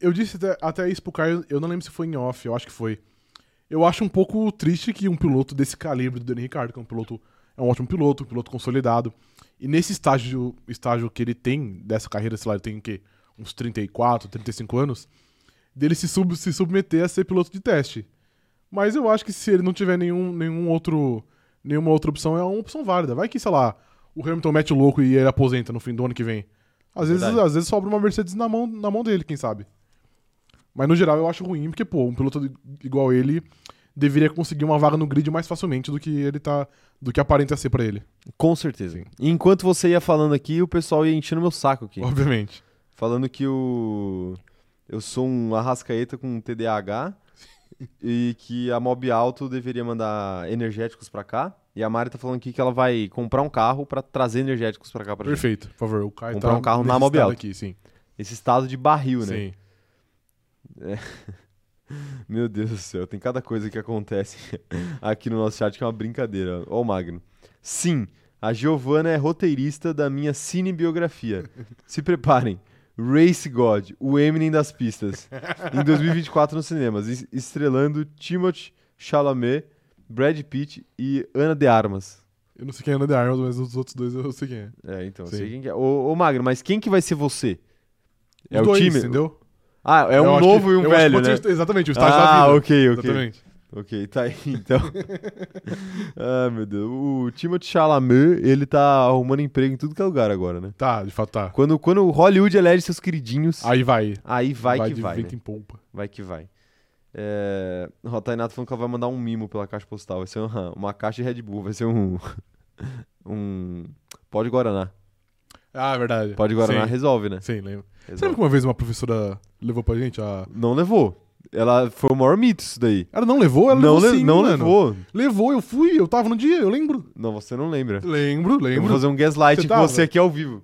S3: Eu disse até, até isso pro Caio, eu não lembro se foi em off, eu acho que foi. Eu acho um pouco triste que um piloto desse calibre do Dani Ricardo, que é um piloto. É um ótimo piloto, um piloto consolidado. E nesse estágio, estágio que ele tem dessa carreira, sei lá, ele tem o quê? Uns 34, 35 anos, dele se, sub, se submeter a ser piloto de teste. Mas eu acho que se ele não tiver nenhum, nenhum outro, nenhuma outra opção, é uma opção válida. Vai que, sei lá, o Hamilton mete o louco e ele aposenta no fim do ano que vem. Às vezes,
S1: Verdade.
S3: às vezes sobra uma Mercedes na mão, na mão dele, quem sabe. Mas no geral eu acho ruim, porque, pô, um piloto igual ele deveria conseguir uma vaga no grid mais facilmente do que ele tá. do que aparenta ser pra ele.
S1: Com certeza.
S3: Sim.
S1: E enquanto você ia falando aqui, o pessoal ia enchendo meu saco aqui.
S3: Obviamente.
S1: Falando que o... eu sou um arrascaeta com TDAH e que a Mob Alto deveria mandar energéticos pra cá. E a Mari tá falando aqui que ela vai comprar um carro pra trazer energéticos pra cá pra gente.
S3: Perfeito, por favor. O Caio
S1: Comprar
S3: tá
S1: um carro na
S3: nesse
S1: Mobi
S3: estado
S1: Alto.
S3: aqui, sim.
S1: Esse estado de barril, né?
S3: Sim.
S1: Meu Deus do céu, tem cada coisa que acontece aqui no nosso chat que é uma brincadeira. Ó o Magno. Sim, a Giovana é roteirista da minha cinebiografia. Se preparem. Race God, o Eminem das pistas. Em 2024 nos cinemas, es- estrelando Timothée Chalamet, Brad Pitt e Ana de Armas.
S3: Eu não sei quem é Ana de Armas, mas os outros dois eu sei quem é.
S1: É, então, eu
S3: Sim.
S1: sei quem que é. Ô, ô, Magno, mas quem que vai ser você? É
S3: Os
S1: o
S3: dois,
S1: time?
S3: entendeu?
S1: Ah, é
S3: Eu
S1: um
S3: acho
S1: novo
S3: que-
S1: e um
S3: eu acho que
S1: velho,
S3: pode
S1: né?
S3: ser- Exatamente, o estágio da
S1: Ah,
S3: vida.
S1: ok, ok.
S3: Exatamente.
S1: Ok, tá aí então. ah, meu Deus. O Timothée Chalamet, ele tá arrumando emprego em tudo que é lugar agora, né?
S3: Tá, de fato tá.
S1: Quando, quando o Hollywood elege seus queridinhos, aí,
S3: Aí vai.
S1: vai, que
S3: de
S1: vai.
S3: vento
S1: né?
S3: em polpa.
S1: Vai que vai. É... Ó, a Tainá tá falando que ela vai mandar um mimo pela caixa postal. Vai ser uma, uma caixa de Red Bull, vai ser um. um. Pode Guaraná.
S3: Ah, é verdade.
S1: Pode Guaraná
S3: Sim,
S1: resolve, né?
S3: sim lembro. Você
S1: Resolve.
S3: lembra que uma vez uma professora levou pra gente a...
S1: Não levou. Ela foi o maior mito isso daí.
S3: Ela não levou? Ela
S1: não
S3: levou
S1: le-
S3: sim,
S1: não
S3: mano.
S1: levou.
S3: Levou, eu fui, eu tava no dia, eu lembro.
S1: Não, você não lembra.
S3: Lembro,
S1: Eu vou
S3: lembro.
S1: fazer um gaslight
S3: Você
S1: com
S3: tava?
S1: você aqui ao vivo.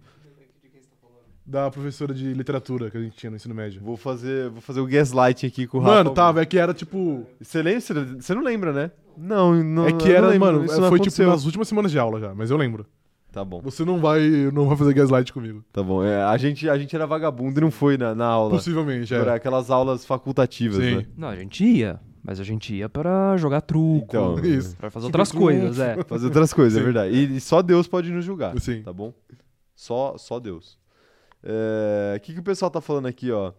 S3: Da professora de literatura que a gente tinha no ensino médio.
S1: Vou fazer, vou fazer o gaslight aqui com o Rafa.
S3: Mano, tava, é que era tipo...
S1: Você lembra? Você- Você não lembra, né? Não, não.
S3: É que
S1: eu não
S3: era,
S1: lembro,
S3: mano,
S1: isso não
S3: foi tipo
S1: aconteceu.
S3: nas últimas semanas de aula já, mas eu lembro.
S1: Tá bom,
S3: Você não vai, não vai fazer gaslight comigo.
S1: tá bom. É, a, gente, a gente era vagabundo e não foi na, na aula.
S3: Possivelmente,
S1: Por
S3: é.
S1: aquelas aulas facultativas,
S3: Sim.
S1: né?
S2: Não, a gente ia, mas a gente ia pra jogar truco,
S1: Então,
S3: Isso.
S2: pra fazer
S3: Jogar
S2: outras
S3: truco.
S2: coisas, é.
S1: Fazer outras coisas, é
S3: Sim.
S1: verdade. E, e só Deus pode nos julgar.
S3: Sim.
S1: Tá bom? Só, só Deus. É, O que, que o pessoal tá falando aqui, ó?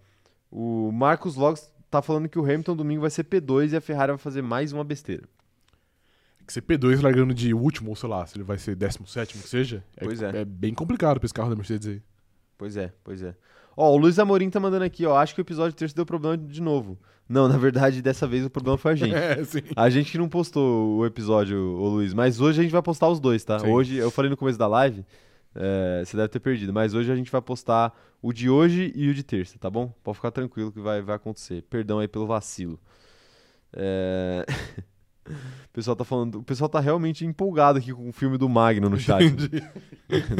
S1: O Marcos Logos tá falando que o Hamilton domingo vai ser P2 e a Ferrari vai fazer mais uma besteira.
S3: Que ser P2 largando de último, ou sei lá, se ele vai ser 17 que seja,
S1: Pois é.
S3: é bem complicado pra esse carro da Mercedes aí.
S1: Pois é, pois é. Ó, o Luiz Amorim tá mandando aqui, ó. Acho que o episódio terceiro deu problema de novo. Não, na verdade, dessa vez o problema foi a gente.
S3: É, sim.
S1: A gente que não postou o episódio, ô Luiz, mas hoje a gente vai postar os dois, tá?
S3: Sim.
S1: Hoje, eu falei no começo da live, é, você deve ter perdido, mas hoje a gente vai postar o de hoje e o de terça, tá bom? Pode ficar tranquilo que vai, vai acontecer. Perdão aí pelo vacilo. É, O pessoal tá falando, o pessoal tá realmente empolgado aqui com o filme do Magno no chat. né?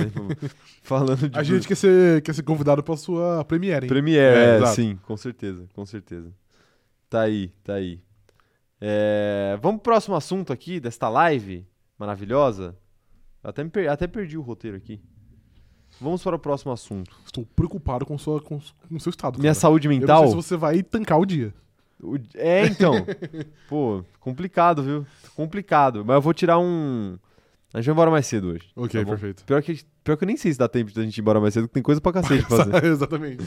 S1: Falando de
S3: A gente quer ser, quer ser convidado pra sua premiere, hein?
S1: Premiere,
S3: É,
S1: é,
S3: exato.
S1: sim, com certeza, com certeza. Tá aí, tá aí. É, vamos pro próximo assunto aqui desta live maravilhosa. Até, me per- até perdi o roteiro aqui. Vamos para o próximo assunto.
S3: Estou preocupado com sua com, com seu estado.
S1: Minha
S3: cara.
S1: saúde
S3: Eu
S1: mental.
S3: não sei se você vai tancar o dia.
S1: O- É, então. Pô, complicado, viu? Complicado. Mas eu vou tirar um. A gente vai embora mais cedo hoje.
S3: Ok,
S1: tá bom?
S3: perfeito.
S1: Pior que, pior que eu nem sei se dá tempo da gente ir embora mais cedo, que tem coisa pra cacete pra fazer.
S3: Exatamente.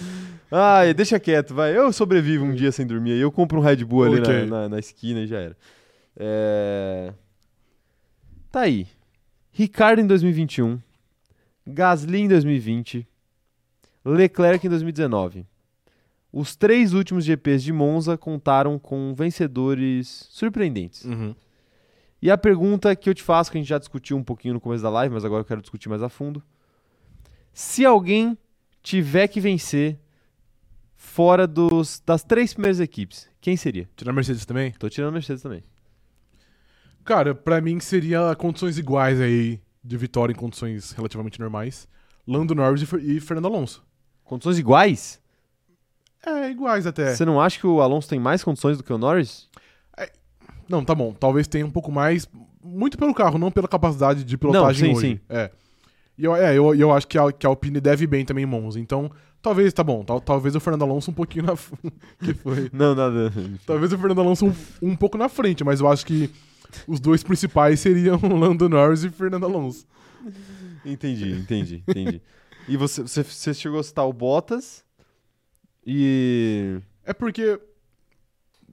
S1: Ai, deixa quieto, vai. Eu sobrevivo um dia sem dormir. aí Eu compro um Red Bull ali
S3: Ok.
S1: na, na- na esquina e já era. É... Tá aí. Ricardo em 2021. Gasly em 2020. Leclerc em 2019. Os três últimos GPs de Monza contaram com vencedores surpreendentes. E a pergunta que eu te faço, que a gente já discutiu um pouquinho no começo da live, mas agora eu quero discutir mais a fundo. Se alguém tiver que vencer fora dos, das três primeiras equipes, quem seria?
S3: Tirar a Mercedes também?
S1: Tô tirando a Mercedes também.
S3: Cara, pra mim seria condições iguais aí de vitória em condições relativamente normais. Lando Norris e Fer- e Fernando Alonso.
S1: Condições iguais?
S3: É, iguais até.
S1: Você não acha que o Alonso tem mais condições do que o Norris?
S3: Não, tá bom. Talvez tenha um pouco mais. Muito pelo carro, não pela capacidade de pilotagem
S1: sim,
S3: hoje.
S1: sim.
S3: É. E eu, é, eu, eu acho que a, que a Alpine deve bem também em Monza. Então, talvez, tá bom. tal- talvez o Fernando Alonso um pouquinho na. f- que foi?
S1: Não, nada.
S3: Talvez o Fernando Alonso um, um pouco na frente, mas eu acho que os dois principais seriam o Lando Norris e o Fernando Alonso.
S1: entendi, entendi, entendi. E você, você, você chegou a citar o Bottas e.
S3: É porque.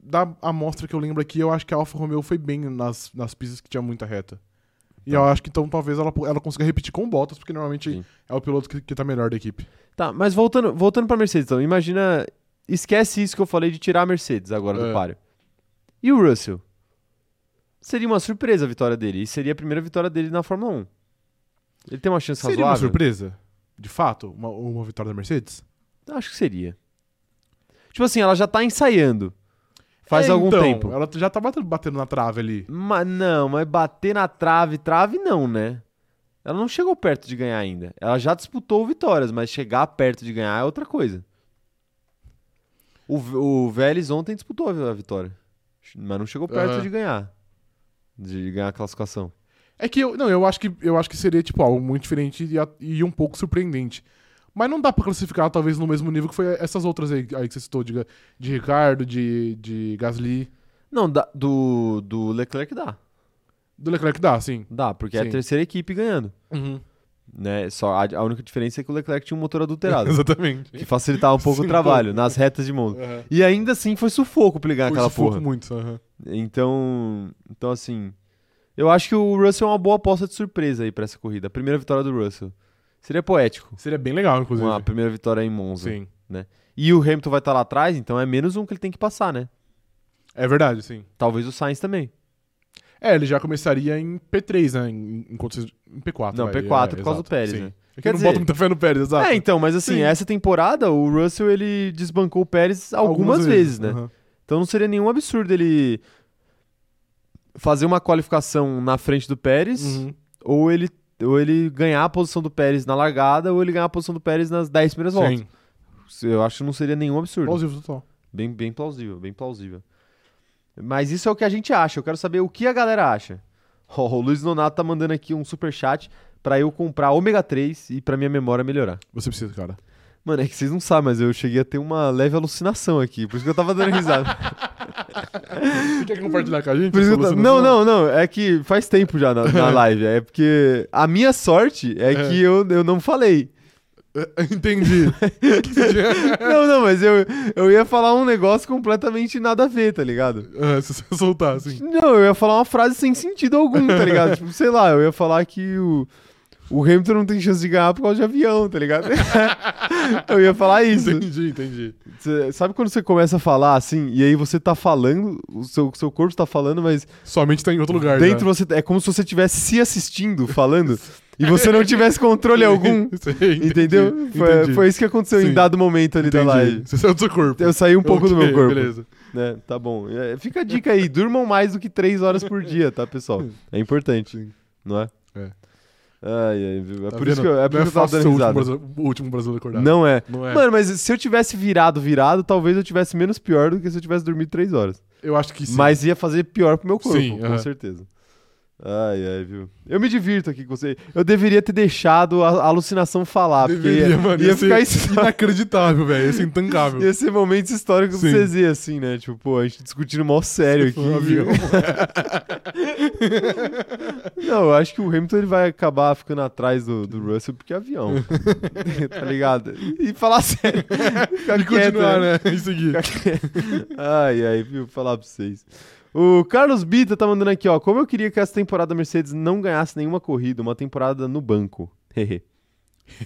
S3: Da amostra que eu lembro aqui, eu acho que a Alfa Romeo foi bem nas, nas pistas que tinha muita reta. E eu acho que então talvez ela, ela consiga repetir com o Bottas, porque normalmente
S1: Tá. Sim.
S3: é o piloto que, que tá melhor da equipe.
S1: Tá, mas voltando, voltando pra Mercedes, então, imagina. Esquece isso que eu falei de tirar a Mercedes agora do
S3: É.
S1: páreo. E o Russell? Seria uma surpresa a vitória dele. E seria a primeira vitória dele na Fórmula 1. Ele tem uma chance
S3: Seria uma
S1: razoável?
S3: surpresa? De fato? Uma, uma vitória da Mercedes?
S1: Acho que seria. Tipo assim, ela já tá ensaiando. Faz
S3: É,
S1: algum
S3: então,
S1: tempo.
S3: Ela já tá batendo, batendo na trave ali.
S1: Mas não, mas bater na trave, trave não, né? Ela não chegou perto de ganhar ainda. Ela já disputou vitórias, mas chegar perto de ganhar é outra coisa. O, V- o Vélez ontem disputou a vitória, mas não chegou perto
S3: Aham.
S1: de ganhar. De ganhar a classificação.
S3: É que eu. Não, eu acho que, eu acho que seria, tipo, algo muito diferente e, a- e um pouco surpreendente. Mas não dá pra classificar, talvez, no mesmo nível que foi essas outras aí, aí que você citou, de, Ga- de Ricardo, de, de Gasly.
S1: Não, da- do, do Leclerc dá.
S3: Do Leclerc dá, sim.
S1: Dá, porque é a
S3: Sim.
S1: terceira equipe ganhando.
S3: Uhum.
S1: Né? Só a, a única diferença é que o Leclerc tinha um motor adulterado,
S3: Exatamente.
S1: que facilitava um pouco
S3: Sim,
S1: o
S3: um
S1: trabalho nas retas de Monza.
S3: Uhum.
S1: E ainda assim foi sufoco pra ele ganhar
S3: Foi
S1: aquela
S3: sufoco
S1: porra.
S3: muito. aham.
S1: Então, então assim, eu acho que o Russell é uma boa aposta de surpresa aí pra essa corrida. A primeira vitória do Russell. Seria poético.
S3: Seria bem legal, inclusive.
S1: Uma primeira vitória em Monza.
S3: Sim.
S1: E o Hamilton vai estar lá atrás, então é menos um que ele tem que passar, né?
S3: É verdade, sim.
S1: Talvez o Sainz também.
S3: É, ele já começaria em P3, né? Em, em, condições- em P4.
S1: Não,
S3: vai.
S1: P4
S3: É,
S1: por causa
S3: exato.
S1: do Pérez,
S3: Sim.
S1: né?
S3: É que
S1: Quer
S3: eu não
S1: dizer-
S3: boto muita fé no Pérez, exato.
S1: É, então, mas assim,
S3: Sim.
S1: essa temporada o Russell ele desbancou o Pérez algumas, vezes, né?
S3: Aham.
S1: Então não seria nenhum absurdo ele fazer uma qualificação na frente do Pérez.
S3: Uhum.
S1: ou ele, ou ele ganhar a posição do Pérez na largada, ou ele ganhar a posição do Pérez nas 10 primeiras voltas.
S3: Sim.
S1: Eu acho que não seria nenhum absurdo.
S3: Plausível total.
S1: Bem, bem plausível, bem plausível. Mas isso é o que a gente acha. Eu quero saber o que a galera acha. Ó, o Luiz Nonato tá mandando aqui um super chat. pra eu comprar ômega 3 e pra minha memória melhorar.
S3: Você precisa, cara.
S1: Mano, é que vocês não sabem, mas eu cheguei a ter uma leve alucinação aqui, por isso que eu tava dando risada.
S3: Você quer compartilhar com a gente?
S1: Por isso
S3: essa
S1: que eu tava-
S3: alucinação?
S1: Não, não, não, é que faz tempo já na, na live, é porque a minha sorte é,
S3: É.
S1: que eu, eu não falei.
S3: É, Entendi. O que você tinha-
S1: Não, não, mas eu, eu ia falar um negócio completamente nada a ver, tá ligado?
S3: Ah, se você soltar, assim.
S1: Não, eu ia falar uma frase sem sentido algum, tá ligado? tipo, sei lá, eu ia falar que o, o Hamilton não tem chance de ganhar por causa de avião, tá ligado? eu ia falar isso.
S3: Entendi, entendi.
S1: Cê- sabe quando você começa a falar assim, e aí você tá falando, o seu, seu corpo tá falando, mas
S3: Somente tá em outro lugar.
S1: dentro você. É como se você estivesse se assistindo, falando, e você não tivesse controle algum. Entendeu? Foi, foi isso que aconteceu em
S3: Sim.
S1: dado momento ali da live.
S3: Você saiu do seu corpo.
S1: Eu saí um pouco do meu
S3: Ok,
S1: corpo.
S3: Beleza.
S1: Né? Tá bom. É, fica a dica aí, durmam mais do que três horas por dia, tá, pessoal? É importante,
S3: Sim.
S1: não é?
S3: É.
S1: Ai, ai, viu? é
S3: Tá
S1: por isso que
S3: vendo?
S1: eu, é por
S3: não é
S1: isso que eu tava
S3: fácil ser
S1: dando
S3: o último,
S1: risada.
S3: brasileiro, o último brasileiro acordado.
S1: Não é.
S3: Não é.
S1: Mano, mas se eu tivesse virado, virado, talvez eu tivesse menos pior do que se eu tivesse dormido três horas.
S3: eu acho que sim.
S1: Mas ia fazer pior pro meu corpo,
S3: Sim,
S1: com
S3: aham.
S1: certeza. Ai, ai, viu? Eu me divirto aqui com você. Eu deveria ter deixado a a alucinação falar,
S3: Deveria,
S1: ah, porque ia,
S3: mano.
S1: ia ficar
S3: ser
S1: histó-
S3: inacreditável, velho. Ia ser intancável.
S1: ia ser momentos históricos do
S3: Sim.
S1: CZ, assim, né? Tipo, pô, a gente discutindo mó sério aqui.
S3: Um avião.
S1: Não, eu acho que o Hamilton ele vai acabar ficando atrás do, do Russell porque é avião. tá ligado? E falar sério. Ficar
S3: E continuar, né? E seguir.
S1: Ai, ai, viu? Falar pra vocês. O Carlos Bita tá mandando aqui, ó. Como eu queria que essa temporada a Mercedes não ganhasse nenhuma corrida, uma temporada no banco. Hehe.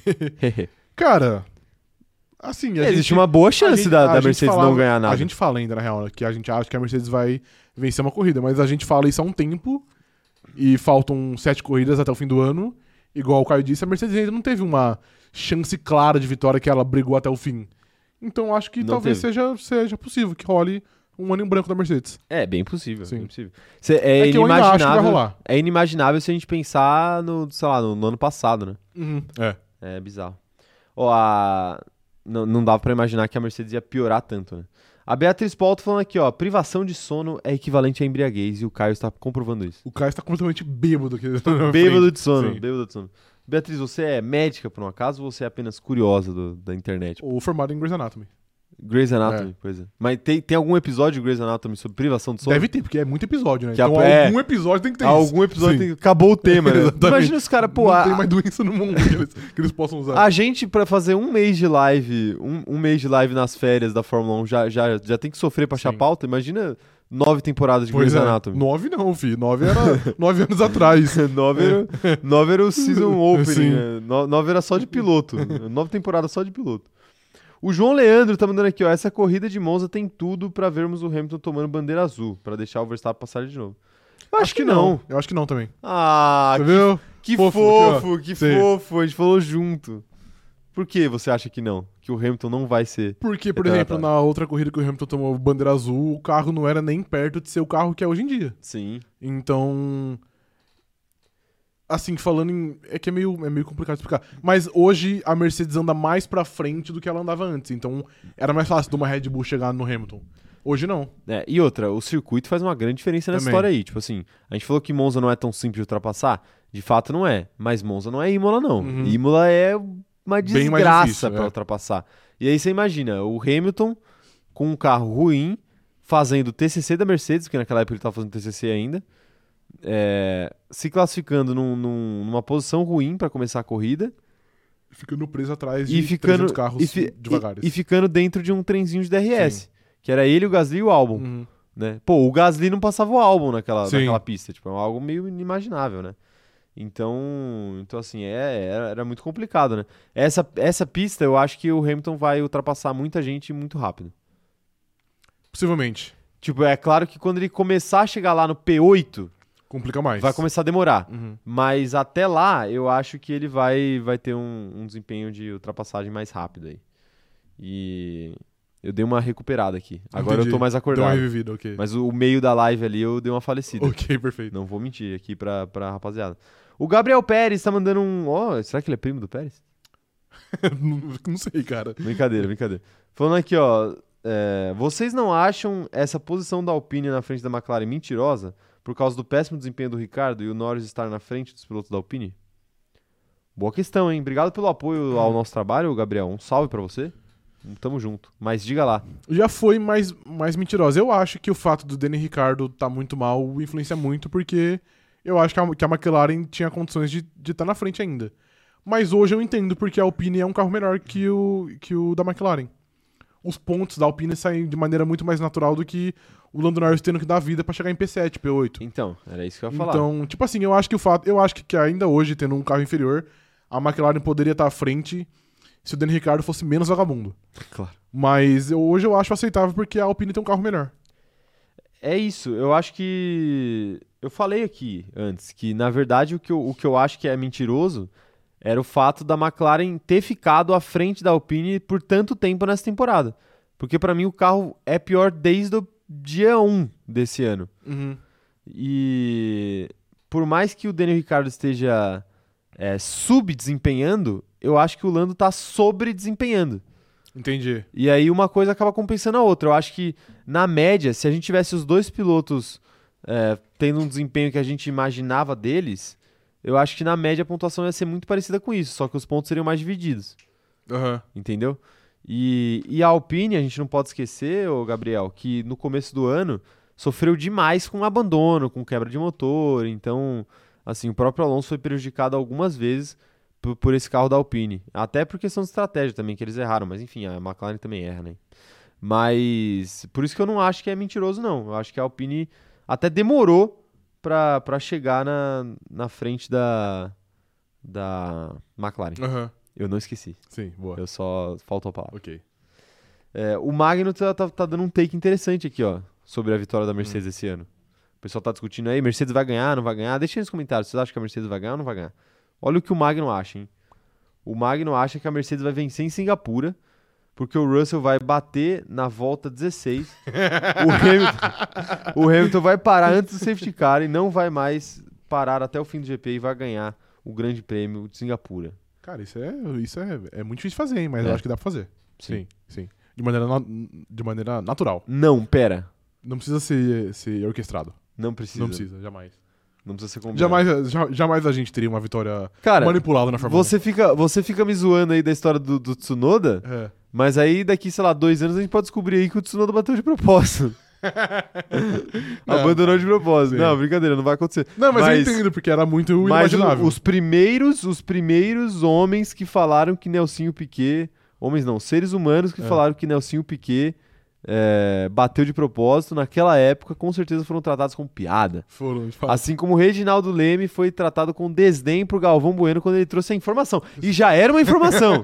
S1: Hehe.
S3: Cara, assim... a
S1: Existe
S3: gente-
S1: uma boa
S3: a
S1: chance
S3: gente-
S1: da,
S3: a
S1: da
S3: gente
S1: Mercedes
S3: falava-
S1: não ganhar nada.
S3: A gente fala ainda, na real, né, que a gente acha que a Mercedes vai vencer uma corrida. Mas a gente fala isso há um tempo e faltam sete corridas até o fim do ano. Igual o Caio disse, a Mercedes ainda não teve uma chance clara de vitória que ela brigou até o fim. Então acho que
S1: Não
S3: talvez
S1: teve.
S3: seja, seja possível que role um ano em branco da Mercedes.
S1: É, bem possível.
S3: Sim.
S1: bem possível. Cê- é,
S3: que eu ainda acho que vai
S1: inimaginável,
S3: rolar.
S1: é inimaginável se a gente pensar no, sei lá, no- no ano passado, né?
S3: É.
S1: É bizarro. Ó, a... não, não dava pra imaginar que a Mercedes ia piorar tanto, né? A Beatriz Polto falando aqui, ó, privação de sono é equivalente à embriaguez e o Caio está comprovando isso.
S3: O Caio está completamente bêbado aqui. na
S1: Bêbado
S3: frente.
S1: de sono,
S3: Sim.
S1: bêbado de sono. Beatriz, você é médica por um acaso ou você é apenas curiosa do- da internet?
S3: Ou formado em Grey's Anatomy.
S1: Grey's Anatomy, pois é. Mas tem, tem algum episódio de Grey's Anatomy sobre privação de sono?
S3: Deve ter, porque é muito episódio, né?
S1: Que a-
S3: então
S1: é.
S3: algum episódio tem que ter isso.
S1: algum episódio
S3: Sim.
S1: tem- acabou o tema, né?
S3: Exatamente.
S1: Imagina os caras, pô,
S3: não
S1: a-
S3: tem mais doença no mundo que eles, que eles possam usar.
S1: A gente, pra fazer um mês de live, um, um mês de live nas férias da Fórmula 1, já, já, já tem que sofrer pra achar
S3: Sim.
S1: pauta? Imagina nove temporadas de
S3: Pois
S1: Grey's
S3: é.
S1: Anatomy.
S3: Nove não, fi. Nove era nove anos atrás.
S1: nove, era, nove era o season opening,
S3: Sim.
S1: né? No- nove era só de piloto. nove temporadas só de piloto. O João Leandro tá mandando aqui, ó. Essa corrida de Monza tem tudo pra vermos o Hamilton tomando bandeira azul, pra deixar o Verstappen passar de novo. Eu acho, que, não.
S3: Eu acho que não também.
S1: Ah,
S3: Você viu?
S1: que
S3: Fofo,
S1: fofo, que
S3: Sim.
S1: fofo. A gente falou junto. Por que você acha que não? Que o Hamilton não vai ser
S3: Porque, por
S1: Tá,
S3: exemplo,
S1: tá.
S3: na outra corrida que o Hamilton tomou bandeira azul, o carro não era nem perto de ser o carro que é hoje em dia.
S1: Sim.
S3: Então. Assim, falando em. É que é meio, é meio complicado explicar. Mas hoje a Mercedes anda mais pra frente do que ela andava antes. Então era mais fácil de uma Red Bull chegar no Hamilton. Hoje não.
S1: É, e outra, o circuito faz uma grande diferença nessa
S3: Também.
S1: história aí. Tipo assim, a gente falou que Monza não é tão simples de ultrapassar. De fato não é. Mas Monza não é Imola, não.
S3: Uhum.
S1: Imola é uma
S3: Bem mais
S1: desgraça
S3: difícil,
S1: pra
S3: é.
S1: ultrapassar. E aí você imagina, o Hamilton com um carro ruim, fazendo o TCC da Mercedes, porque naquela época ele tava fazendo TCC ainda, é, se classificando num- num- numa posição ruim pra começar a corrida
S3: Ficando preso atrás de
S1: e
S3: 300
S1: ficando,
S3: carros
S1: e, fi- e-
S3: devagares.
S1: e ficando dentro de um trenzinho de DRS. Que era ele, o Gasly e o álbum
S3: Uhum.
S1: né? Pô, o Gasly não passava o álbum naquela,
S3: Sim.
S1: naquela pista, tipo, é algo meio inimaginável, né? Então, então assim, é, era, era muito complicado, né? Essa, essa pista, eu acho que o Hamilton vai ultrapassar muita gente muito rápido.
S3: Possivelmente.
S1: Tipo, é claro que quando ele começar a chegar lá no P8,
S3: Complica mais.
S1: vai começar a demorar.
S3: Uhum.
S1: Mas até lá, eu acho que ele vai, vai ter um, um desempenho de ultrapassagem mais rápido aí. E eu dei uma recuperada aqui. Agora eu
S3: Entendi.
S1: tô mais
S3: Deu uma
S1: acordado.
S3: revivida, ok.
S1: Mas o o meio da live ali eu dei uma falecida.
S3: Ok, perfeito.
S1: Não vou mentir aqui pra, pra rapaziada. O Gabriel Pérez tá mandando um. Ó, será que ele é primo do Pérez?
S3: Não, não sei, cara.
S1: Brincadeira, brincadeira. Falando aqui, ó. é, vocês não acham essa posição da Alpine na frente da McLaren mentirosa por causa do péssimo desempenho do Ricardo e o Norris estar na frente dos pilotos da Alpine? Boa questão, hein? Obrigado pelo apoio ao nosso trabalho, Gabriel. Um salve pra você. Tamo junto. Mas diga lá.
S3: Já foi mais, mais mentirosa. Eu acho que o fato do Danny Ricardo tá muito mal influencia muito, porque eu acho que a, que a McLaren tinha condições de estar na frente ainda. Mas hoje eu entendo porque a Alpine é um carro melhor que o, que o da McLaren. Os pontos da Alpine saem de maneira muito mais natural do que o Lando Norris tendo que dar vida pra chegar em P7, P8.
S1: Então, era isso que eu ia falar.
S3: Então, tipo assim, eu acho que o fato, eu acho que, que ainda hoje, tendo um carro inferior, a McLaren poderia estar à frente se o Daniel Ricciardo fosse menos vagabundo.
S1: Claro.
S3: Mas eu- hoje eu acho aceitável porque a Alpine tem um carro melhor.
S1: É isso, eu acho que. Eu falei aqui antes que, na verdade, o que eu, o que eu acho que é mentiroso era o fato da McLaren ter ficado à frente da Alpine por tanto tempo nessa temporada. Porque, pra mim, o carro é pior desde o dia 1 desse ano. E por mais que o Daniel Ricardo esteja é, subdesempenhando, eu acho que o Lando tá sobredesempenhando.
S3: Entendi.
S1: E aí uma coisa acaba compensando a outra. Eu acho que, na média, se a gente tivesse os dois pilotos é, tendo um desempenho que a gente imaginava deles, eu acho que na média a pontuação ia ser muito parecida com isso, só que os pontos seriam mais divididos,
S3: Aham.
S1: entendeu? E, e a Alpine, a gente não pode esquecer, ô Gabriel, que no começo do ano sofreu demais com abandono, com quebra de motor, então, assim, o próprio Alonso foi prejudicado algumas vezes por, por esse carro da Alpine. Até por questão de estratégia também, que eles erraram, mas enfim, a McLaren também erra, né? Mas por isso que eu não acho que é mentiroso, não. Eu acho que a Alpine até demorou pra pra chegar na, na frente da, da McLaren.
S3: Aham.
S1: Eu não esqueci,
S3: Sim, boa.
S1: eu só faltou a palavra.
S3: Ok.
S1: É, o Magno tá, tá- tá dando um take interessante aqui, ó, sobre a vitória da Mercedes esse ano. O pessoal tá discutindo aí, Mercedes vai ganhar, não vai ganhar? Deixa aí nos comentários, vocês acham que a Mercedes vai ganhar ou não vai ganhar? Olha o que o Magno acha, hein? O Magno acha que a Mercedes vai vencer em Singapura, porque o Russell vai bater na volta 16. o, Hamilton, o Hamilton vai parar antes do safety car e não vai mais parar até o fim do GP e vai ganhar o grande prêmio de Singapura.
S3: Cara, isso é, isso é, é muito difícil de fazer, hein? Mas
S1: É.
S3: eu acho que dá pra fazer.
S1: Sim.
S3: Sim. De maneira, na- de maneira natural.
S1: Não, pera.
S3: Não precisa ser, ser orquestrado.
S1: Não precisa.
S3: Não precisa, jamais.
S1: Não precisa ser combinado.
S3: Jamais, ja- jamais a gente teria uma vitória
S1: Cara,
S3: manipulada na Fórmula
S1: Você fica, você fica me zoando aí da história do, do Tsunoda,
S3: 1. É.
S1: mas aí daqui, sei lá, dois anos a gente pode descobrir aí que o Tsunoda bateu de propósito. Abandonou de propósito.
S3: Sim.
S1: Não, brincadeira, não vai acontecer.
S3: Não, mas,
S1: Mas-
S3: eu entendo, porque era muito
S1: Mas o-
S3: inimaginável.
S1: os primeiros, os primeiros homens que falaram que Nelsinho Piquet, homens não, seres humanos que
S3: É.
S1: falaram que Nelsinho Piquet é, bateu de propósito naquela época, com certeza foram tratados como piada.
S3: Foram, de fato.
S1: Assim como o Reginaldo Leme foi tratado com desdém pro Galvão Bueno quando ele trouxe a informação. E já era uma informação.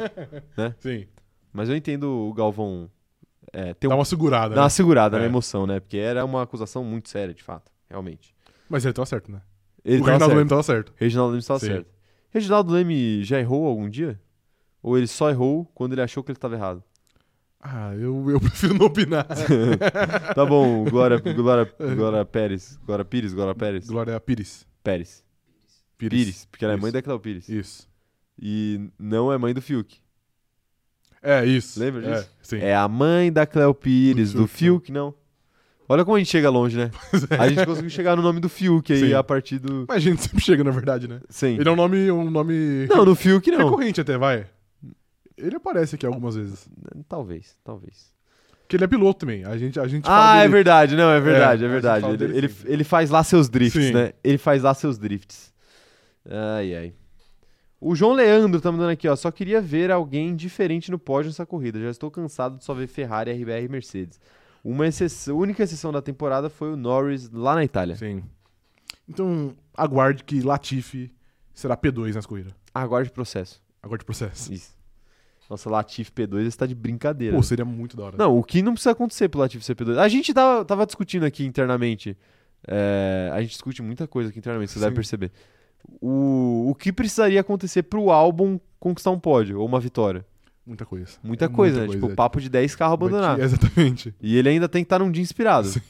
S3: Sim.
S1: Mas eu entendo o Galvão é, ter
S3: Dá
S1: um,
S3: uma segurada.
S1: dar
S3: né?
S1: uma segurada na
S3: É.
S1: emoção, né? Porque era uma acusação muito séria, de fato, realmente.
S3: Mas ele tava certo, né?
S1: Ele
S3: o
S1: tava
S3: Reinaldo
S1: certo.
S3: Leme tava certo.
S1: Reginaldo Leme estava
S3: Sim.
S1: certo. Reginaldo Leme já errou algum dia? Ou ele só errou quando ele achou que ele estava errado?
S3: Ah, eu, eu prefiro não opinar.
S1: Tá bom, Glória, Glória, Glória Pérez. Glória Pires, Glória Pérez.
S3: Glória Pires.
S1: Pérez. Pires. porque ela é mãe
S3: Isso.
S1: da Cléo Pires.
S3: Isso.
S1: E não é mãe do Fiuk.
S3: É, isso.
S1: Lembra
S3: É,
S1: disso?
S3: sim. é.
S1: É a mãe da Cléo Pires,
S3: Do
S1: do
S3: Fiuk,
S1: Fiuk, não. Olha como a gente chega longe, né? A gente conseguiu chegar no nome do Fiuk aí
S3: é. Sim.
S1: a partir do.
S3: Mas a gente sempre chega, na verdade, né?
S1: Sim.
S3: Ele é um nome, um nome
S1: Não, no Fiuk não.
S3: recorrente até, vai. Ele aparece aqui algumas vezes.
S1: Talvez, talvez.
S3: Porque ele é piloto também. A gente, a gente fala
S1: Ah, é
S3: dele-
S1: verdade, não, é verdade, é
S3: É, a gente
S1: verdade.
S3: fala
S1: Ele,
S3: dele
S1: ele,
S3: sempre.
S1: ele faz lá seus drifts,
S3: Sim.
S1: né? Ele faz lá seus drifts. Ai, ai. O João Leandro tá mandando aqui, ó. Só queria ver alguém diferente no pódio nessa corrida. Já estou cansado de só ver Ferrari, RBR e Mercedes. Uma exceção, única exceção da temporada foi o Norris lá na Itália.
S3: Sim. Então, aguarde que Latifi será P2 nas corridas.
S1: Aguarde o processo.
S3: Aguarde o processo.
S1: Isso. Nossa, Latif P2 está de brincadeira.
S3: Pô,
S1: né?
S3: seria muito da hora.
S1: Não, o que não precisa acontecer pro Latifi ser P2. A gente tava, tava discutindo aqui internamente. é, a gente discute muita coisa aqui internamente, você deve
S3: Sim.
S1: perceber. O, o que precisaria acontecer pro álbum conquistar um pódio ou uma vitória?
S3: Muita coisa.
S1: Muita
S3: É
S1: coisa, né? tipo,
S3: é.
S1: papo de 10 carros abandonar.
S3: Bati- Exatamente.
S1: E ele ainda tem que estar num dia inspirado.
S3: Sim.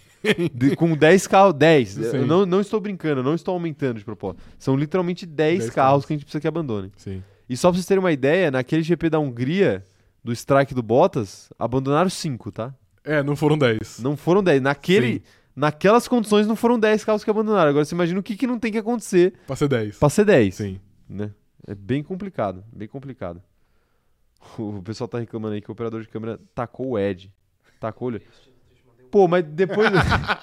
S1: De- com 10 carros, 10.
S3: Sim.
S1: Eu não, não estou brincando, eu não estou aumentando de propósito. São literalmente 10
S3: 10
S1: carros,
S3: carros.
S1: que a gente precisa que abandone.
S3: Sim.
S1: E só pra vocês terem uma ideia, naquele GP da Hungria, do strike do Bottas, abandonaram 5, tá?
S3: É, não foram 10.
S1: Não foram 10. Naquele,
S3: Sim.
S1: naquelas condições não foram 10 carros que abandonaram. Agora você imagina o que, que não tem que acontecer
S3: Pra ser 10.
S1: pra ser 10.
S3: Sim.
S1: Né? É bem complicado, bem complicado. O pessoal tá reclamando aí que o operador de câmera tacou o Ed. Tacou ele. Pô, mas depois.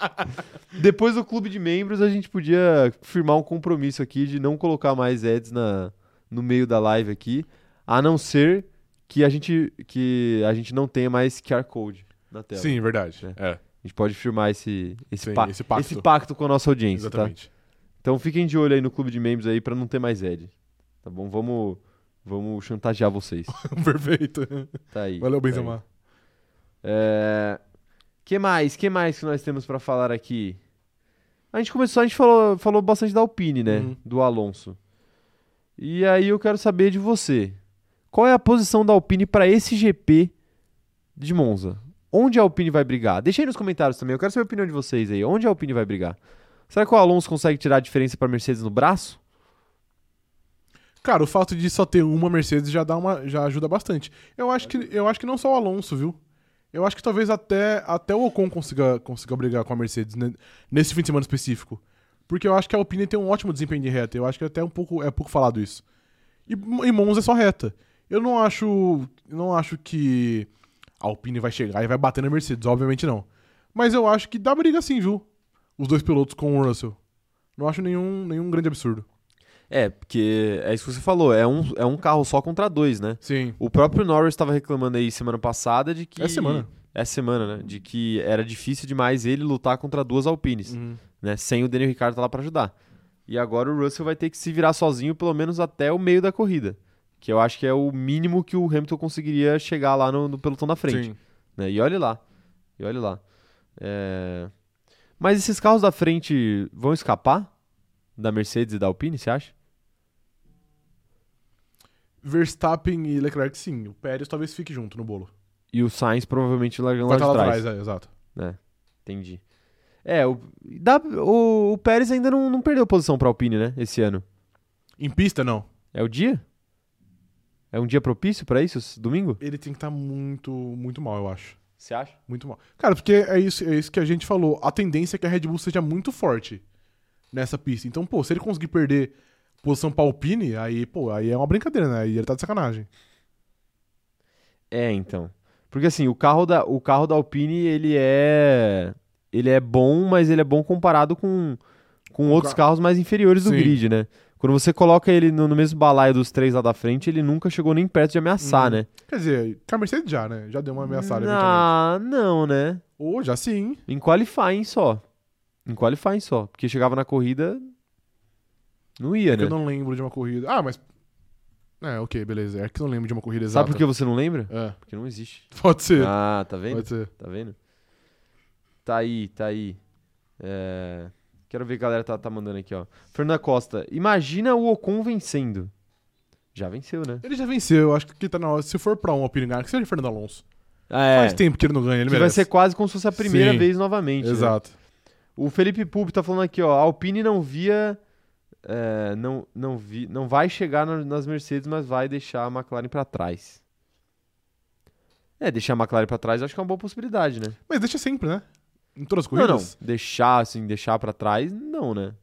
S1: depois do clube de membros, a gente podia firmar um compromisso aqui de não colocar mais ads na, no meio da live aqui. A não ser que a gente, que a gente não tenha mais QR Code na tela.
S3: Sim, verdade.
S1: É.
S3: É,
S1: A gente pode firmar esse, esse,
S3: Sim,
S1: pa-
S3: esse pacto.
S1: esse pacto com a nossa audiência, tá?
S3: exatamente.
S1: Então fiquem de olho aí no clube de membros aí pra não ter mais Ed. Tá bom? Vamos, vamos chantagear vocês.
S3: Perfeito.
S1: Tá aí.
S3: Valeu,
S1: tá aí.
S3: Benzema.
S1: É... Que mais? Que mais que nós temos pra falar aqui? A gente começou, a gente falou, falou bastante da Alpine, né?
S3: Uhum.
S1: Do Alonso. E aí eu quero saber de você. Qual é a posição da Alpine pra esse GP de Monza? Onde a Alpine vai brigar? Deixa aí nos comentários também. Eu quero saber a opinião de vocês aí. Onde a Alpine vai brigar? Será que o Alonso consegue tirar a diferença pra Mercedes no braço?
S3: Cara, o fato de só ter uma Mercedes já dá uma, já ajuda bastante. Eu acho que, eu acho que não só o Alonso, viu? Eu acho que talvez até, até o Ocon consiga, consiga brigar com a Mercedes né, nesse fim de semana específico. Porque eu acho que a Alpine tem um ótimo desempenho de reta. Eu acho que até um pouco é pouco falado isso. E, e Monza é só reta. Eu não acho, não acho que a Alpine vai chegar e vai bater na Mercedes, obviamente não. Mas eu acho que dá briga sim, viu? Os dois pilotos com o Russell. Não acho nenhum, nenhum grande absurdo.
S1: É, porque é isso que você falou. É um, é um carro só contra dois, né?
S3: Sim.
S1: O próprio Norris estava reclamando aí semana passada de que.
S3: Essa semana.
S1: Essa semana, né? De que era difícil demais ele lutar contra duas Alpines,
S3: Uhum.
S1: né? Sem o Daniel Ricciardo estar lá para ajudar. E agora o Russell vai ter que se virar sozinho, pelo menos até o meio da corrida. Que eu acho que é o mínimo que o Hamilton conseguiria chegar lá no, no pelotão da frente.
S3: Sim.
S1: né? E olhe lá. E olhe lá. É, Mas esses carros da frente vão escapar da Mercedes e da Alpine, você acha?
S3: Verstappen e Leclerc, sim. O Pérez talvez fique junto no bolo.
S1: E o Sainz provavelmente largando lá
S3: Vai
S1: Um de
S3: estar lá
S1: trás.
S3: atrás, é, exato.
S1: Entendi. É, o, dá- o, o Pérez ainda não, não perdeu posição pra Alpine, né? Esse ano.
S3: Em pista, não.
S1: É o dia? É um dia propício pra isso? s- Domingo?
S3: Ele tem que estar muito, muito mal, eu acho.
S1: Você acha?
S3: Muito mal. Cara, porque é isso, é isso que a gente falou. A tendência é que a Red Bull seja muito forte nessa pista. Então, pô, se ele conseguir perder posição pra Alpine, aí, pô, aí é uma brincadeira, né? Aí ele tá de sacanagem.
S1: É, então. Porque assim, o carro da, o carro da Alpine, ele é. Ele é bom, mas ele é bom comparado com, com outros
S3: ca-
S1: carros mais inferiores do
S3: Sim.
S1: grid, né? Quando você coloca ele no, no mesmo balaio dos três lá da frente, ele nunca chegou nem perto de ameaçar,
S3: Hum,
S1: né?
S3: Quer dizer, com a Mercedes já, né? Já deu uma ameaçada. eventualmente.
S1: Ah, não, né?
S3: Ou já sim.
S1: Em qualifying só. Em qualifying só. Porque chegava na corrida. Não ia,
S3: É que
S1: né?
S3: eu não lembro de uma corrida. Ah, mas. É, ok, beleza. É que eu não lembro de uma corrida exata.
S1: Sabe por que você não lembra?
S3: É,
S1: Porque não existe.
S3: pode ser.
S1: Ah, tá vendo?
S3: pode ser.
S1: Tá vendo? Tá aí, tá aí. É, Quero ver a galera tá, tá mandando aqui, ó. Fernanda Costa, imagina o Ocon vencendo. Já venceu, né?
S3: Ele já venceu, acho que tá na hora. Se for pra um Alpine ganhar, que seja Fernando Alonso.
S1: Ah, é.
S3: Faz tempo que ele não ganha, ele
S1: Que vai
S3: merece.
S1: ser quase como se fosse a primeira
S3: Sim.
S1: vez novamente. né?
S3: Exato.
S1: O Felipe Pub tá falando aqui, ó. A Alpine não via. é, não, não, vi, não vai chegar na- nas Mercedes, mas vai deixar a McLaren pra trás. É, deixar a McLaren pra trás eu acho que é uma boa possibilidade, né?
S3: Mas deixa sempre, né? Em todas as
S1: Não,
S3: corridas.
S1: não. Deixar, assim, deixar pra trás, não, né?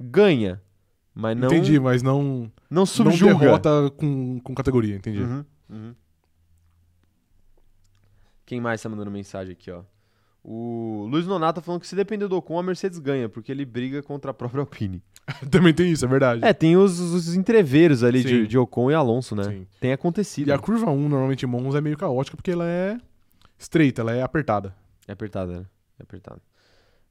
S1: Ganha. Mas não,
S3: Entendi, mas não,
S1: não
S3: não
S1: subjuga.
S3: derrota com, com categoria, entendi.
S1: Uhum, uhum. Quem mais tá mandando mensagem aqui, ó? O Luiz Nonato tá falando que se depender do Ocon, a Mercedes ganha, porque ele briga contra a própria Alpine.
S3: Também tem isso, é verdade.
S1: É, tem os, os entreveros ali
S3: Sim.
S1: de, de Ocon e Alonso, né?
S3: Sim.
S1: Tem acontecido.
S3: E a curva 1, normalmente em Monza, é meio caótica porque ela é estreita, ela é apertada.
S1: É apertada, né? É apertada.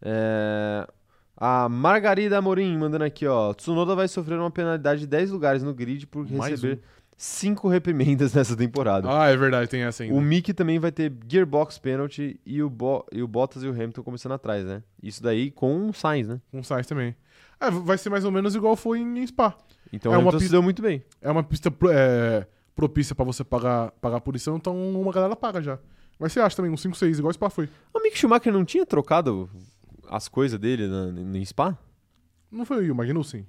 S1: É, A Margarida Amorim mandando aqui, ó. Tsunoda vai sofrer uma penalidade de 10 lugares no grid por
S3: Mais um.
S1: receber 5 reprimendas nessa temporada.
S3: Ah, é verdade, tem essa ainda.
S1: o Mick também vai ter gearbox penalty e o, Bo- e o Bottas e o Hamilton começando atrás, né? Isso daí com o Sainz, né?
S3: Com o Sainz também. É, vai ser mais ou menos igual foi em Spa.
S1: Então
S3: É
S1: o
S3: uma
S1: Hamilton se
S3: pista-
S1: deu muito bem.
S3: É uma pista pro- é, propícia pra você pagar, pagar a punição, então uma galera paga já. Mas você acha também um 5, 6, igual Spa foi.
S1: O Mick Schumacher não tinha trocado as coisas dele na, no Spa?
S3: Não foi o Magnussen.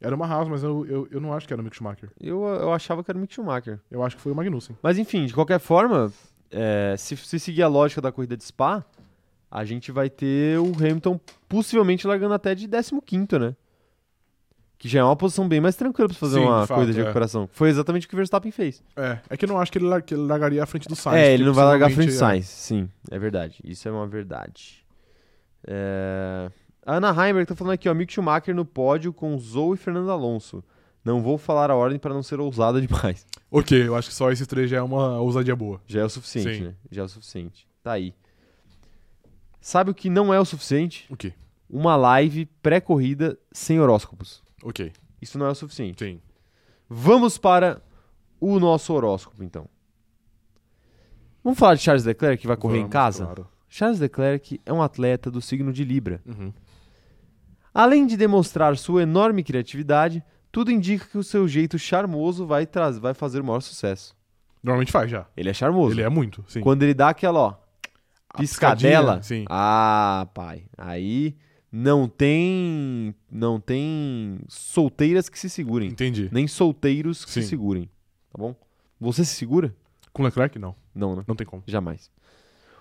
S3: Era uma Haas, mas eu, eu, eu não acho que era o Mick Schumacher.
S1: Eu, eu achava que era o Mick Schumacher.
S3: Eu acho que foi o Magnussen.
S1: Mas enfim, de qualquer forma, é, se, se seguir a lógica da corrida de Spa, a gente vai ter o Hamilton possivelmente largando até de 15º, né? Que já é uma posição bem mais tranquila pra você fazer
S3: Sim,
S1: uma
S3: de fato,
S1: corrida de
S3: é.
S1: recuperação. Foi exatamente o que o Verstappen fez.
S3: É, é que eu não acho que ele, lar- que ele largaria à frente do Sainz.
S1: é, ele
S3: porque
S1: não vai largar a frente do
S3: possivelmente,
S1: Sainz. Sim, é verdade. Isso é uma verdade. É... A Ana Heimberg tá falando aqui, ó. Mick Schumacher no pódio com Zou e Fernando Alonso. Não vou falar a ordem pra não ser ousada demais.
S3: é. Ok, eu acho que só esses três já é uma ousadia boa.
S1: Já é o suficiente,
S3: Sim.
S1: né? Já é o suficiente. Tá aí. Sabe o que não é o suficiente?
S3: O quê?
S1: Uma live pré-corrida sem horóscopos.
S3: Ok,
S1: Isso não é o suficiente.
S3: sim.
S1: Vamos para o nosso horóscopo, então. Vamos falar de Charles Leclerc, que vai correr em
S3: Vamos,
S1: casa?
S3: claro.
S1: Charles Leclerc é um atleta do signo de Libra.
S3: Uhum.
S1: Além de demonstrar sua enorme criatividade, tudo indica que o seu jeito charmoso vai, traz- vai fazer o maior sucesso.
S3: Normalmente faz já.
S1: Ele é charmoso.
S3: Ele é muito, sim.
S1: Quando ele dá aquela, ó,
S3: A
S1: piscadela,
S3: piscadinha, Sim.
S1: ah, pai, aí não tem, não tem solteiras que se segurem.
S3: Entendi.
S1: Nem solteiros que se
S3: Sim.
S1: segurem, tá bom? Você se segura?
S3: Com Leclerc, não.
S1: Não, né?
S3: Não tem como.
S1: Jamais.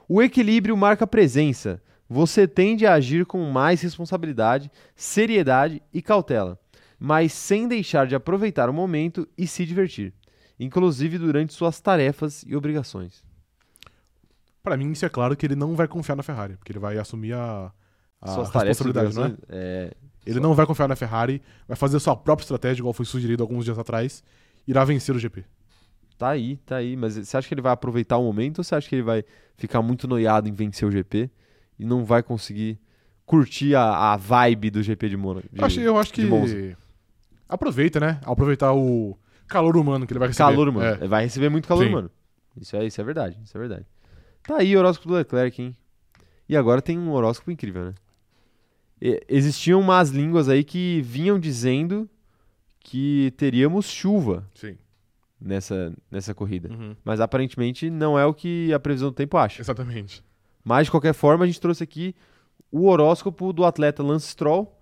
S1: O equilíbrio marca presença. Você tende a agir com mais responsabilidade, seriedade e cautela, mas sem deixar de aproveitar o momento e se divertir, inclusive durante suas tarefas e obrigações.
S3: Pra mim, isso é claro que ele não vai confiar na Ferrari, porque ele vai assumir a, a
S1: suas
S3: Ah, responsabilidade, não é?
S1: obrigações, é?
S3: Ele não vai confiar na Ferrari, vai fazer sua própria estratégia, igual foi sugerido alguns dias atrás, irá vencer o GP.
S1: Tá aí, tá aí. Mas você acha que ele vai aproveitar o momento ou você acha que ele vai ficar muito noiado em vencer o GP e não vai conseguir curtir a, a vibe do GP de Mônaco? de-
S3: eu, acho, eu
S1: de
S3: acho que.
S1: Monza.
S3: Aproveita, né? Aproveitar o calor humano que ele vai receber.
S1: Calor, mano.
S3: É.
S1: Ele Vai receber muito calor,
S3: Sim.
S1: mano. Isso é, isso é verdade, isso é verdade. Tá aí o horóscopo do Leclerc, hein? E agora tem um horóscopo incrível, né? E- existiam umas línguas aí que vinham dizendo que teríamos chuva
S3: Sim.
S1: nessa, nessa corrida.
S3: Uhum.
S1: Mas aparentemente não é o que a previsão do tempo acha.
S3: Exatamente.
S1: Mas, de qualquer forma, a gente trouxe aqui o horóscopo do atleta Lance Stroll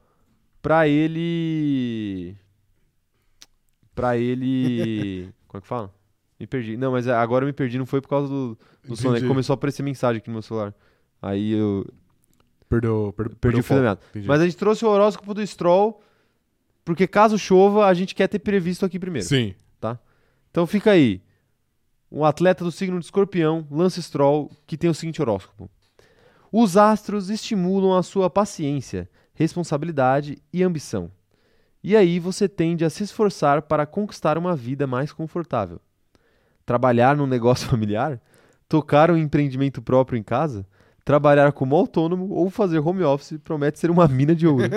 S1: pra ele. Pra ele. Como é que fala? Me perdi. Não, mas agora eu me perdi, não foi por causa do, do sono. é que
S3: Entendi.
S1: Começou a aparecer mensagem aqui no meu celular. Aí eu
S3: Perdeu, per-
S1: perdi
S3: perdeu
S1: o fio da meada.
S3: Entendi.
S1: Mas a gente trouxe o horóscopo do Stroll, porque caso chova, a gente quer ter previsto aqui primeiro.
S3: Sim.
S1: Então fica aí. Um atleta do signo de escorpião, Lance Stroll, que tem o seguinte horóscopo. Os astros estimulam a sua paciência, responsabilidade e ambição. E aí você tende a se esforçar para conquistar uma vida mais confortável. Trabalhar num negócio familiar? Tocar um empreendimento próprio em casa? Trabalhar como autônomo ou fazer home office promete ser uma mina de ouro.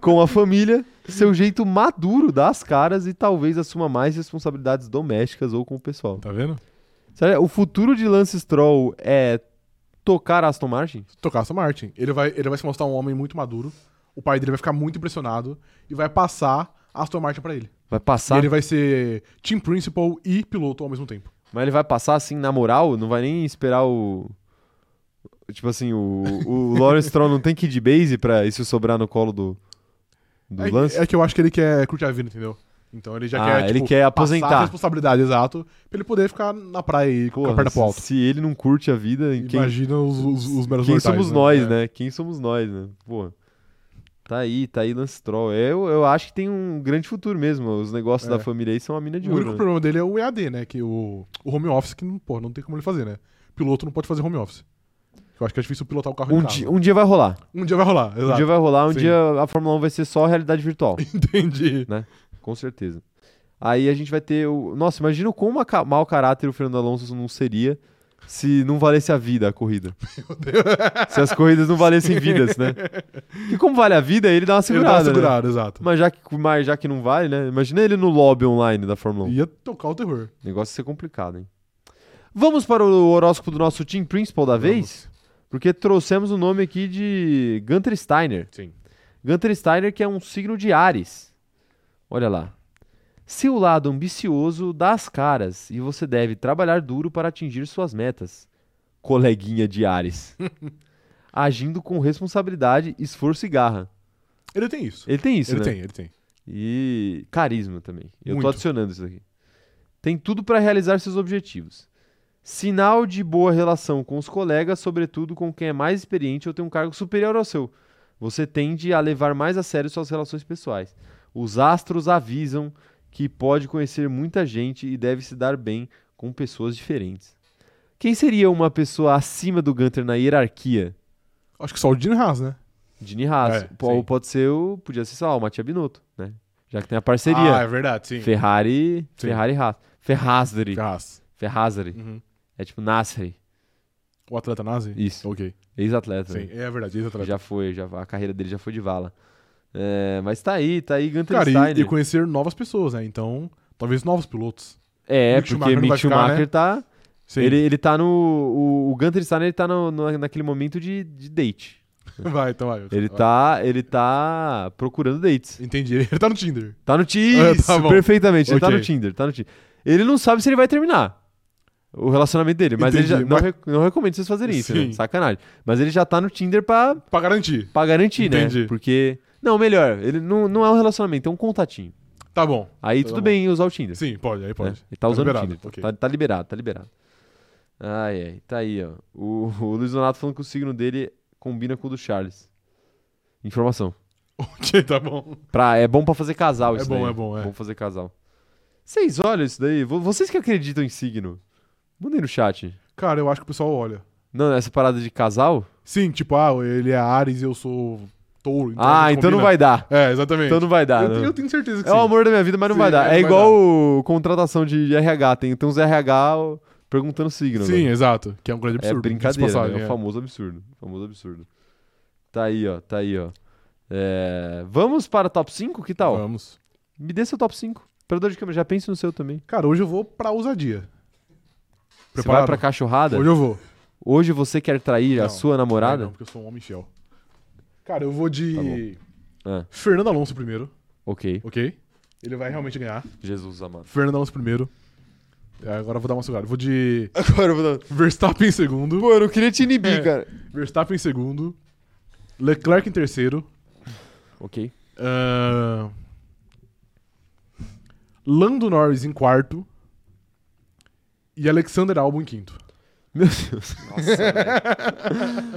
S1: Com a família, seu jeito maduro dá as caras e talvez assuma mais responsabilidades domésticas ou com o pessoal.
S3: Tá vendo?
S1: Sério, o futuro de Lance Stroll é tocar Aston Martin?
S3: Tocar Aston Martin. Ele vai, ele vai se mostrar um homem muito maduro. O pai dele vai ficar muito impressionado e vai passar a Aston Martin pra ele.
S1: Vai
S3: E
S1: passar,
S3: ele vai ser team principal e piloto ao mesmo tempo.
S1: mas ele vai passar assim na moral, não vai nem esperar o tipo assim, o, o Lawrence Stroll não tem que ir de base para isso sobrar no colo do do
S3: é,
S1: Lance.
S3: é que eu acho que ele quer curtir a vida, entendeu? Então ele já
S1: Ah,
S3: quer, tipo,
S1: ele quer
S3: passar
S1: aposentar.
S3: a responsabilidade, exato, pra ele poder ficar na praia e com
S1: Porra,
S3: a perna
S1: se,
S3: pro alto.
S1: se ele não curte a vida, em quem
S3: Imagina os, os, os meros
S1: Quem
S3: mortais,
S1: somos nós,
S3: É.
S1: né? Quem somos nós, né? Pô. Tá aí, tá aí Lance Troll. Eu, eu acho que tem um grande futuro mesmo. Os negócios
S3: É.
S1: da família aí são uma mina de
S3: O único
S1: ouro. né?
S3: problema dele é o EAD, né? Que o, o home office, que, não- pô, não tem como ele fazer, né? Piloto não pode fazer home office. Eu acho que é difícil pilotar o carro em
S1: Um,
S3: casa.
S1: dia, um dia vai rolar.
S3: Um dia vai rolar,
S1: Um
S3: exato.
S1: dia vai rolar, um
S3: Sim.
S1: dia a Fórmula 1 vai ser só realidade virtual.
S3: Entendi.
S1: com certeza. Aí a gente vai ter o. Nossa, imagina o quão ma- ca- mau caráter o Fernando Alonso não seria se não valesse a vida a corrida. Se as corridas não valessem vidas, né? E como vale a vida, ele dá uma
S3: Ele dá
S1: segurada.
S3: uma
S1: né?
S3: segurada, exato.
S1: Mas, já que, mas já que não vale, né? Imagina ele no lobby online da Fórmula 1.
S3: Ia tocar o terror.
S1: O negócio ia ser complicado, hein? Vamos para o horóscopo do nosso team principal da vez? Porque trouxemos o nome aqui de Gunter Steiner.
S3: Sim.
S1: Gunter Steiner, que é um signo de Ares. Olha lá. Seu lado ambicioso dá as caras e você deve trabalhar duro para atingir suas metas. Coleguinha de Ares. Agindo com responsabilidade, esforço e garra.
S3: Ele tem isso.
S1: Ele tem isso,
S3: ele
S1: né?
S3: tem, ele tem.
S1: E carisma também. Eu tô
S3: Muito.
S1: adicionando isso aqui. Tem tudo para realizar seus objetivos. Sinal de boa relação com os colegas, sobretudo com quem é mais experiente ou tem um cargo superior ao seu. você tende a levar mais a sério suas relações pessoais. Os astros avisam que pode conhecer muita gente e deve se dar bem com pessoas diferentes. Quem seria uma pessoa acima do Gunter na hierarquia?
S3: Acho que só o Gene Haas, né?
S1: Dini Haas.
S3: É,
S1: Po- ou
S3: sim.
S1: pode ser o. Podia ser, sei lá, o Matia Binotto, né? Já que tem a parceria.
S3: Ah, é verdade, sim.
S1: Ferrari.
S3: Sim.
S1: Ferrari Haas. Ferrazri.
S3: Haas.
S1: Ferrazri.
S3: Uhum.
S1: É tipo Nasri.
S3: O atleta nazi?
S1: Isso.
S3: Ok.
S1: Ex-atleta. né?
S3: Sim, é verdade, esse atleta.
S1: Já foi, já, a carreira dele já foi de vala. É, mas tá aí, tá aí Gunter
S3: Cara, e-
S1: Steiner.
S3: e, conhecer novas pessoas, né? Então, talvez novos pilotos.
S1: É,
S3: Mick
S1: porque
S3: Schumacher não
S1: Mick
S3: vai ficar,
S1: Schumacher
S3: né?
S1: tá.
S3: Sim.
S1: Ele, ele tá no. O, o Gunter Steiner ele tá no- no- naquele momento de, de date.
S3: Vai, então vai.
S1: Ele
S3: vai.
S1: tá, ele tá procurando dates.
S3: Entendi, ele tá no Tinder.
S1: Tá no Tinder,
S3: Ah, tá bom.
S1: perfeitamente. Ele tá
S3: Ok.
S1: no Tinder, tá no Tinder. Ele não sabe se ele vai terminar o relacionamento dele, mas
S3: Entendi,
S1: ele já, não,
S3: mas-
S1: re- não recomendo vocês fazerem isso, né?
S3: Sim.
S1: sacanagem. Mas ele já tá no Tinder pra,
S3: Pra garantir.
S1: pra garantir, né?
S3: Entendi.
S1: Porque não, melhor, ele não, não é um relacionamento, é um contatinho.
S3: Tá bom.
S1: Aí
S3: Tá
S1: tudo
S3: bom.
S1: bem usar o Tinder.
S3: Sim, pode, aí
S1: né?
S3: pode.
S1: Ele tá usando
S3: liberado,
S1: o Tinder.
S3: ok.
S1: Tá, tá liberado, tá liberado. Ai, ai, tá aí, ó. O, o Luiz Donato falando que o signo dele combina com o do Charles. Informação.
S3: Ok, tá bom.
S1: Pra, é bom pra fazer casal
S3: É
S1: isso
S3: bom,
S1: daí.
S3: é bom, é.
S1: Vamos fazer casal. Vocês olham isso daí? Vo- Vocês que acreditam em signo, mandem no chat.
S3: Cara, eu acho que o pessoal olha.
S1: Não, essa parada de casal?
S3: Sim, tipo, ah, ele é Ares e eu sou touro. Então a
S1: ah,
S3: gente
S1: então não
S3: combina.
S1: vai dar.
S3: É, exatamente.
S1: Então não vai dar.
S3: eu,
S1: né?
S3: eu tenho certeza que
S1: É o
S3: sim.
S1: amor da minha vida, mas não
S3: Sim,
S1: vai dar.
S3: é,
S1: É
S3: não vai
S1: igual o- contratação de RH. Tem, tem uns RH perguntando signo.
S3: Sim,
S1: né?
S3: exato. Que é um
S1: é
S3: grande absurdo. diga-se de
S1: brincadeira.
S3: passagem,
S1: Né? É o famoso absurdo. Famoso absurdo. Tá aí, ó. Tá aí, ó. É, Vamos para top 5? Que tal?
S3: Vamos.
S1: Me dê seu top 5. Operador de câmera, já pense no seu também.
S3: Cara, hoje eu vou pra ousadia.
S1: Você vai
S3: Preparado?
S1: pra cachorrada?
S3: Hoje eu vou.
S1: Hoje você quer trair a
S3: Não,
S1: sua
S3: Não,
S1: namorada? Tá
S3: porque eu sou um homem fiel. Cara, eu vou de.
S1: bom. Ah.
S3: Fernando Alonso primeiro,
S1: ok.
S3: ok? Ele vai realmente ganhar.
S1: Jesus amado.
S3: Fernando Alonso primeiro. É, Agora eu vou dar uma segurada. Eu Vou de
S1: Agora eu vou dar.
S3: Verstappen em segundo.
S1: Mano, eu queria te inibir,
S3: É.
S1: cara.
S3: Verstappen em segundo. Leclerc em terceiro.
S1: Ok.
S3: Ahn, Lando Norris em quarto. E Alexander Albon em quinto.
S1: Meu Deus.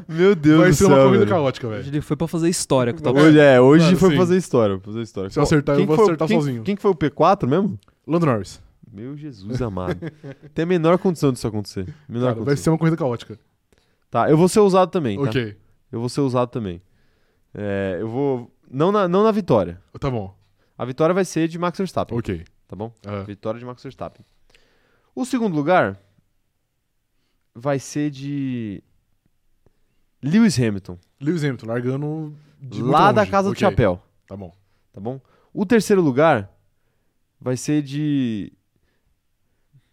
S1: Meu Deus
S3: vai
S1: do
S3: ser
S1: céu.
S3: uma corrida
S1: velho.
S3: caótica, velho. Tá
S2: Hoje ele foi pra fazer história com o Top
S1: Hoje é, hoje
S3: Mano,
S1: foi
S3: sim.
S1: fazer história, fazer história.
S3: Se eu acertar,
S1: Quem
S3: eu vou
S1: que foi-
S3: acertar
S1: quem-
S3: sozinho.
S1: Quem que foi o P4 mesmo?
S3: Lando Norris.
S1: Meu Jesus amado. Tem a menor condição disso acontecer. Menor
S3: Cara, vai
S1: condição.
S3: ser uma corrida caótica.
S1: Tá, eu vou ser usado também, tá?
S3: Ok.
S1: Eu vou ser usado também. É, eu vou... Não na, não na vitória.
S3: Tá bom.
S1: A vitória vai ser de Max Verstappen,
S3: Ok.
S1: tá bom?
S3: Ah,
S1: Vitória de Max Verstappen. O segundo lugar vai ser de Lewis Hamilton,
S3: Lewis Hamilton largando de muito
S1: lá da
S3: longe.
S1: Casa do
S3: Ok,
S1: Chapéu,
S3: Tá bom.
S1: tá bom? O terceiro lugar vai ser de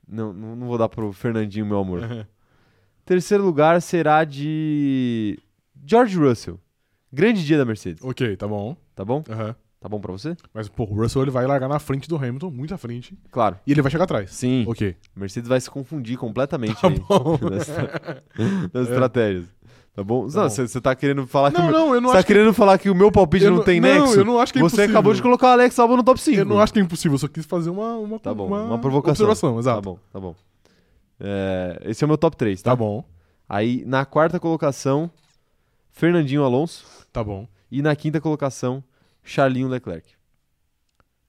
S1: não, não, não vou dar pro Fernandinho, meu amor. Terceiro lugar será de George Russell. Grande dia da Mercedes,
S3: ok, tá bom.
S1: tá bom?
S3: Aham.
S1: Tá bom pra você?
S3: Mas, pô, o Russell ele vai largar na frente do Hamilton, muito à frente,
S1: Claro.
S3: e ele vai chegar atrás.
S1: Sim,
S3: Ok.
S1: Mercedes vai se confundir completamente
S3: Tá
S1: aí.
S3: bom. É.
S1: das, das estratégias. Tá bom?
S3: Tá
S1: não,
S3: bom.
S1: você tá querendo falar que. o
S3: Não,
S1: meu-
S3: não, eu não
S1: você tá
S3: acho que...
S1: querendo falar que o meu palpite
S3: eu
S1: não,
S3: não-
S1: tem
S3: não,
S1: nexo?
S3: eu não acho que é
S1: Você
S3: impossível.
S1: acabou de colocar o Alex Albon no top 5.
S3: Eu não acho que é impossível, eu só quis fazer uma, uma,
S1: Tá bom,
S3: uma,
S1: uma, provocação.
S3: observação,
S1: Tá
S3: exato.
S1: bom, tá bom. É, esse é o meu top 3, tá?
S3: Tá bom,
S1: Aí, na quarta colocação, Fernandinho Alonso.
S3: tá bom.
S1: E na quinta colocação, Charlinho Leclerc.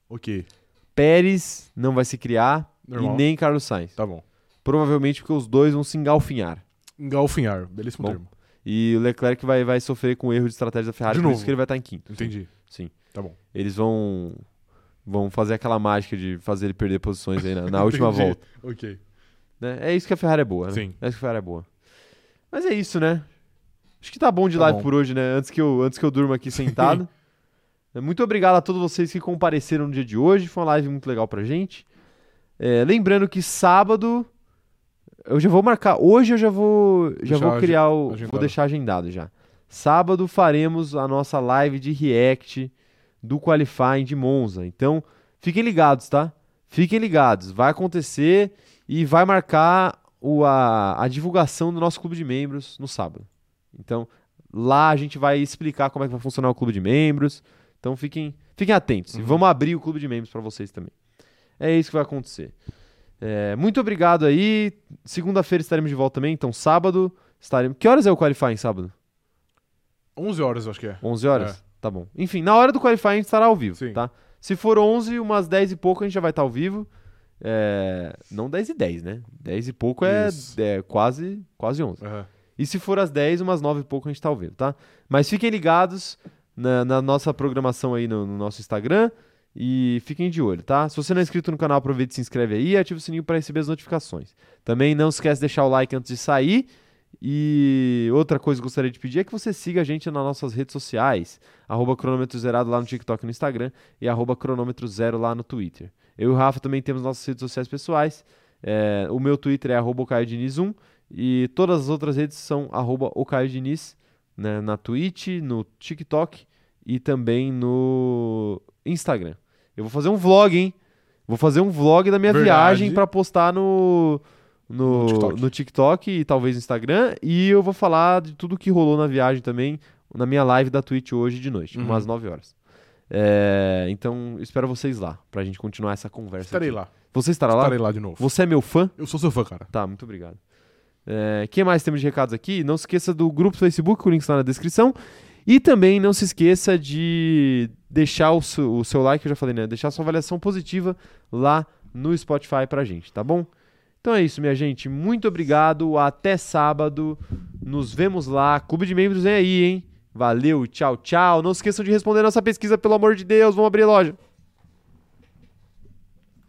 S3: Ok,
S1: Pérez não vai se criar
S3: normal.
S1: e nem Carlos Sainz.
S3: Tá bom.
S1: Provavelmente porque os dois vão se engalfinhar.
S3: Engalfinhar, belíssimo
S1: Bom.
S3: termo.
S1: E o Leclerc vai, vai sofrer com o erro de estratégia da Ferrari,
S3: De
S1: por
S3: novo.
S1: isso que ele vai estar em quinto.
S3: Entendi.
S1: Sim.
S3: Tá bom.
S1: Eles vão vão fazer aquela mágica de fazer ele perder posições aí na, na última
S3: Entendi.
S1: volta.
S3: Ok.
S1: né? É isso que a Ferrari é boa, né?
S3: Sim.
S1: É isso que a Ferrari é boa. Mas é isso, né? Acho que tá bom de
S3: Tá
S1: live
S3: bom.
S1: por hoje, né? Antes que eu, antes que eu durma aqui sentado. É, Muito obrigado a todos vocês que compareceram no dia de hoje. Foi uma live muito legal pra gente. É, lembrando que sábado. Eu já vou marcar. Hoje eu já vou. Já
S3: Deixar
S1: vou
S3: ag-
S1: criar o. Vou
S3: Tá agendado.
S1: deixar agendado já. Sábado faremos a nossa live de react do qualifying de Monza. Então, fiquem ligados, tá? Fiquem ligados. Vai acontecer e vai marcar o, a, a divulgação do nosso clube de membros no sábado. Então, lá a gente vai explicar como é que vai funcionar o clube de membros. Então, fiquem, fiquem atentos. E
S3: Uhum.
S1: vamos abrir o clube de membros para vocês também. É isso que vai acontecer. É, muito obrigado aí. Segunda-feira estaremos de volta também. Então, sábado estaremos. Que horas é o qualifying sábado?
S3: 11 horas, eu acho que é.
S1: 11 horas? Tá bom. Enfim, na hora do qualifying a gente estará ao vivo,
S3: Sim.
S1: tá? Se for 11, umas 10 e pouco a gente já vai estar ao vivo. É, Não 10 e 10, né? 10 e pouco é,
S3: Isso.
S1: é quase, quase 11.
S3: Aham.
S1: E se for às 10, umas 9 e pouco a gente tá ao vivo, tá? Mas fiquem ligados na, na nossa programação aí no, no nosso Instagram e fiquem de olho, tá? Se você não é inscrito no canal, aproveita e se inscreve aí e ativa o sininho para receber as notificações. Também não esquece de deixar o like antes de sair. E outra coisa que eu gostaria de pedir é que você siga a gente nas nossas redes sociais, arroba cronômetro zerado lá no TikTok e no Instagram e arroba cronômetro zero lá no Twitter. Eu e o Rafa também temos nossas redes sociais pessoais. É, o meu Twitter é arroba o Caio Diniz 1 e todas as outras redes são arroba o Caio Diniz, né, na Twitch, no TikTok e também no Instagram. Eu vou fazer um vlog, hein? Vou fazer um vlog da minha
S3: Verdade.
S1: viagem pra postar no no,
S3: No TikTok.
S1: no TikTok e talvez no Instagram. E eu vou falar de tudo que rolou na viagem também na minha live da Twitch hoje de noite,
S3: Uhum.
S1: umas 9 horas. É, então, espero vocês lá pra gente continuar essa conversa.
S3: Estarei
S1: aqui.
S3: lá.
S1: Você estará lá?
S3: Estarei lá de novo.
S1: Você é meu fã?
S3: Eu sou seu fã, cara.
S1: Tá, muito obrigado. É, que mais temos de recados aqui? Não se esqueça do grupo do Facebook, o link está na descrição. E também não se esqueça de deixar o seu, o seu like, eu já falei, né? Deixar sua avaliação positiva lá no Spotify pra gente, tá bom? Então é isso, minha gente. Muito obrigado. Até sábado. Nos vemos lá. Clube de membros vem aí, hein? Valeu, tchau, tchau. Não se esqueçam de responder nossa pesquisa, pelo amor de Deus. Vamos abrir loja.